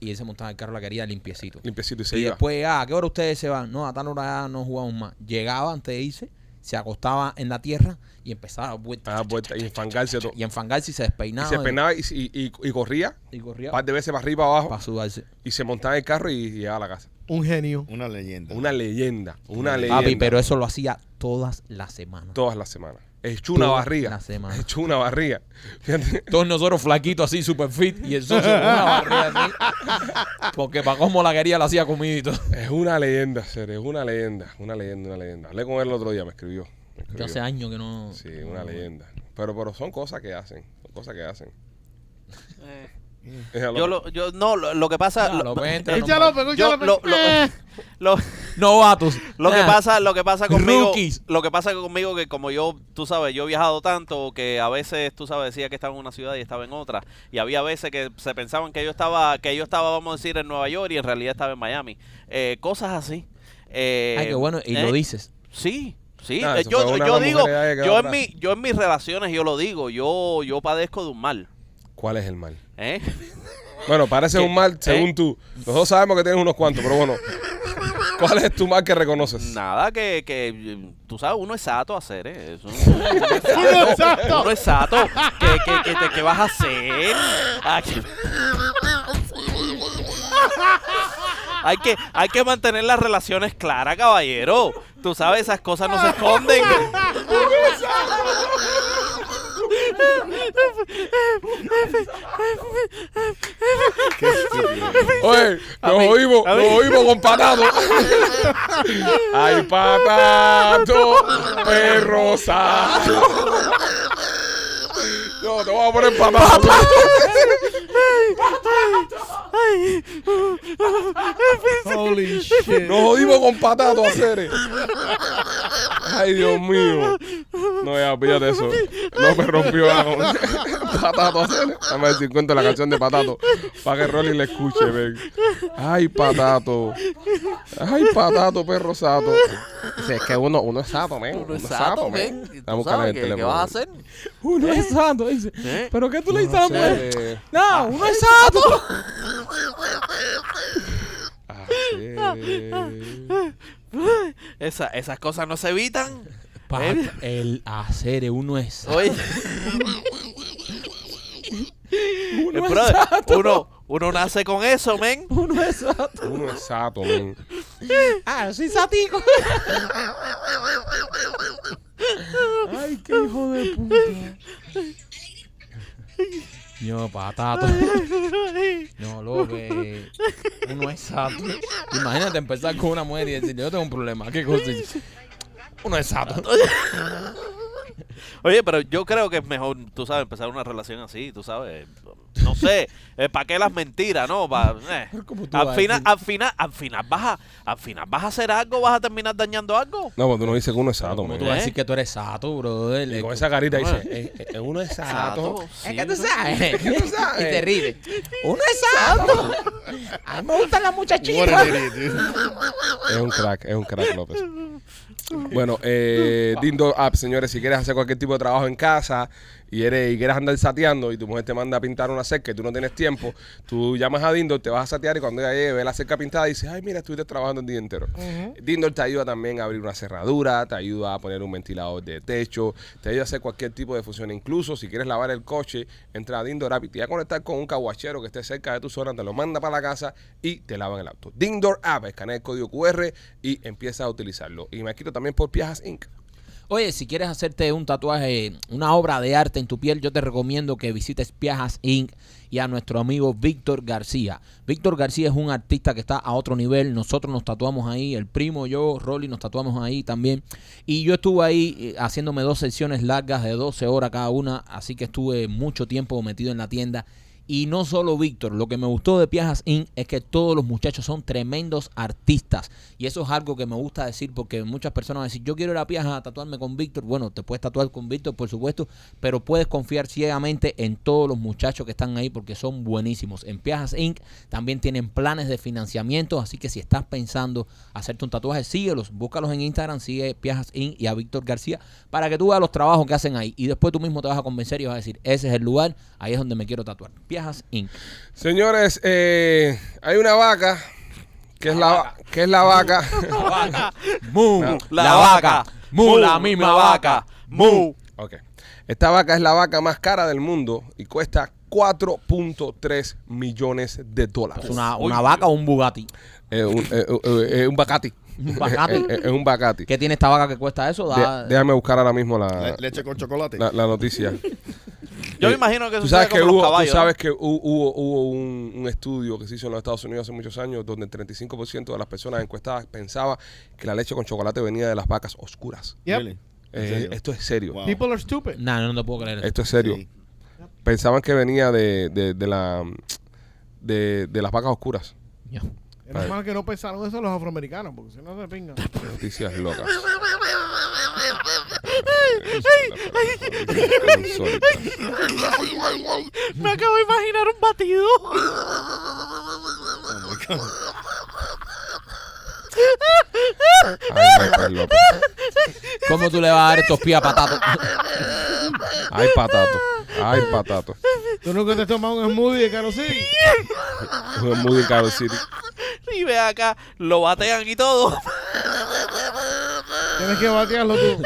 [SPEAKER 3] Y él se montaba en el carro, la querida limpiecito.
[SPEAKER 1] Limpiecito y se
[SPEAKER 3] y
[SPEAKER 1] iba.
[SPEAKER 3] después llegaba, ¿a qué hora ustedes se van? No, a tal hora ya no jugamos más. Llegaba antes de irse, se acostaba en la tierra y empezaba a dar vueltas.
[SPEAKER 1] a dar vueltas y enfangarse todo.
[SPEAKER 3] Y enfangarse y se
[SPEAKER 1] Y
[SPEAKER 3] despeinaba.
[SPEAKER 1] se peinaba y, y- y- y corría
[SPEAKER 3] y corría
[SPEAKER 1] un par de veces para arriba abajo
[SPEAKER 3] para sudarse.
[SPEAKER 1] y se montaba en el carro y llegaba a la casa.
[SPEAKER 4] Un genio.
[SPEAKER 5] Una leyenda.
[SPEAKER 1] Una leyenda, una leyenda.
[SPEAKER 3] Papi, pero eso lo hacía todas las semanas.
[SPEAKER 1] todas las semanas. Echó una
[SPEAKER 3] Todas
[SPEAKER 1] barriga.
[SPEAKER 3] las semanas.
[SPEAKER 1] Echó una barriga. Fíjate.
[SPEAKER 3] Todos nosotros flaquitos así, super fit, y el socio con una barriga así. Porque para cómo la quería, la hacía comida y todo.
[SPEAKER 1] Es una leyenda, ser, es una leyenda, una leyenda, una leyenda. Hablé con él el otro día, me escribió. me
[SPEAKER 3] Yo
[SPEAKER 1] escribió.
[SPEAKER 3] hace años que no.
[SPEAKER 1] Sí, una leyenda. Pero, pero son cosas que hacen, son cosas que hacen.
[SPEAKER 6] Eh,
[SPEAKER 1] Déjalo.
[SPEAKER 6] yo, lo, yo no, lo, lo que pasa.
[SPEAKER 3] Ya,
[SPEAKER 6] lo-
[SPEAKER 3] lo ven,
[SPEAKER 6] eh,
[SPEAKER 3] no
[SPEAKER 4] Échalo, pegó,
[SPEAKER 6] yo-
[SPEAKER 4] échalo,
[SPEAKER 6] lo-
[SPEAKER 4] pegó. [laughs]
[SPEAKER 6] lo- lo-
[SPEAKER 3] Novatos.
[SPEAKER 6] Lo que
[SPEAKER 3] Nah.
[SPEAKER 6] pasa, lo que pasa conmigo,
[SPEAKER 3] Ah. Rookies.
[SPEAKER 6] lo que pasa conmigo que como yo, tú sabes, yo he viajado tanto que a veces, tú sabes, decía que estaba en una ciudad y estaba en otra y había veces que se pensaban que yo estaba, que yo estaba, vamos a decir, en Nueva York y en realidad estaba en Miami, Eh, cosas así. Eh,
[SPEAKER 3] Ay, qué bueno, y
[SPEAKER 6] eh,
[SPEAKER 3] lo dices. Ah,
[SPEAKER 6] Sí, sí.
[SPEAKER 1] Nah,
[SPEAKER 6] eh,
[SPEAKER 1] eso fue
[SPEAKER 6] yo
[SPEAKER 1] una de
[SPEAKER 6] yo
[SPEAKER 1] las
[SPEAKER 6] digo,
[SPEAKER 1] mujeres ya que quedó
[SPEAKER 6] yo en
[SPEAKER 1] atrás.
[SPEAKER 6] mi, yo en mis relaciones yo lo digo, yo, yo padezco de un mal,
[SPEAKER 1] ¿Cuál es el mal?
[SPEAKER 6] ¿eh?
[SPEAKER 1] Bueno, parece un mal según
[SPEAKER 6] ¿Eh?
[SPEAKER 1] tú. Nosotros sabemos que tienes unos cuantos, pero bueno. ¿Cuál es tu mal que reconoces?
[SPEAKER 6] Nada que, que, tú sabes, uno es sato a hacer, ¿eh?
[SPEAKER 1] [laughs]
[SPEAKER 6] Es un- [laughs]
[SPEAKER 4] Uno exacto.
[SPEAKER 6] Uno es sato. ¿Qué, qué, qué, te- qué vas a hacer? Ay, qué- [laughs] Hay que, hay que mantener las relaciones claras, caballero. Tú sabes, esas cosas no se
[SPEAKER 1] [laughs]
[SPEAKER 6] esconden.
[SPEAKER 5] Qué estúpido.
[SPEAKER 1] Oye, nos oímos, nos oímos con patato. Hay patato, perro sato. No, te voy a poner patato.
[SPEAKER 4] [laughs] Holy shit.
[SPEAKER 1] Nos jodimos con patato, hacer. Ay, Dios mío. No, ya, píllate eso. No me rompió la [laughs] Patato, hacer. Dame el 50 la canción de patato. Para que Rolly la escuche, ven. Ay, patato. Ay, patato, perro sato. Dice, es que uno, uno es sato, men. Uno es sato, men.
[SPEAKER 6] ¿Y
[SPEAKER 1] Vamos a buscarle el teléfono.
[SPEAKER 3] Uno es santo, dice.
[SPEAKER 6] ¿Eh?
[SPEAKER 3] ¿Pero qué tú le dices
[SPEAKER 1] No sé.
[SPEAKER 3] No, uno es santo.
[SPEAKER 1] Ah, sí.
[SPEAKER 6] Esa- esas cosas no se
[SPEAKER 1] [laughs]
[SPEAKER 6] evitan.
[SPEAKER 1] ¿Eh?
[SPEAKER 3] el hacer, uno es.
[SPEAKER 6] Oye. Eh, brother, uno, uno nace con eso, men.
[SPEAKER 3] Uno es santo.
[SPEAKER 1] Uno es sato, men.
[SPEAKER 3] Ah, soy satico. Ay, qué hijo de puta. No, patato. No, loco, que uno es sato. Imagínate empezar con una mujer y decirle, yo tengo un problema. ¿Qué cosa? Uno es sato.
[SPEAKER 6] Oye, pero yo creo que es mejor, tú sabes, empezar una relación así, tú sabes.
[SPEAKER 3] [laughs]
[SPEAKER 6] No sé, ¿para qué las mentiras, no? Pa- eh.
[SPEAKER 3] ¿Cómo tú vas
[SPEAKER 6] Al
[SPEAKER 3] a
[SPEAKER 6] final,
[SPEAKER 3] decir?
[SPEAKER 6] al final, al final vas a, al final vas a hacer algo, vas a terminar dañando algo. ¿Eh?
[SPEAKER 1] No, cuando uno dice que uno es sato,
[SPEAKER 3] ¿Cómo
[SPEAKER 1] men.
[SPEAKER 3] tú vas a decir que tú eres sato, brother?
[SPEAKER 1] Y con esa carita dice, eh, eh, uno es sato.
[SPEAKER 3] [laughs]
[SPEAKER 6] Sí,
[SPEAKER 3] sabes.
[SPEAKER 1] sabes.
[SPEAKER 3] Y te ríes. Uno es sato. A mí me gustan las
[SPEAKER 5] What
[SPEAKER 3] muchachitas.
[SPEAKER 5] an idiot, dude.
[SPEAKER 1] Es un crack, es un crack López. Bueno, eh, Dindo App, señores, si quieres hacer cualquier tipo de trabajo en casa y, eres, y quieres andar sateando y tu mujer te manda a pintar una cerca y tú no tienes tiempo, tú llamas a Dindo, te vas a satear y cuando ella llegue ve la cerca pintada y dices, ay, mira, estuviste trabajando el día entero. Dindo te ayuda también a abrir una cerradura, te ayuda a poner un ventilador de techo, te ayuda a hacer cualquier tipo de función. Incluso si quieres lavar el coche, entra a Dindo App y te va a conectar con un caguachero que esté cerca de tu zona, te lo manda para la casa y te lavan el auto. Dindor App, escanea el código QR y empieza a utilizarlo. Y me quito también por Piajas Inc.
[SPEAKER 3] Oye, si quieres hacerte un tatuaje, una obra de arte en tu piel, yo te recomiendo que visites Piajas Inc. y a nuestro amigo Víctor García. Víctor García es un artista que está a otro nivel. Nosotros nos tatuamos ahí, el primo, yo, Rolly, nos tatuamos ahí también. Y yo estuve ahí eh, haciéndome dos sesiones largas de 12 horas cada una, así que estuve mucho tiempo metido en la tienda. Y no solo Víctor, lo que me gustó de Piajas Inc. es que todos los muchachos son tremendos artistas. Y eso es algo que me gusta decir porque muchas personas van a decir, yo quiero ir a Piajas a tatuarme con Víctor. Bueno, te puedes tatuar con Víctor, por supuesto, pero puedes confiar ciegamente en todos los muchachos que están ahí porque son buenísimos. En Piajas Inc. también tienen planes de financiamiento, así que si estás pensando hacerte un tatuaje, síguelos, búscalos en Instagram, sigue Piajas Inc. y a Víctor García para que tú veas los trabajos que hacen ahí. Y después tú mismo te vas a convencer y vas a decir, ese es el lugar, ahí es donde me quiero tatuar. Piajas Inc.
[SPEAKER 1] Señores, eh, hay una vaca que es la, que es la vaca. [laughs]
[SPEAKER 3] Mu,
[SPEAKER 6] La vaca.
[SPEAKER 3] Mu,
[SPEAKER 6] Mu,
[SPEAKER 3] la misma
[SPEAKER 6] la
[SPEAKER 3] vaca.
[SPEAKER 6] vaca. Mu.
[SPEAKER 1] Ok. Esta vaca es la vaca más cara del mundo y cuesta 4.3 millones de dólares.
[SPEAKER 3] Es una, una vaca o un Bugatti.
[SPEAKER 1] Eh, un, eh, eh, eh, un bacati.
[SPEAKER 3] Un Bacati.
[SPEAKER 1] Eh, eh, eh, Es un bacati.
[SPEAKER 3] ¿Qué tiene esta vaca que cuesta eso? Da-
[SPEAKER 1] De- déjame buscar ahora mismo
[SPEAKER 5] Le-
[SPEAKER 1] la,
[SPEAKER 5] leche con chocolate.
[SPEAKER 1] Ah. la- la
[SPEAKER 3] [laughs]
[SPEAKER 1] noticia.
[SPEAKER 6] Yo
[SPEAKER 1] Eh,
[SPEAKER 6] me imagino que
[SPEAKER 1] Tú
[SPEAKER 6] eso
[SPEAKER 1] sabes
[SPEAKER 6] sabes
[SPEAKER 1] que,
[SPEAKER 6] como
[SPEAKER 1] hubo,
[SPEAKER 6] los caballos.
[SPEAKER 1] tú sabes que hu- hubo, hubo un, un estudio que se hizo en los Estados Unidos hace muchos años donde el 35% de las personas encuestadas pensaba que la leche con chocolate venía de las vacas oscuras.
[SPEAKER 4] Yep.
[SPEAKER 5] Really? ¿En
[SPEAKER 1] Eh,
[SPEAKER 5] serio?
[SPEAKER 1] esto es serio.
[SPEAKER 5] Wow.
[SPEAKER 4] People are
[SPEAKER 6] Mm.
[SPEAKER 4] stupid.
[SPEAKER 3] Nah, no, no te puedo creer. eso.
[SPEAKER 1] Esto es serio.
[SPEAKER 5] Sí.
[SPEAKER 1] Pensaban que venía de, de, de la, de, de las vacas oscuras.
[SPEAKER 3] Ya.
[SPEAKER 4] Es más que no pensaron eso los afroamericanos, porque si no se pingan.
[SPEAKER 1] Noticias locas.
[SPEAKER 7] Me acabo de imaginar un batido.
[SPEAKER 1] Oh Ay, Michael López.
[SPEAKER 3] ¿Cómo tú le vas a dar estos pies a patato?
[SPEAKER 1] Ay, patato. Ay, patato.
[SPEAKER 4] Tú nunca te tomas un smoothie de carosí.
[SPEAKER 1] Un Moody Caro City.
[SPEAKER 6] Y ve acá, lo batean y todo.
[SPEAKER 4] Tienes que batearlo tú.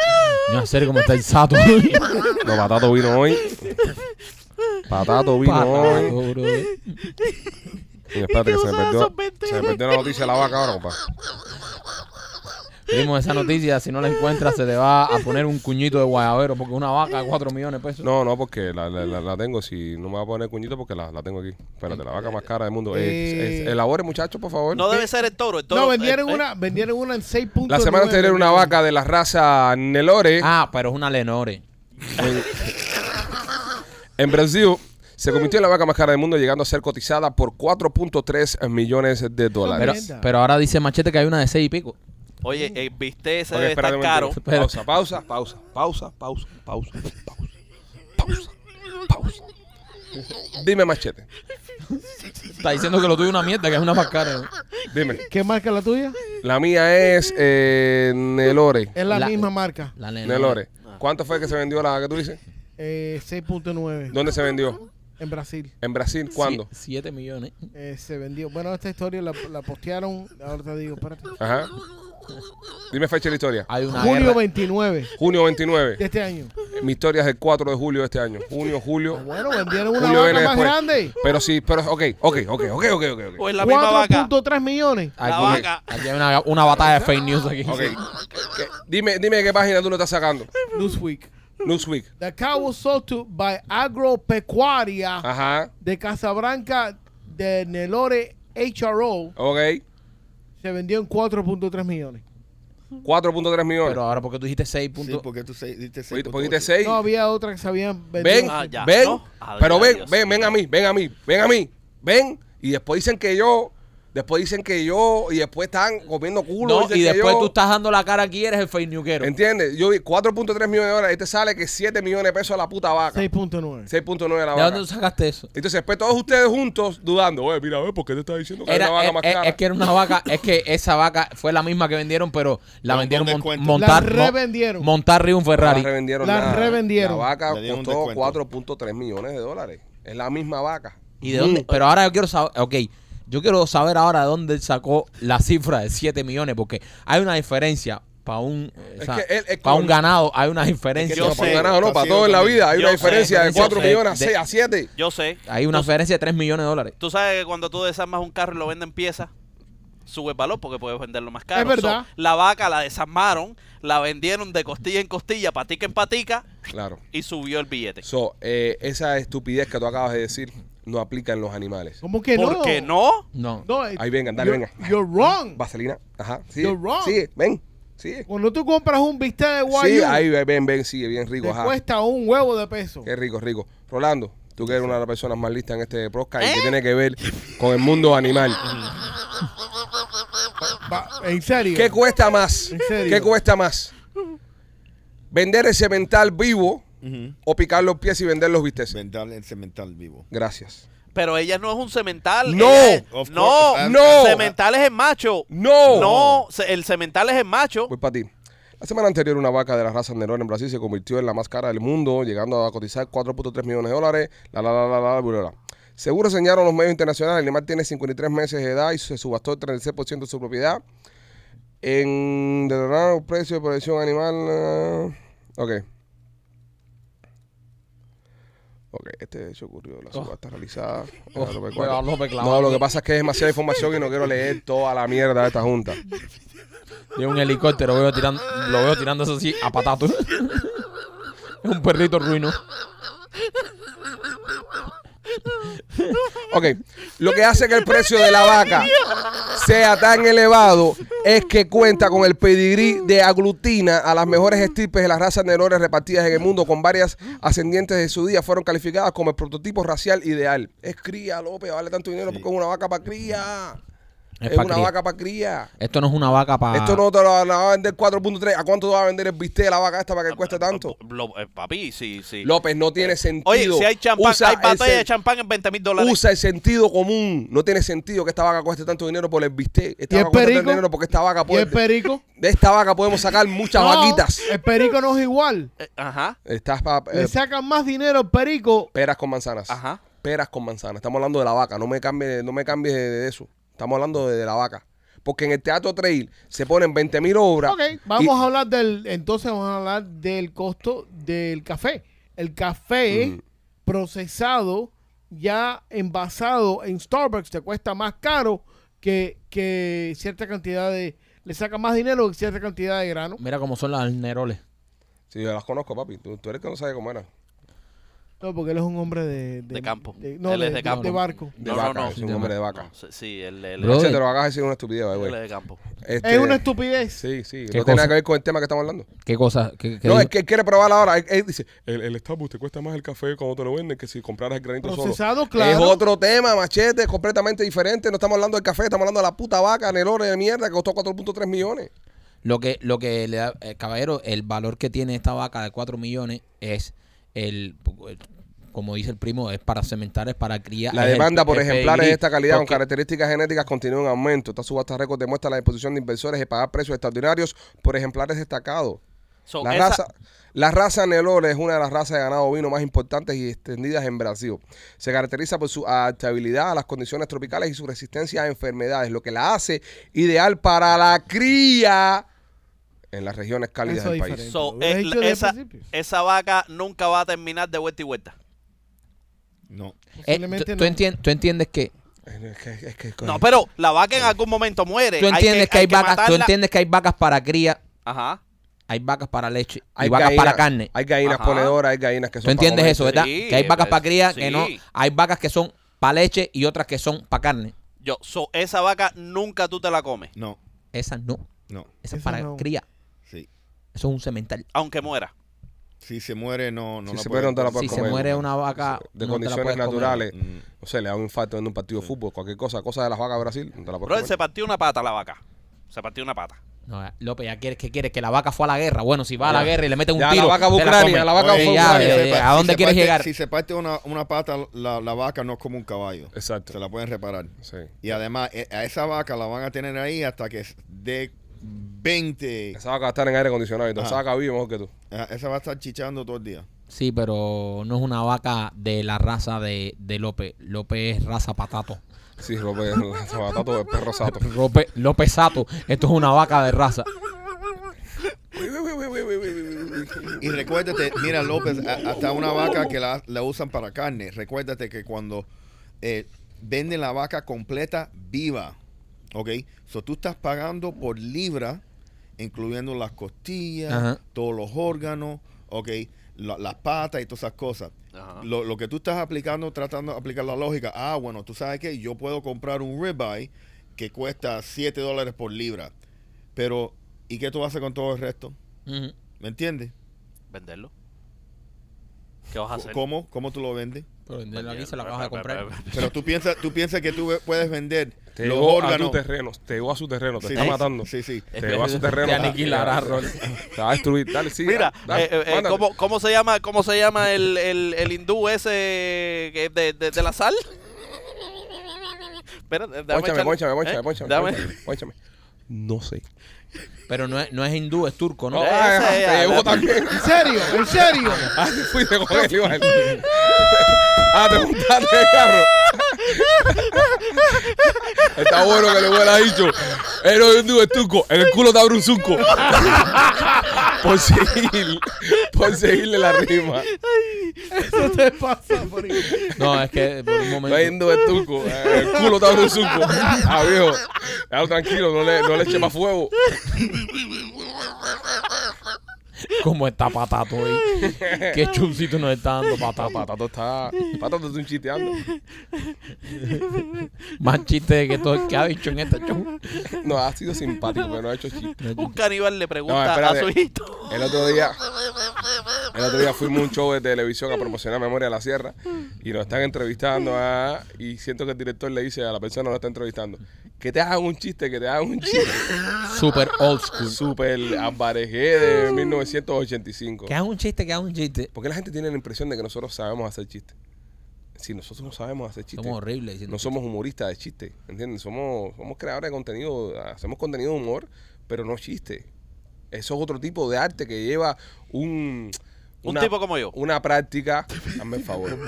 [SPEAKER 3] No, en serio, como está el [laughs] sato.
[SPEAKER 1] No, patato vino hoy. Patato vino hoy.
[SPEAKER 3] Patato, bro.
[SPEAKER 1] Y espérate,
[SPEAKER 7] ¿Y
[SPEAKER 1] que
[SPEAKER 7] qué
[SPEAKER 1] se me,
[SPEAKER 7] usas
[SPEAKER 1] perdió,
[SPEAKER 7] esos 20?
[SPEAKER 1] se me perdió la noticia de la vaca ahora, compa.
[SPEAKER 3] Primo, esa noticia, si no la encuentras, se te va a poner un cuñito de guayabero porque una vaca de 4 millones pues. de
[SPEAKER 1] [laughs]
[SPEAKER 3] pesos.
[SPEAKER 1] No, no, porque la, la, la- la tengo. Si no me va a poner cuñito, porque la, la tengo aquí. Espérate, la vaca más cara del mundo. Eh,
[SPEAKER 4] Eh.
[SPEAKER 1] eh, elabore, muchachos, por favor.
[SPEAKER 6] [laughs] No debe ser el toro. El toro
[SPEAKER 4] No, vendieron
[SPEAKER 6] eh, eh,
[SPEAKER 4] una, vendieron una en 6 puntos.
[SPEAKER 1] la semana anterior, una vaca de la raza Nelore
[SPEAKER 3] Ah, pero es una Lenore.
[SPEAKER 1] en Brasil se convirtió en la vaca más cara del mundo, llegando a ser cotizada por 4.3 millones de
[SPEAKER 3] Pero,
[SPEAKER 1] dólares.
[SPEAKER 3] pero ahora dice Machete que hay una de 6 y pico.
[SPEAKER 6] Oye, el viste ese
[SPEAKER 1] Ok,
[SPEAKER 6] debe
[SPEAKER 1] espérate
[SPEAKER 6] estar
[SPEAKER 1] un
[SPEAKER 6] caro.
[SPEAKER 1] momento.
[SPEAKER 3] caro.
[SPEAKER 1] Pausa, pausa, pausa, pausa, pausa, pausa, pausa, pausa, pausa. Dime, machete.
[SPEAKER 3] Está diciendo que lo tuyo es una mierda, que es una más cara.
[SPEAKER 1] Dime.
[SPEAKER 4] ¿Qué marca la tuya?
[SPEAKER 1] La mía es eh, Nelore.
[SPEAKER 4] Es la,
[SPEAKER 3] La-
[SPEAKER 4] misma marca.
[SPEAKER 3] La Lenore.
[SPEAKER 1] Nelore. ¿Cuánto fue que se vendió la que tú dices?
[SPEAKER 4] Eh, 6.9
[SPEAKER 1] ¿Dónde se vendió?
[SPEAKER 4] en Brasil.
[SPEAKER 1] ¿En Brasil? ¿Cuándo?
[SPEAKER 3] 7 millones.
[SPEAKER 4] Eh, se vendió. Bueno, esta historia la, la postearon. Ahora te digo, espérate.
[SPEAKER 1] Ajá. Dime fecha de la historia.
[SPEAKER 3] Hay una
[SPEAKER 4] Julio
[SPEAKER 3] guerra.
[SPEAKER 4] 29
[SPEAKER 1] Junio
[SPEAKER 4] de
[SPEAKER 1] 29.
[SPEAKER 4] este año.
[SPEAKER 1] Mi historia es del 4 de julio de este año. Junio, julio.
[SPEAKER 4] Bueno, vendieron una
[SPEAKER 1] Julio
[SPEAKER 4] vaca
[SPEAKER 1] viene
[SPEAKER 4] más
[SPEAKER 1] después.
[SPEAKER 4] grande.
[SPEAKER 1] Pero sí, pero ok, ok, ok, ok, ok, ok. ok.
[SPEAKER 6] O es la misma vaca.
[SPEAKER 4] 4.3 millones.
[SPEAKER 1] Ah.
[SPEAKER 3] Aquí,
[SPEAKER 6] La vaca.
[SPEAKER 3] aquí hay una, una batalla de fake news aquí.
[SPEAKER 1] Ok. ¿Qué- Dime, dime de qué página tú lo estás sacando.
[SPEAKER 4] Newsweek.
[SPEAKER 1] Newsweek.
[SPEAKER 4] The cow was sold to by Agropecuaria
[SPEAKER 1] Ajá.
[SPEAKER 4] de Casablanca de Nelore HRO.
[SPEAKER 1] Ok.
[SPEAKER 4] Se vendió en 4.3 millones.
[SPEAKER 1] 4.3 millones.
[SPEAKER 3] Pero ahora porque tú dijiste 6 puntos.
[SPEAKER 5] Sí, porque tú se- diste seis
[SPEAKER 1] Oíste,
[SPEAKER 5] punto
[SPEAKER 1] Poquito de
[SPEAKER 5] ocho.
[SPEAKER 1] 6.
[SPEAKER 4] No había otra que se habían
[SPEAKER 3] Pues
[SPEAKER 4] vendido.
[SPEAKER 1] Ven,
[SPEAKER 6] Ah, ya,
[SPEAKER 1] ven,
[SPEAKER 6] ¿no? Adiós,
[SPEAKER 1] pero ven,
[SPEAKER 6] Dios
[SPEAKER 1] ven, ven
[SPEAKER 6] mío.
[SPEAKER 1] a mí, ven a mí, ven a mí, ven. Y después dicen que yo Después dicen que yo y después están comiendo culo.
[SPEAKER 3] No,
[SPEAKER 1] dicen
[SPEAKER 3] y
[SPEAKER 1] que
[SPEAKER 3] después
[SPEAKER 1] yo-
[SPEAKER 3] tú estás dando la cara aquí, eres el fake newquero.
[SPEAKER 1] ¿Entiendes? Yo vi 4.3 millones de dólares. Este sale que 7 millones de pesos a la puta vaca.
[SPEAKER 4] 6.9.
[SPEAKER 1] 6.9 a la
[SPEAKER 3] ¿De
[SPEAKER 1] vaca.
[SPEAKER 3] dónde tú sacaste eso?
[SPEAKER 1] Entonces después todos ustedes juntos dudando. Oye, mira, oye, ¿por qué te estás diciendo que
[SPEAKER 3] Era-
[SPEAKER 1] hay una vaca
[SPEAKER 3] es,
[SPEAKER 1] más
[SPEAKER 3] es-
[SPEAKER 1] cara?
[SPEAKER 3] es que era una vaca, es que esa vaca fue la misma que vendieron, pero la
[SPEAKER 5] Con-
[SPEAKER 3] vendieron
[SPEAKER 5] con
[SPEAKER 3] mon-
[SPEAKER 5] descuento.
[SPEAKER 3] montar,
[SPEAKER 4] La
[SPEAKER 3] no,
[SPEAKER 4] revendieron.
[SPEAKER 3] montar arriba un
[SPEAKER 1] No
[SPEAKER 3] Ferrari.
[SPEAKER 1] la revendieron.
[SPEAKER 4] La
[SPEAKER 1] nada.
[SPEAKER 4] revendieron.
[SPEAKER 1] La vaca
[SPEAKER 5] Le dieron un
[SPEAKER 1] costó
[SPEAKER 5] descuento.
[SPEAKER 1] 4.3 millones de dólares. Es la misma vaca.
[SPEAKER 3] ¿Y de dónde? Pero ahora yo quiero saber, ok, yo quiero saber ahora de dónde él sacó la cifra de 7 millones, porque hay una diferencia para un, eh,
[SPEAKER 1] Es
[SPEAKER 3] o sea,
[SPEAKER 1] que él- es
[SPEAKER 3] pa' un
[SPEAKER 1] como-
[SPEAKER 3] ganado, hay una
[SPEAKER 1] Que
[SPEAKER 3] diferencia.
[SPEAKER 6] Yo
[SPEAKER 1] no, para
[SPEAKER 6] sé,
[SPEAKER 1] ganado, no,
[SPEAKER 5] está
[SPEAKER 1] para todo
[SPEAKER 5] ciego
[SPEAKER 1] en la
[SPEAKER 5] también.
[SPEAKER 1] vida. Hay
[SPEAKER 6] Yo
[SPEAKER 1] una
[SPEAKER 6] sé,
[SPEAKER 1] diferencia de
[SPEAKER 3] yo
[SPEAKER 1] 4
[SPEAKER 3] sé.
[SPEAKER 1] millones a
[SPEAKER 3] De-
[SPEAKER 1] 6 a 7.
[SPEAKER 6] Yo sé.
[SPEAKER 3] Hay una
[SPEAKER 6] Tú-
[SPEAKER 3] diferencia de 3 millones de dólares.
[SPEAKER 6] Tú sabes que cuando tú desarmas un carro y lo venden piezas, sube el valor porque puedes venderlo más caro.
[SPEAKER 4] Es verdad.
[SPEAKER 6] So, la vaca la desarmaron, la vendieron de costilla en costilla, patica en patica
[SPEAKER 1] Claro.
[SPEAKER 6] y subió el billete.
[SPEAKER 1] So, eh, esa estupidez que tú acabas de decir no aplica en los animales.
[SPEAKER 4] ¿Cómo que no?
[SPEAKER 6] ¿Por qué no?
[SPEAKER 3] No.
[SPEAKER 4] No, eh,
[SPEAKER 1] Ahí vengan, dale,
[SPEAKER 4] you're-
[SPEAKER 1] venga.
[SPEAKER 4] You're wrong.
[SPEAKER 1] Vaselina. Ajá. Sí.
[SPEAKER 4] You're wrong.
[SPEAKER 1] Sí, ven. Sí.
[SPEAKER 4] Cuando tú compras un bistec de guayu,
[SPEAKER 1] Sí, ahí ven, ven, sí, bien rico.
[SPEAKER 4] te
[SPEAKER 1] Ajá.
[SPEAKER 4] cuesta un huevo de peso.
[SPEAKER 1] Qué rico, rico. Rolando, tú que eres una de las personas más listas en este podcast
[SPEAKER 4] ¿Eh?
[SPEAKER 1] y que tiene que ver con el mundo animal.
[SPEAKER 4] Va, en serio.
[SPEAKER 1] ¿Qué cuesta más?
[SPEAKER 4] ¿En serio?
[SPEAKER 1] ¿Qué cuesta más? ¿Vender el cemental vivo
[SPEAKER 5] Ujú.
[SPEAKER 1] o picar los pies y vender los bisteces?
[SPEAKER 5] Mental, ese mental vivo.
[SPEAKER 1] Gracias.
[SPEAKER 6] Pero ella no es un cemental.
[SPEAKER 1] No,
[SPEAKER 6] ella es-
[SPEAKER 5] of course,
[SPEAKER 6] no,
[SPEAKER 5] I'm-
[SPEAKER 1] no.
[SPEAKER 6] Cemental es el macho.
[SPEAKER 1] ¡No! Pues,
[SPEAKER 6] No, se- el cemental es el macho.
[SPEAKER 1] Voy para ti. La semana anterior, una vaca de la raza Nerón en Brasil se convirtió en la más cara del mundo, llegando a cotizar 4.3 millones de dólares. La, la, la, la, la, la, bla, bla. Según reseñaron los medios internacionales, el animal tiene 53 meses de edad y se subastó el 36% de su propiedad. En de raro precio de producción animal. eh, ok. Ok, este hecho ocurrió. La subasta realizada. en
[SPEAKER 3] Oh,
[SPEAKER 1] agropecuario.
[SPEAKER 3] juega López clavando.
[SPEAKER 1] no, lo que pasa es que es demasiada información y no quiero leer toda la mierda de esta junta.
[SPEAKER 3] De un helicóptero veo tirando, lo veo tirándose así a patato. [laughs] es un perrito ruino.
[SPEAKER 1] Ok, lo que hace que el precio de la vaca sea tan elevado es que cuenta con el pedigrí de aglutina a las mejores estirpes de las razas neurones repartidas en el mundo, con varias ascendientes de su día, fueron calificadas como el prototipo racial ideal. Es cría, López, vale tanto dinero porque es una vaca para cría.
[SPEAKER 3] Es
[SPEAKER 1] Es,
[SPEAKER 3] pa'
[SPEAKER 1] una
[SPEAKER 3] cría.
[SPEAKER 1] vaca para cría.
[SPEAKER 3] Esto no es una vaca para...
[SPEAKER 1] Esto no te lo la va a vender 4.3. ¿A cuánto te va a vender el bistec de la vaca esta para que cueste tanto?
[SPEAKER 6] Lo- eh, papi, sí, sí.
[SPEAKER 1] López, no tiene sentido.
[SPEAKER 6] Oye, si hay champán,
[SPEAKER 1] Usa
[SPEAKER 6] hay batalla
[SPEAKER 1] ese-
[SPEAKER 6] de champán en 20 mil dólares.
[SPEAKER 1] Usa el sentido común. No tiene sentido que esta vaca cueste tanto dinero por el bistec. Esta
[SPEAKER 4] ¿Y el
[SPEAKER 1] vaca cuesta tanto
[SPEAKER 4] perico?
[SPEAKER 1] dinero porque esta vaca
[SPEAKER 4] ¿Y
[SPEAKER 1] puede.
[SPEAKER 4] el perico?
[SPEAKER 1] de esta vaca podemos sacar muchas
[SPEAKER 4] No, Eh,
[SPEAKER 1] vaquitas.
[SPEAKER 4] El perico no es igual.
[SPEAKER 6] Eh, Ajá,
[SPEAKER 1] Estás pa- eh,
[SPEAKER 4] Le sacan más dinero al perico.
[SPEAKER 1] peras con manzanas.
[SPEAKER 6] ajá.
[SPEAKER 1] Peras con manzanas. Estamos hablando de la vaca. No me cambies, no me cambies de, de eso. Estamos hablando de, de la vaca. Porque en el Teatro Trail se ponen 20.000 obras.
[SPEAKER 4] Ok, vamos
[SPEAKER 1] y-
[SPEAKER 4] a hablar del. Entonces vamos a hablar del costo del café. El café
[SPEAKER 1] Mm.
[SPEAKER 4] procesado, ya envasado en Starbucks, te cuesta más caro que, que cierta cantidad de. Le sacan más dinero que cierta cantidad de grano.
[SPEAKER 3] Mira cómo son las neroles.
[SPEAKER 1] Sí, yo las conozco, papi. Tú, tú eres el que no sabe cómo eran.
[SPEAKER 4] No, porque él es un hombre de. De,
[SPEAKER 6] De campo.
[SPEAKER 4] no,
[SPEAKER 6] Él
[SPEAKER 4] de,
[SPEAKER 6] es de
[SPEAKER 4] de-
[SPEAKER 6] campo.
[SPEAKER 4] de barco.
[SPEAKER 1] De
[SPEAKER 6] No, no,
[SPEAKER 1] vaca.
[SPEAKER 6] no.
[SPEAKER 1] Es un hombre de vaca.
[SPEAKER 6] No, sí, sí, el, el-
[SPEAKER 3] Bro,
[SPEAKER 1] Che,
[SPEAKER 3] Brother.
[SPEAKER 1] te lo acabas de decir una estupidez, by the way.
[SPEAKER 6] el de campo.
[SPEAKER 1] Este,
[SPEAKER 4] Es una estupidez.
[SPEAKER 1] Sí, sí. No
[SPEAKER 3] ¿Qué
[SPEAKER 1] tiene
[SPEAKER 3] cosa?
[SPEAKER 1] nada que ver con el tema que estamos hablando.
[SPEAKER 3] ¿Qué cosa? ¿Qué, qué
[SPEAKER 1] no,
[SPEAKER 3] dijo?
[SPEAKER 1] es que él quiere probar ahora. Él, él dice, el, el Starbucks te cuesta más el café cuando te lo venden que si compraras el granito solo.
[SPEAKER 4] Procesado, claro.
[SPEAKER 1] Es otro tema, machete, completamente diferente. No estamos hablando del café, estamos hablando de la puta vaca, Nelore de mierda, que costó 4.3 millones.
[SPEAKER 3] Lo que, lo que le da, eh, caballero, el valor que tiene esta vaca de 4 millones es el, como dice el primo, es para cementar, es para criar.
[SPEAKER 1] La
[SPEAKER 3] es el-
[SPEAKER 1] demanda por
[SPEAKER 3] el
[SPEAKER 1] ejemplares de
[SPEAKER 3] pedigrí,
[SPEAKER 1] esta calidad con
[SPEAKER 3] porque-
[SPEAKER 1] características genéticas continúa en aumento. Esta subasta récord demuestra la disposición de inversores de pagar precios extraordinarios por ejemplares destacados.
[SPEAKER 6] So,
[SPEAKER 1] La
[SPEAKER 6] esa-
[SPEAKER 1] raza, la raza Nelore es una de las razas de ganado ovino más importantes y extendidas en Brasil. Se caracteriza por su adaptabilidad a las condiciones tropicales y su resistencia a enfermedades, lo que la hace ideal para la cría en las regiones cálidas
[SPEAKER 4] Eso
[SPEAKER 1] del
[SPEAKER 4] es
[SPEAKER 1] país.
[SPEAKER 4] diferente.
[SPEAKER 6] so,
[SPEAKER 4] Lo hubieras
[SPEAKER 6] eh,
[SPEAKER 4] dicho desde el
[SPEAKER 6] esa,
[SPEAKER 4] principio.
[SPEAKER 6] esa vaca nunca va a terminar de vuelta y vuelta.
[SPEAKER 5] No.
[SPEAKER 3] Eh,
[SPEAKER 4] Posiblemente
[SPEAKER 3] tú-
[SPEAKER 4] no.
[SPEAKER 3] tú, entien- tú entiendes que
[SPEAKER 1] Es que- es que-
[SPEAKER 6] No, pues, pero la vaca en algún momento muere.
[SPEAKER 3] tú entiendes que, hay vacas, tú
[SPEAKER 6] matarla.
[SPEAKER 3] entiendes que hay vacas para cría,
[SPEAKER 6] Ajá.
[SPEAKER 3] hay vacas para leche, hay
[SPEAKER 1] hay
[SPEAKER 3] vacas
[SPEAKER 1] gallinas-
[SPEAKER 3] para carne.
[SPEAKER 1] Hay gallinas
[SPEAKER 6] Ajá.
[SPEAKER 1] ponedoras, hay gallinas que son
[SPEAKER 3] Tú entiendes
[SPEAKER 1] para
[SPEAKER 3] eso,
[SPEAKER 1] comer.
[SPEAKER 3] ¿verdad?
[SPEAKER 6] Sí,
[SPEAKER 3] que hay vacas para cría, que
[SPEAKER 6] sí.
[SPEAKER 3] no, hay vacas que son para leche y otras que son para carne.
[SPEAKER 6] Yo, so, esa vaca nunca tú te la comes,
[SPEAKER 5] No.
[SPEAKER 3] Esas no,
[SPEAKER 5] No.
[SPEAKER 3] esas
[SPEAKER 4] Esas
[SPEAKER 3] para
[SPEAKER 4] no.
[SPEAKER 3] cría.
[SPEAKER 5] Sí.
[SPEAKER 3] Eso es un cemental.
[SPEAKER 6] aunque muera.
[SPEAKER 5] Si se muere, no, no
[SPEAKER 1] Si
[SPEAKER 5] la
[SPEAKER 1] se
[SPEAKER 5] puede-
[SPEAKER 1] muere, no te la
[SPEAKER 3] Si
[SPEAKER 1] puedes
[SPEAKER 3] se
[SPEAKER 1] comer.
[SPEAKER 3] muere una vaca,
[SPEAKER 1] de
[SPEAKER 3] no te la
[SPEAKER 1] condiciones
[SPEAKER 3] puedes comer.
[SPEAKER 1] naturales,
[SPEAKER 5] Mm.
[SPEAKER 1] no sé, le da un infarto en un partido de fútbol, cualquier cosa, cosa de las vacas de Brasil, no te la puedes
[SPEAKER 6] Bro,
[SPEAKER 1] comer.
[SPEAKER 6] se partió una pata la vaca. Se partió una pata.
[SPEAKER 3] No, ya, López, ¿ya quieres que quieres? Que la vaca fue a la guerra. Bueno, si va a la
[SPEAKER 1] Ya.
[SPEAKER 3] guerra y le meten un
[SPEAKER 1] Ya, la
[SPEAKER 3] tiro.
[SPEAKER 1] vaca
[SPEAKER 3] te
[SPEAKER 1] Ucrania,
[SPEAKER 3] comes.
[SPEAKER 1] la vaca
[SPEAKER 3] Oye,
[SPEAKER 1] Ucrania.
[SPEAKER 3] ya,
[SPEAKER 1] Sí,
[SPEAKER 3] eh,
[SPEAKER 5] sepa-
[SPEAKER 3] ¿A
[SPEAKER 5] si
[SPEAKER 3] dónde
[SPEAKER 5] se
[SPEAKER 3] quieres
[SPEAKER 5] parte-
[SPEAKER 3] llegar?
[SPEAKER 5] Si se parte una, una pata, la, la vaca no es como un caballo.
[SPEAKER 1] Exacto.
[SPEAKER 5] Se la pueden reparar.
[SPEAKER 1] Sí.
[SPEAKER 5] Y además, e- a esa vaca la van a tener ahí hasta que s- dé 20.
[SPEAKER 1] Esa vaca va a estar en aire acondicionado y toda esa
[SPEAKER 5] Ajá.
[SPEAKER 1] vaca vive mejor que tú.
[SPEAKER 5] Ah, Esa va a estar chichando todo el día.
[SPEAKER 3] Sí, pero no es una vaca de la raza de, de López. López es raza patato.
[SPEAKER 1] Sí, López, se mata todo el perro sato.
[SPEAKER 3] López,
[SPEAKER 6] [laughs]
[SPEAKER 3] López Sato. Esto es una vaca de raza.
[SPEAKER 5] Y recuérdate, mira López, a- hasta una vaca que la, la usan para carne. Recuérdate que cuando eh, venden la vaca completa viva, ¿ok? So tú estás pagando por libra, incluyendo las costillas,
[SPEAKER 3] Ajá.
[SPEAKER 5] todos los órganos, ¿ok? La- las patas y todas esas cosas.
[SPEAKER 6] Ajá.
[SPEAKER 5] Lo, lo que tú estás aplicando, tratando de aplicar la lógica, ah, bueno, tú sabes que yo puedo comprar un ribeye que cuesta 7 dólares por libra, pero ¿y qué tú haces con todo el resto?
[SPEAKER 3] Ujú.
[SPEAKER 5] ¿Me entiendes?
[SPEAKER 6] ¿Venderlo? ¿Qué vas a hacer?
[SPEAKER 5] ¿Cómo? ¿Cómo tú lo vendes?
[SPEAKER 3] Pero venderla aquí se la vas a comprar.
[SPEAKER 5] Pero tú piensas, tú piensas que tú ve- puedes vender
[SPEAKER 1] Te
[SPEAKER 5] los
[SPEAKER 1] llevó a tu
[SPEAKER 5] órganos.
[SPEAKER 1] terreno, te llevó a su terreno, te
[SPEAKER 5] Sí,
[SPEAKER 1] está
[SPEAKER 5] sí,
[SPEAKER 1] matando.
[SPEAKER 5] Sí, sí.
[SPEAKER 1] Te llevó a su terreno.
[SPEAKER 3] Te aniquilará,
[SPEAKER 1] te-
[SPEAKER 3] Rolly.
[SPEAKER 1] Te va a destruir. Dale, sí.
[SPEAKER 6] Mira,
[SPEAKER 1] dale,
[SPEAKER 6] eh, eh, eh,
[SPEAKER 1] mándale.
[SPEAKER 6] ¿cómo, cómo se llama, cómo se llama el, el, el hindú ese que- de, de- de la sal? [laughs] Espera, déjame
[SPEAKER 1] Pónchame, pónchame,
[SPEAKER 6] echar- ¿eh?
[SPEAKER 1] pónchame, pónchame,
[SPEAKER 6] Dame-
[SPEAKER 1] pónchame, pónchame. No sé.
[SPEAKER 3] Pero no es, no es hindú, es turco, ¿no?
[SPEAKER 6] No, eh.
[SPEAKER 1] Ah,
[SPEAKER 6] esa
[SPEAKER 1] [laughs] te
[SPEAKER 6] es la-
[SPEAKER 1] llevó también.
[SPEAKER 4] ¿En serio? ¿En serio?
[SPEAKER 1] Ah, te fuiste con él, igual. Ah, te montaste en el carro. Está bueno que le hubiera dicho. Héroe de un tubo estuco. En el culo te abre un surco. Por seguir. Por seguirle la rima.
[SPEAKER 4] Eso te pasa, Frito.
[SPEAKER 3] No, es que por un
[SPEAKER 1] Está
[SPEAKER 3] momento.
[SPEAKER 1] yendo de tuco. En el culo te abre un surco. Ah, viejo. Déjalo tranquilo, no le, no le eche más fuego.
[SPEAKER 3] ¿Cómo está patato hoy? Qué chuncito nos está dando
[SPEAKER 1] Está-
[SPEAKER 3] patato.
[SPEAKER 1] Patato está. Patato está un chisteando.
[SPEAKER 3] Más chiste que todo el que ha dicho en este show.
[SPEAKER 1] No, ha sido simpático, pero no ha hecho chiste.
[SPEAKER 6] Un caníbal le
[SPEAKER 1] No,
[SPEAKER 6] pregunta a
[SPEAKER 1] espérate.
[SPEAKER 6] su hijito.
[SPEAKER 1] El otro día. El otro día fuimos a un show de televisión a promocionar Memoria de la Sierra y nos están entrevistando a- y siento que el director le dice a la persona que nos está entrevistando que te hagan un chiste, que te hagan un chiste.
[SPEAKER 3] Super old school.
[SPEAKER 1] Super ambarejé de 1985.
[SPEAKER 3] Que haga un chiste, que haga un chiste.
[SPEAKER 1] ¿Por qué la gente tiene la impresión de que nosotros sabemos hacer chistes? Si nosotros no sabemos hacer chistes,
[SPEAKER 3] Somos horribles. diciendo
[SPEAKER 1] no somos humoristas de chistes, ¿entiendes? Somos, somos creadores de contenido, hacemos contenido de humor, pero no chistes. Eso es otro tipo de arte que lleva un...
[SPEAKER 6] Un tipo como yo.
[SPEAKER 1] Una práctica, hazme el favor.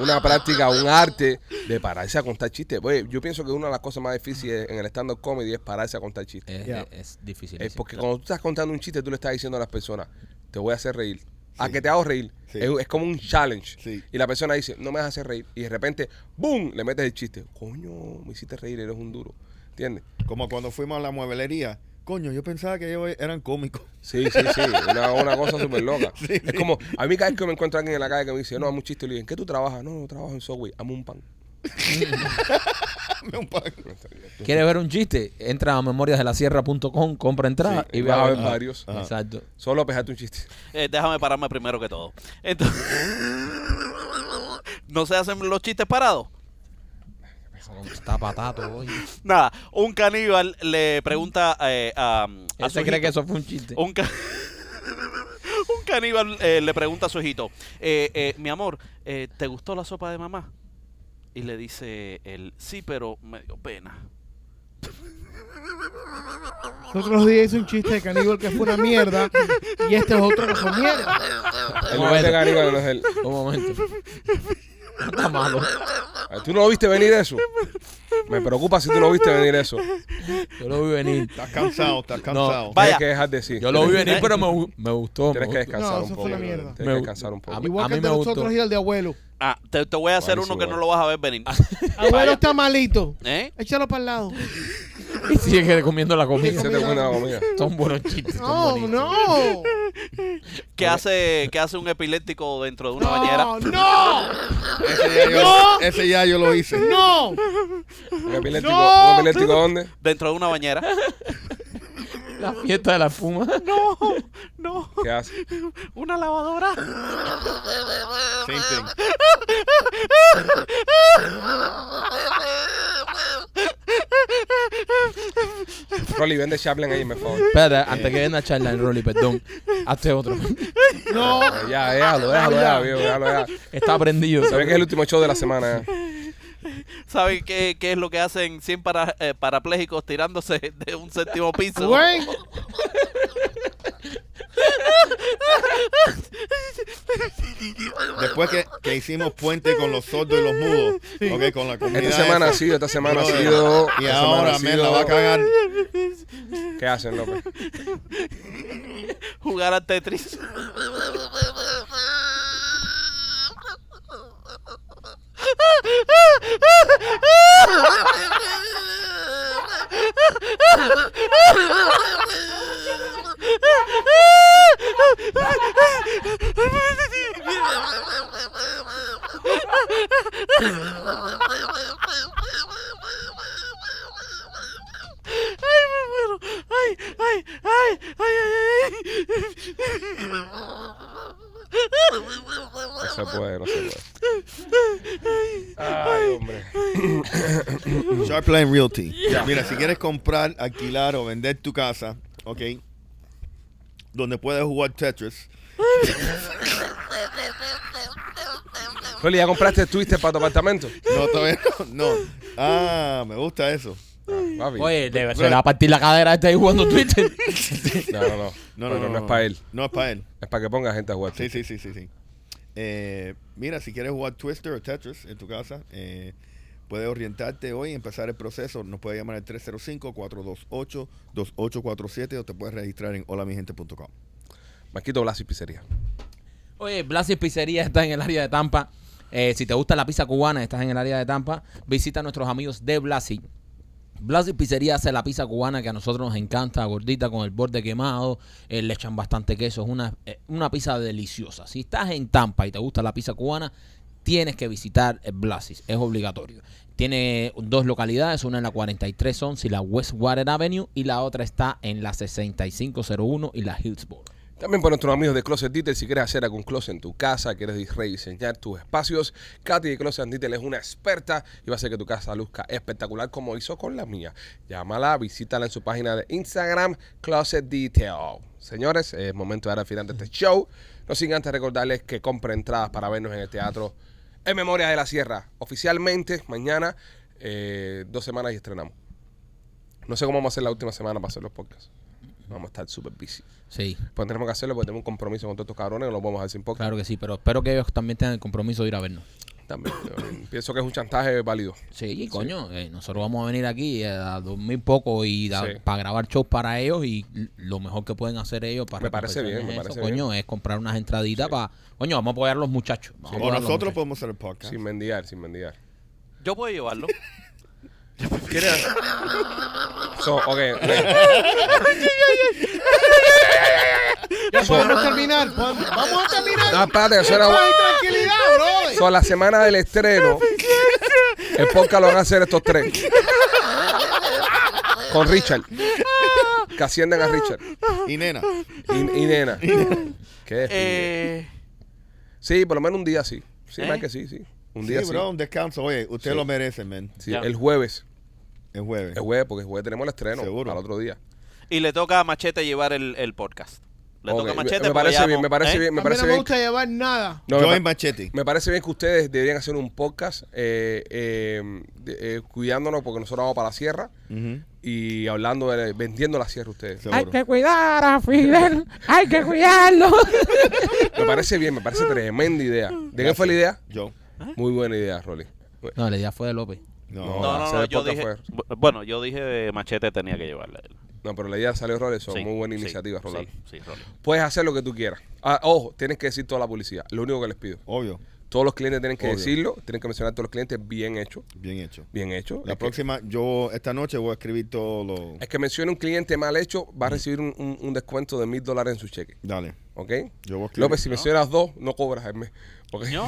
[SPEAKER 1] una práctica, un arte de pararse a contar chistes. Oye, yo pienso que una de las cosas más difíciles en el stand-up comedy es pararse a contar chistes.
[SPEAKER 3] Es,
[SPEAKER 4] Ya.
[SPEAKER 3] es- es difícil.
[SPEAKER 1] Es
[SPEAKER 3] sí.
[SPEAKER 1] porque cuando tú estás contando un chiste, tú le estás diciendo a las personas, te voy a hacer reír. A que te hago reír.
[SPEAKER 5] Sí.
[SPEAKER 1] Es, es como un challenge.
[SPEAKER 5] Sí.
[SPEAKER 1] Y la persona dice, no me vas a hacer reír. Y de repente, ¡boom! Le metes el chiste. Coño, me hiciste reír, eres un duro. ¿Entiendes?
[SPEAKER 5] Como cuando fuimos a la mueblería. Coño, yo pensaba que ellos eran cómicos. [laughs]
[SPEAKER 1] Sí, sí, sí. Una, una cosa súper
[SPEAKER 3] [laughs]
[SPEAKER 1] loca. es como, a mí cada vez que me encuentro a alguien en la calle que me dice, no, amo un chiste, le digo, ¿en qué tú trabajas? No, no trabajo en software, amo un pan.
[SPEAKER 5] Dame un pan.
[SPEAKER 3] ¿Quieres ver un chiste? Entra a memoriasdelasierra.com, compra entrada
[SPEAKER 1] Sí,
[SPEAKER 3] y ve
[SPEAKER 1] vas
[SPEAKER 3] a
[SPEAKER 1] a
[SPEAKER 3] ver
[SPEAKER 1] ver varios.
[SPEAKER 3] Ah, Exacto.
[SPEAKER 1] Solo pejate un chiste.
[SPEAKER 6] Eh, déjame pararme primero que todo. Entonces, [laughs] ¿no se hacen los chistes parados?
[SPEAKER 3] Está patato hoy.
[SPEAKER 6] Nada, un caníbal le pregunta eh, a, a
[SPEAKER 3] Él se
[SPEAKER 6] su
[SPEAKER 3] cree
[SPEAKER 6] hijito-
[SPEAKER 3] que eso fue un chiste.
[SPEAKER 6] Un, ca- [laughs] un caníbal eh, le pregunta a su hijito, eh, eh, mi amor, eh, ¿te gustó la sopa de mamá? Y le dice él, sí, pero me dio pena.
[SPEAKER 4] Nosotros días hice un chiste de caníbal que fue una mierda y este es otro que fue mierda.
[SPEAKER 3] Ah,
[SPEAKER 1] El no es de Caníbal, no es él.
[SPEAKER 3] Un momento. No está malo.
[SPEAKER 1] Ah, ¿Tú no viste venir eso? Me preocupa si tú no viste venir eso.
[SPEAKER 3] Yo lo vi
[SPEAKER 5] [laughs]
[SPEAKER 3] venir.
[SPEAKER 5] Estás cansado, estás cansado.
[SPEAKER 6] va- Vaya.
[SPEAKER 1] Tienes que dejar de decir.
[SPEAKER 3] Yo lo vi venir, pero me, gu- me gustó. me
[SPEAKER 1] Tienes que
[SPEAKER 3] gustó.
[SPEAKER 1] descansar
[SPEAKER 4] No,
[SPEAKER 1] un
[SPEAKER 4] eso fue
[SPEAKER 1] poco.
[SPEAKER 4] una
[SPEAKER 1] brother.
[SPEAKER 4] mierda.
[SPEAKER 1] Tienes
[SPEAKER 3] Me-
[SPEAKER 1] que descansar un poco.
[SPEAKER 3] mí-
[SPEAKER 4] Igual
[SPEAKER 3] a
[SPEAKER 4] que
[SPEAKER 3] mí
[SPEAKER 4] el de
[SPEAKER 3] me gustó.
[SPEAKER 4] nosotros y el de abuelo.
[SPEAKER 6] Ah, te, te voy a hacer
[SPEAKER 1] Buenísimo.
[SPEAKER 6] uno que no lo vas a
[SPEAKER 3] [laughs]
[SPEAKER 6] ver venir.
[SPEAKER 4] [laughs] Abuelo está malito.
[SPEAKER 6] ¿Eh?
[SPEAKER 4] Échalo para el lado.
[SPEAKER 3] Y sigue comiendo
[SPEAKER 1] [laughs]
[SPEAKER 3] la
[SPEAKER 1] Se
[SPEAKER 3] comida.
[SPEAKER 1] te fue
[SPEAKER 3] [laughs]
[SPEAKER 1] una comida.
[SPEAKER 3] Son buenos chistes. son
[SPEAKER 4] No,
[SPEAKER 3] bonitos.
[SPEAKER 4] no.
[SPEAKER 6] ¿Qué hace, ¿Qué hace un epiléptico dentro de una bañera?
[SPEAKER 4] No, no,
[SPEAKER 5] Ese ya, yo,
[SPEAKER 4] ¡No!
[SPEAKER 5] ese ya yo lo hice.
[SPEAKER 4] no. [laughs]
[SPEAKER 1] ¿Un epiléptico?
[SPEAKER 4] ¡No! [laughs]
[SPEAKER 1] ¿Un epiléptico dónde?
[SPEAKER 6] Dentro de una bañera.
[SPEAKER 3] La fiesta de la espuma.
[SPEAKER 6] No, no,
[SPEAKER 1] ¿Qué hace?
[SPEAKER 6] una lavadora.
[SPEAKER 5] Same thing.
[SPEAKER 1] Rolly, vende Chaplin ahí, por favor.
[SPEAKER 3] Espérate, antes que venga charla en Rolly, perdón. Hazte otro.
[SPEAKER 4] No,
[SPEAKER 5] Ah,
[SPEAKER 1] Eh, Ya, déjalo, déjalo, ya, viejo, déjalo, ya.
[SPEAKER 3] Está prendido.
[SPEAKER 1] Se ve que es el último show de la semana.
[SPEAKER 6] ¿Saben qué, qué es lo que hacen 100 para, eh, parapléjicos tirándose [laughs] de un
[SPEAKER 1] [laughs]
[SPEAKER 6] séptimo piso?
[SPEAKER 4] güey.
[SPEAKER 5] Después que, que hicimos puente con los sordos y los mudos, ok, con la comunidad.
[SPEAKER 1] Esta semana ha
[SPEAKER 5] esa,
[SPEAKER 1] sido, esta semana ha
[SPEAKER 5] brother,
[SPEAKER 1] sido.
[SPEAKER 5] Y
[SPEAKER 1] esta semana
[SPEAKER 5] ahora
[SPEAKER 1] ha
[SPEAKER 5] me
[SPEAKER 1] sido-
[SPEAKER 5] la va a cagar.
[SPEAKER 1] ¿Qué hacen, López?
[SPEAKER 6] Jugar al Tetris. ¡Ay, me muero! ¡Ay, ay, ay, ay, ay,
[SPEAKER 1] No se
[SPEAKER 7] ay!
[SPEAKER 1] puede, no se puede. Ay, hombre.
[SPEAKER 5] Sharpline Realty. Mira, si quieres comprar, alquilar o vender tu casa, ok, donde puedes jugar Tetris.
[SPEAKER 1] Rolly, ¿ya compraste el twister para tu apartamento? [laughs]
[SPEAKER 5] No, todavía no. no. Ah, me gusta eso.
[SPEAKER 1] Ah, Papi.
[SPEAKER 3] Oye, le- se le va a partir Eh, la cadera a este ahí
[SPEAKER 6] [laughs]
[SPEAKER 3] jugando Twitter.
[SPEAKER 1] No, no, no.
[SPEAKER 5] No, no, no,
[SPEAKER 1] es para él.
[SPEAKER 5] No es para él.
[SPEAKER 1] Es para que ponga gente a jugar.
[SPEAKER 5] Sí, sí, sí, sí, sí. Eh, mira, si quieres jugar Twister o Tetris en tu casa, eh, puedes orientarte hoy y empezar el proceso. Nos puedes llamar al 305-428-2847 o te puedes registrar en holamigente.com.
[SPEAKER 1] Marquito Blas y Pizzería.
[SPEAKER 3] Oye, Blasi Pizzería está en el área de Tampa. Eh, si te gusta la pizza cubana, estás en el área de Tampa. Visita a nuestros amigos de Blasi. Blasi Pizzería hace la pizza cubana que a nosotros nos encanta, gordita, con el borde quemado. eh, le echan bastante queso. Es una, eh, una pizza deliciosa. Si estás en Tampa y te gusta la pizza cubana, tienes que visitar eh, Blasis. Es obligatorio. Tiene dos localidades, una en la 4311 y la Westwater Avenue, y la otra está en la 6501 y la Hillsborough.
[SPEAKER 1] También para nuestros amigos de Closet Detail, si quieres hacer algún closet en tu casa, quieres rediseñar tus espacios, Katy de Closet Detail es una experta y va a hacer que tu casa luzca espectacular como hizo con la mía. Llámala, visítala en su página de Instagram, Closet Detail. Señores, es momento de dar al final de este show. No sin antes recordarles que compren entradas para vernos en el teatro En Memoria de la Sierra. Oficialmente, mañana, eh, dos semanas y estrenamos. No sé cómo vamos a hacer la última semana para hacer los podcasts. Vamos a estar súper busy.
[SPEAKER 3] Sí.
[SPEAKER 1] Pues tenemos que hacerlo porque tenemos un compromiso con todos estos cabrones, no lo podemos hacer sin podcast.
[SPEAKER 3] Claro que sí, pero espero que ellos también tengan el compromiso de ir a vernos.
[SPEAKER 1] También.
[SPEAKER 6] [coughs]
[SPEAKER 1] yo pienso que es un chantaje válido.
[SPEAKER 3] Sí, coño, eh, nosotros vamos a venir aquí eh, a dormir poco y
[SPEAKER 1] Sí.
[SPEAKER 3] para grabar shows para ellos y l- lo mejor que pueden hacer ellos para
[SPEAKER 1] Me parece bien,
[SPEAKER 3] recompensarles
[SPEAKER 1] me parece
[SPEAKER 3] coño, es comprar unas entraditas para, coño, vamos a apoyar a los muchachos. vamos a
[SPEAKER 5] O
[SPEAKER 3] apoyar a los
[SPEAKER 5] nosotros
[SPEAKER 3] muchachos.
[SPEAKER 5] podemos hacer el podcast.
[SPEAKER 1] Sin mendigar, sin mendigar.
[SPEAKER 6] Yo puedo llevarlo.
[SPEAKER 5] ¿Quieres-
[SPEAKER 1] So, ok.
[SPEAKER 4] Ya
[SPEAKER 1] So-
[SPEAKER 4] podemos terminar. podemos- Vamos a terminar.
[SPEAKER 1] no, espérate, eso era-
[SPEAKER 4] Ay, tranquilidad, bro.
[SPEAKER 1] So, la semana del estreno, el podcast lo van a hacer estos tres. Con Richard. Que ascienden a Richard.
[SPEAKER 5] Y nena,
[SPEAKER 1] Y, y nena. ¿Qué?
[SPEAKER 6] Eh,
[SPEAKER 1] sí, por lo menos un día sí. Sí,
[SPEAKER 6] ¿Eh?
[SPEAKER 1] más que sí, sí. Un
[SPEAKER 5] sí,
[SPEAKER 1] día sí.
[SPEAKER 5] bro, un descanso. Oye, usted
[SPEAKER 1] Sí. Eh,
[SPEAKER 5] lo merece, man.
[SPEAKER 1] Sí,
[SPEAKER 6] Ya.
[SPEAKER 1] el jueves.
[SPEAKER 5] El jueves.
[SPEAKER 1] El jueves, porque el jueves tenemos el estreno.
[SPEAKER 5] Seguro.
[SPEAKER 1] Al otro día.
[SPEAKER 6] y le toca a Machete llevar el, el podcast. Le
[SPEAKER 1] Ok,
[SPEAKER 6] toca a
[SPEAKER 1] me-
[SPEAKER 6] Machete.
[SPEAKER 1] Me
[SPEAKER 6] porque
[SPEAKER 1] parece
[SPEAKER 6] ya
[SPEAKER 1] bien,
[SPEAKER 6] no-
[SPEAKER 1] me parece
[SPEAKER 6] ¿eh?
[SPEAKER 1] bien, me
[SPEAKER 4] A mí
[SPEAKER 1] parece
[SPEAKER 4] no me
[SPEAKER 1] bien.
[SPEAKER 4] gusta llevar nada.
[SPEAKER 1] No, me
[SPEAKER 5] Joey
[SPEAKER 1] pa-
[SPEAKER 5] Machete.
[SPEAKER 1] me parece bien que ustedes deberían hacer un podcast eh, eh, de- eh, cuidándonos porque nosotros vamos para la sierra
[SPEAKER 5] Ujú,
[SPEAKER 1] y hablando, de, vendiendo la sierra a ustedes.
[SPEAKER 5] Seguro.
[SPEAKER 3] cuidar a Fidel, hay que cuidarlo.
[SPEAKER 1] Me parece bien, me parece tremenda idea. ¿De qué
[SPEAKER 5] Gracias. ¿Ah?
[SPEAKER 1] fue la idea?
[SPEAKER 5] Yo.
[SPEAKER 1] Muy buena idea, Rolly.
[SPEAKER 3] No, la idea fue de López.
[SPEAKER 5] No.
[SPEAKER 6] No, no,
[SPEAKER 1] hacer
[SPEAKER 6] no,
[SPEAKER 1] el
[SPEAKER 6] yo
[SPEAKER 1] podcast
[SPEAKER 6] dije.
[SPEAKER 1] fue-
[SPEAKER 6] bu- Bueno, yo dije Machete tenía que llevarle.
[SPEAKER 1] No, pero la idea salió Rolly, son
[SPEAKER 6] Sí,
[SPEAKER 1] muy buena
[SPEAKER 6] sí,
[SPEAKER 1] iniciativa,
[SPEAKER 6] sí,
[SPEAKER 1] Rolando.
[SPEAKER 6] Sí, Rolly.
[SPEAKER 1] Puedes hacer lo que tú quieras. Ah, ojo, tienes que decir toda la publicidad. Lo único que les pido.
[SPEAKER 5] Obvio.
[SPEAKER 1] Todos los clientes tienen que
[SPEAKER 5] Obvio.
[SPEAKER 1] decirlo, tienen que mencionar a todos los clientes bien hecho,
[SPEAKER 5] Bien hecho.
[SPEAKER 1] bien hecho.
[SPEAKER 5] La
[SPEAKER 1] Es que-
[SPEAKER 5] próxima, yo esta noche voy a escribir todo lo.
[SPEAKER 1] Es que mencione un cliente mal hecho,
[SPEAKER 5] Mm.
[SPEAKER 1] va a recibir un, un- un descuento de mil dólares en su cheque.
[SPEAKER 5] Dale.
[SPEAKER 1] ¿Ok?
[SPEAKER 5] Yo voy a escribir.
[SPEAKER 1] López, si mencionas dos, no cobras al mes. Ok.
[SPEAKER 6] ¿Yo?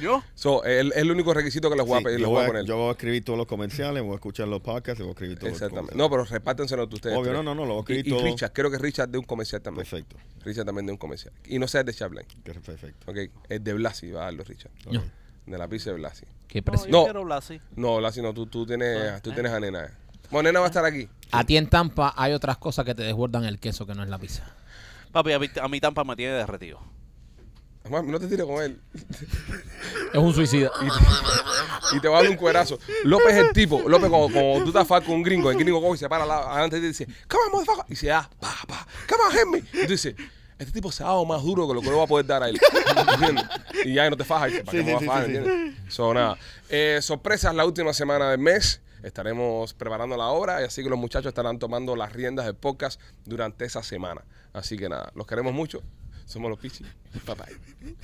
[SPEAKER 6] ¿Yo?
[SPEAKER 1] [laughs] So, el- es el único requisito que les voy,
[SPEAKER 5] Sí,
[SPEAKER 1] a, pedir,
[SPEAKER 5] yo,
[SPEAKER 1] les voy a poner.
[SPEAKER 5] yo voy a escribir todos los comerciales, voy a escuchar los podcasts y voy a escribir todos
[SPEAKER 1] Exactamente.
[SPEAKER 5] los
[SPEAKER 1] No, pero repártenselo entre ustedes.
[SPEAKER 5] Obvio,
[SPEAKER 1] tres.
[SPEAKER 5] no, no, no, lo voy a
[SPEAKER 1] Y-
[SPEAKER 5] escribir
[SPEAKER 1] y,
[SPEAKER 5] todo.
[SPEAKER 1] Richard, creo que Richard de un comercial también.
[SPEAKER 5] Perfecto.
[SPEAKER 1] Richard también de un comercial. Y no sea de Chaplin.
[SPEAKER 5] que es Perfecto.
[SPEAKER 1] Ok. Es de Blasi, va a darlo, Richard.
[SPEAKER 3] No.
[SPEAKER 1] De la pizza de Blasi.
[SPEAKER 3] Qué
[SPEAKER 6] No, yo
[SPEAKER 3] presión.
[SPEAKER 1] No.
[SPEAKER 6] quiero Blasi.
[SPEAKER 1] No, Blasi, no, tú, tú, tienes, tú tienes a Nena. Bueno, Nena va a estar aquí.
[SPEAKER 3] A ti en Tampa hay otras cosas que te desbordan el queso que no es la pizza.
[SPEAKER 6] Papi, a mí, a mí Tampa me tiene derretido.
[SPEAKER 1] Mami, no te tires con él.
[SPEAKER 3] Es un suicida.
[SPEAKER 1] Y te va a dar un cuerazo. López es el tipo. López, cuando, cuando tú estás fat con un gringo, el gringo coge y se para al lado, adelante de ti y te dice, come on, motherfucker. Y se da, pa, pa, come on, hit me. Y tú dices, este tipo se ha dado más duro que lo que le va a poder dar a él. ¿Entiendes? Y ya no te fajas. dices, ¿Para qué
[SPEAKER 5] Sí,
[SPEAKER 1] me
[SPEAKER 5] sí,
[SPEAKER 1] voy a fajar?
[SPEAKER 5] sí, sí,
[SPEAKER 1] ¿Entiendes? So, nada. Eh, sorpresas la última semana del mes. Estaremos preparando la obra y así que los muchachos estarán tomando las riendas del podcast durante esa semana. Así que nada, los queremos mucho. Somos los Pichis. Bye bye.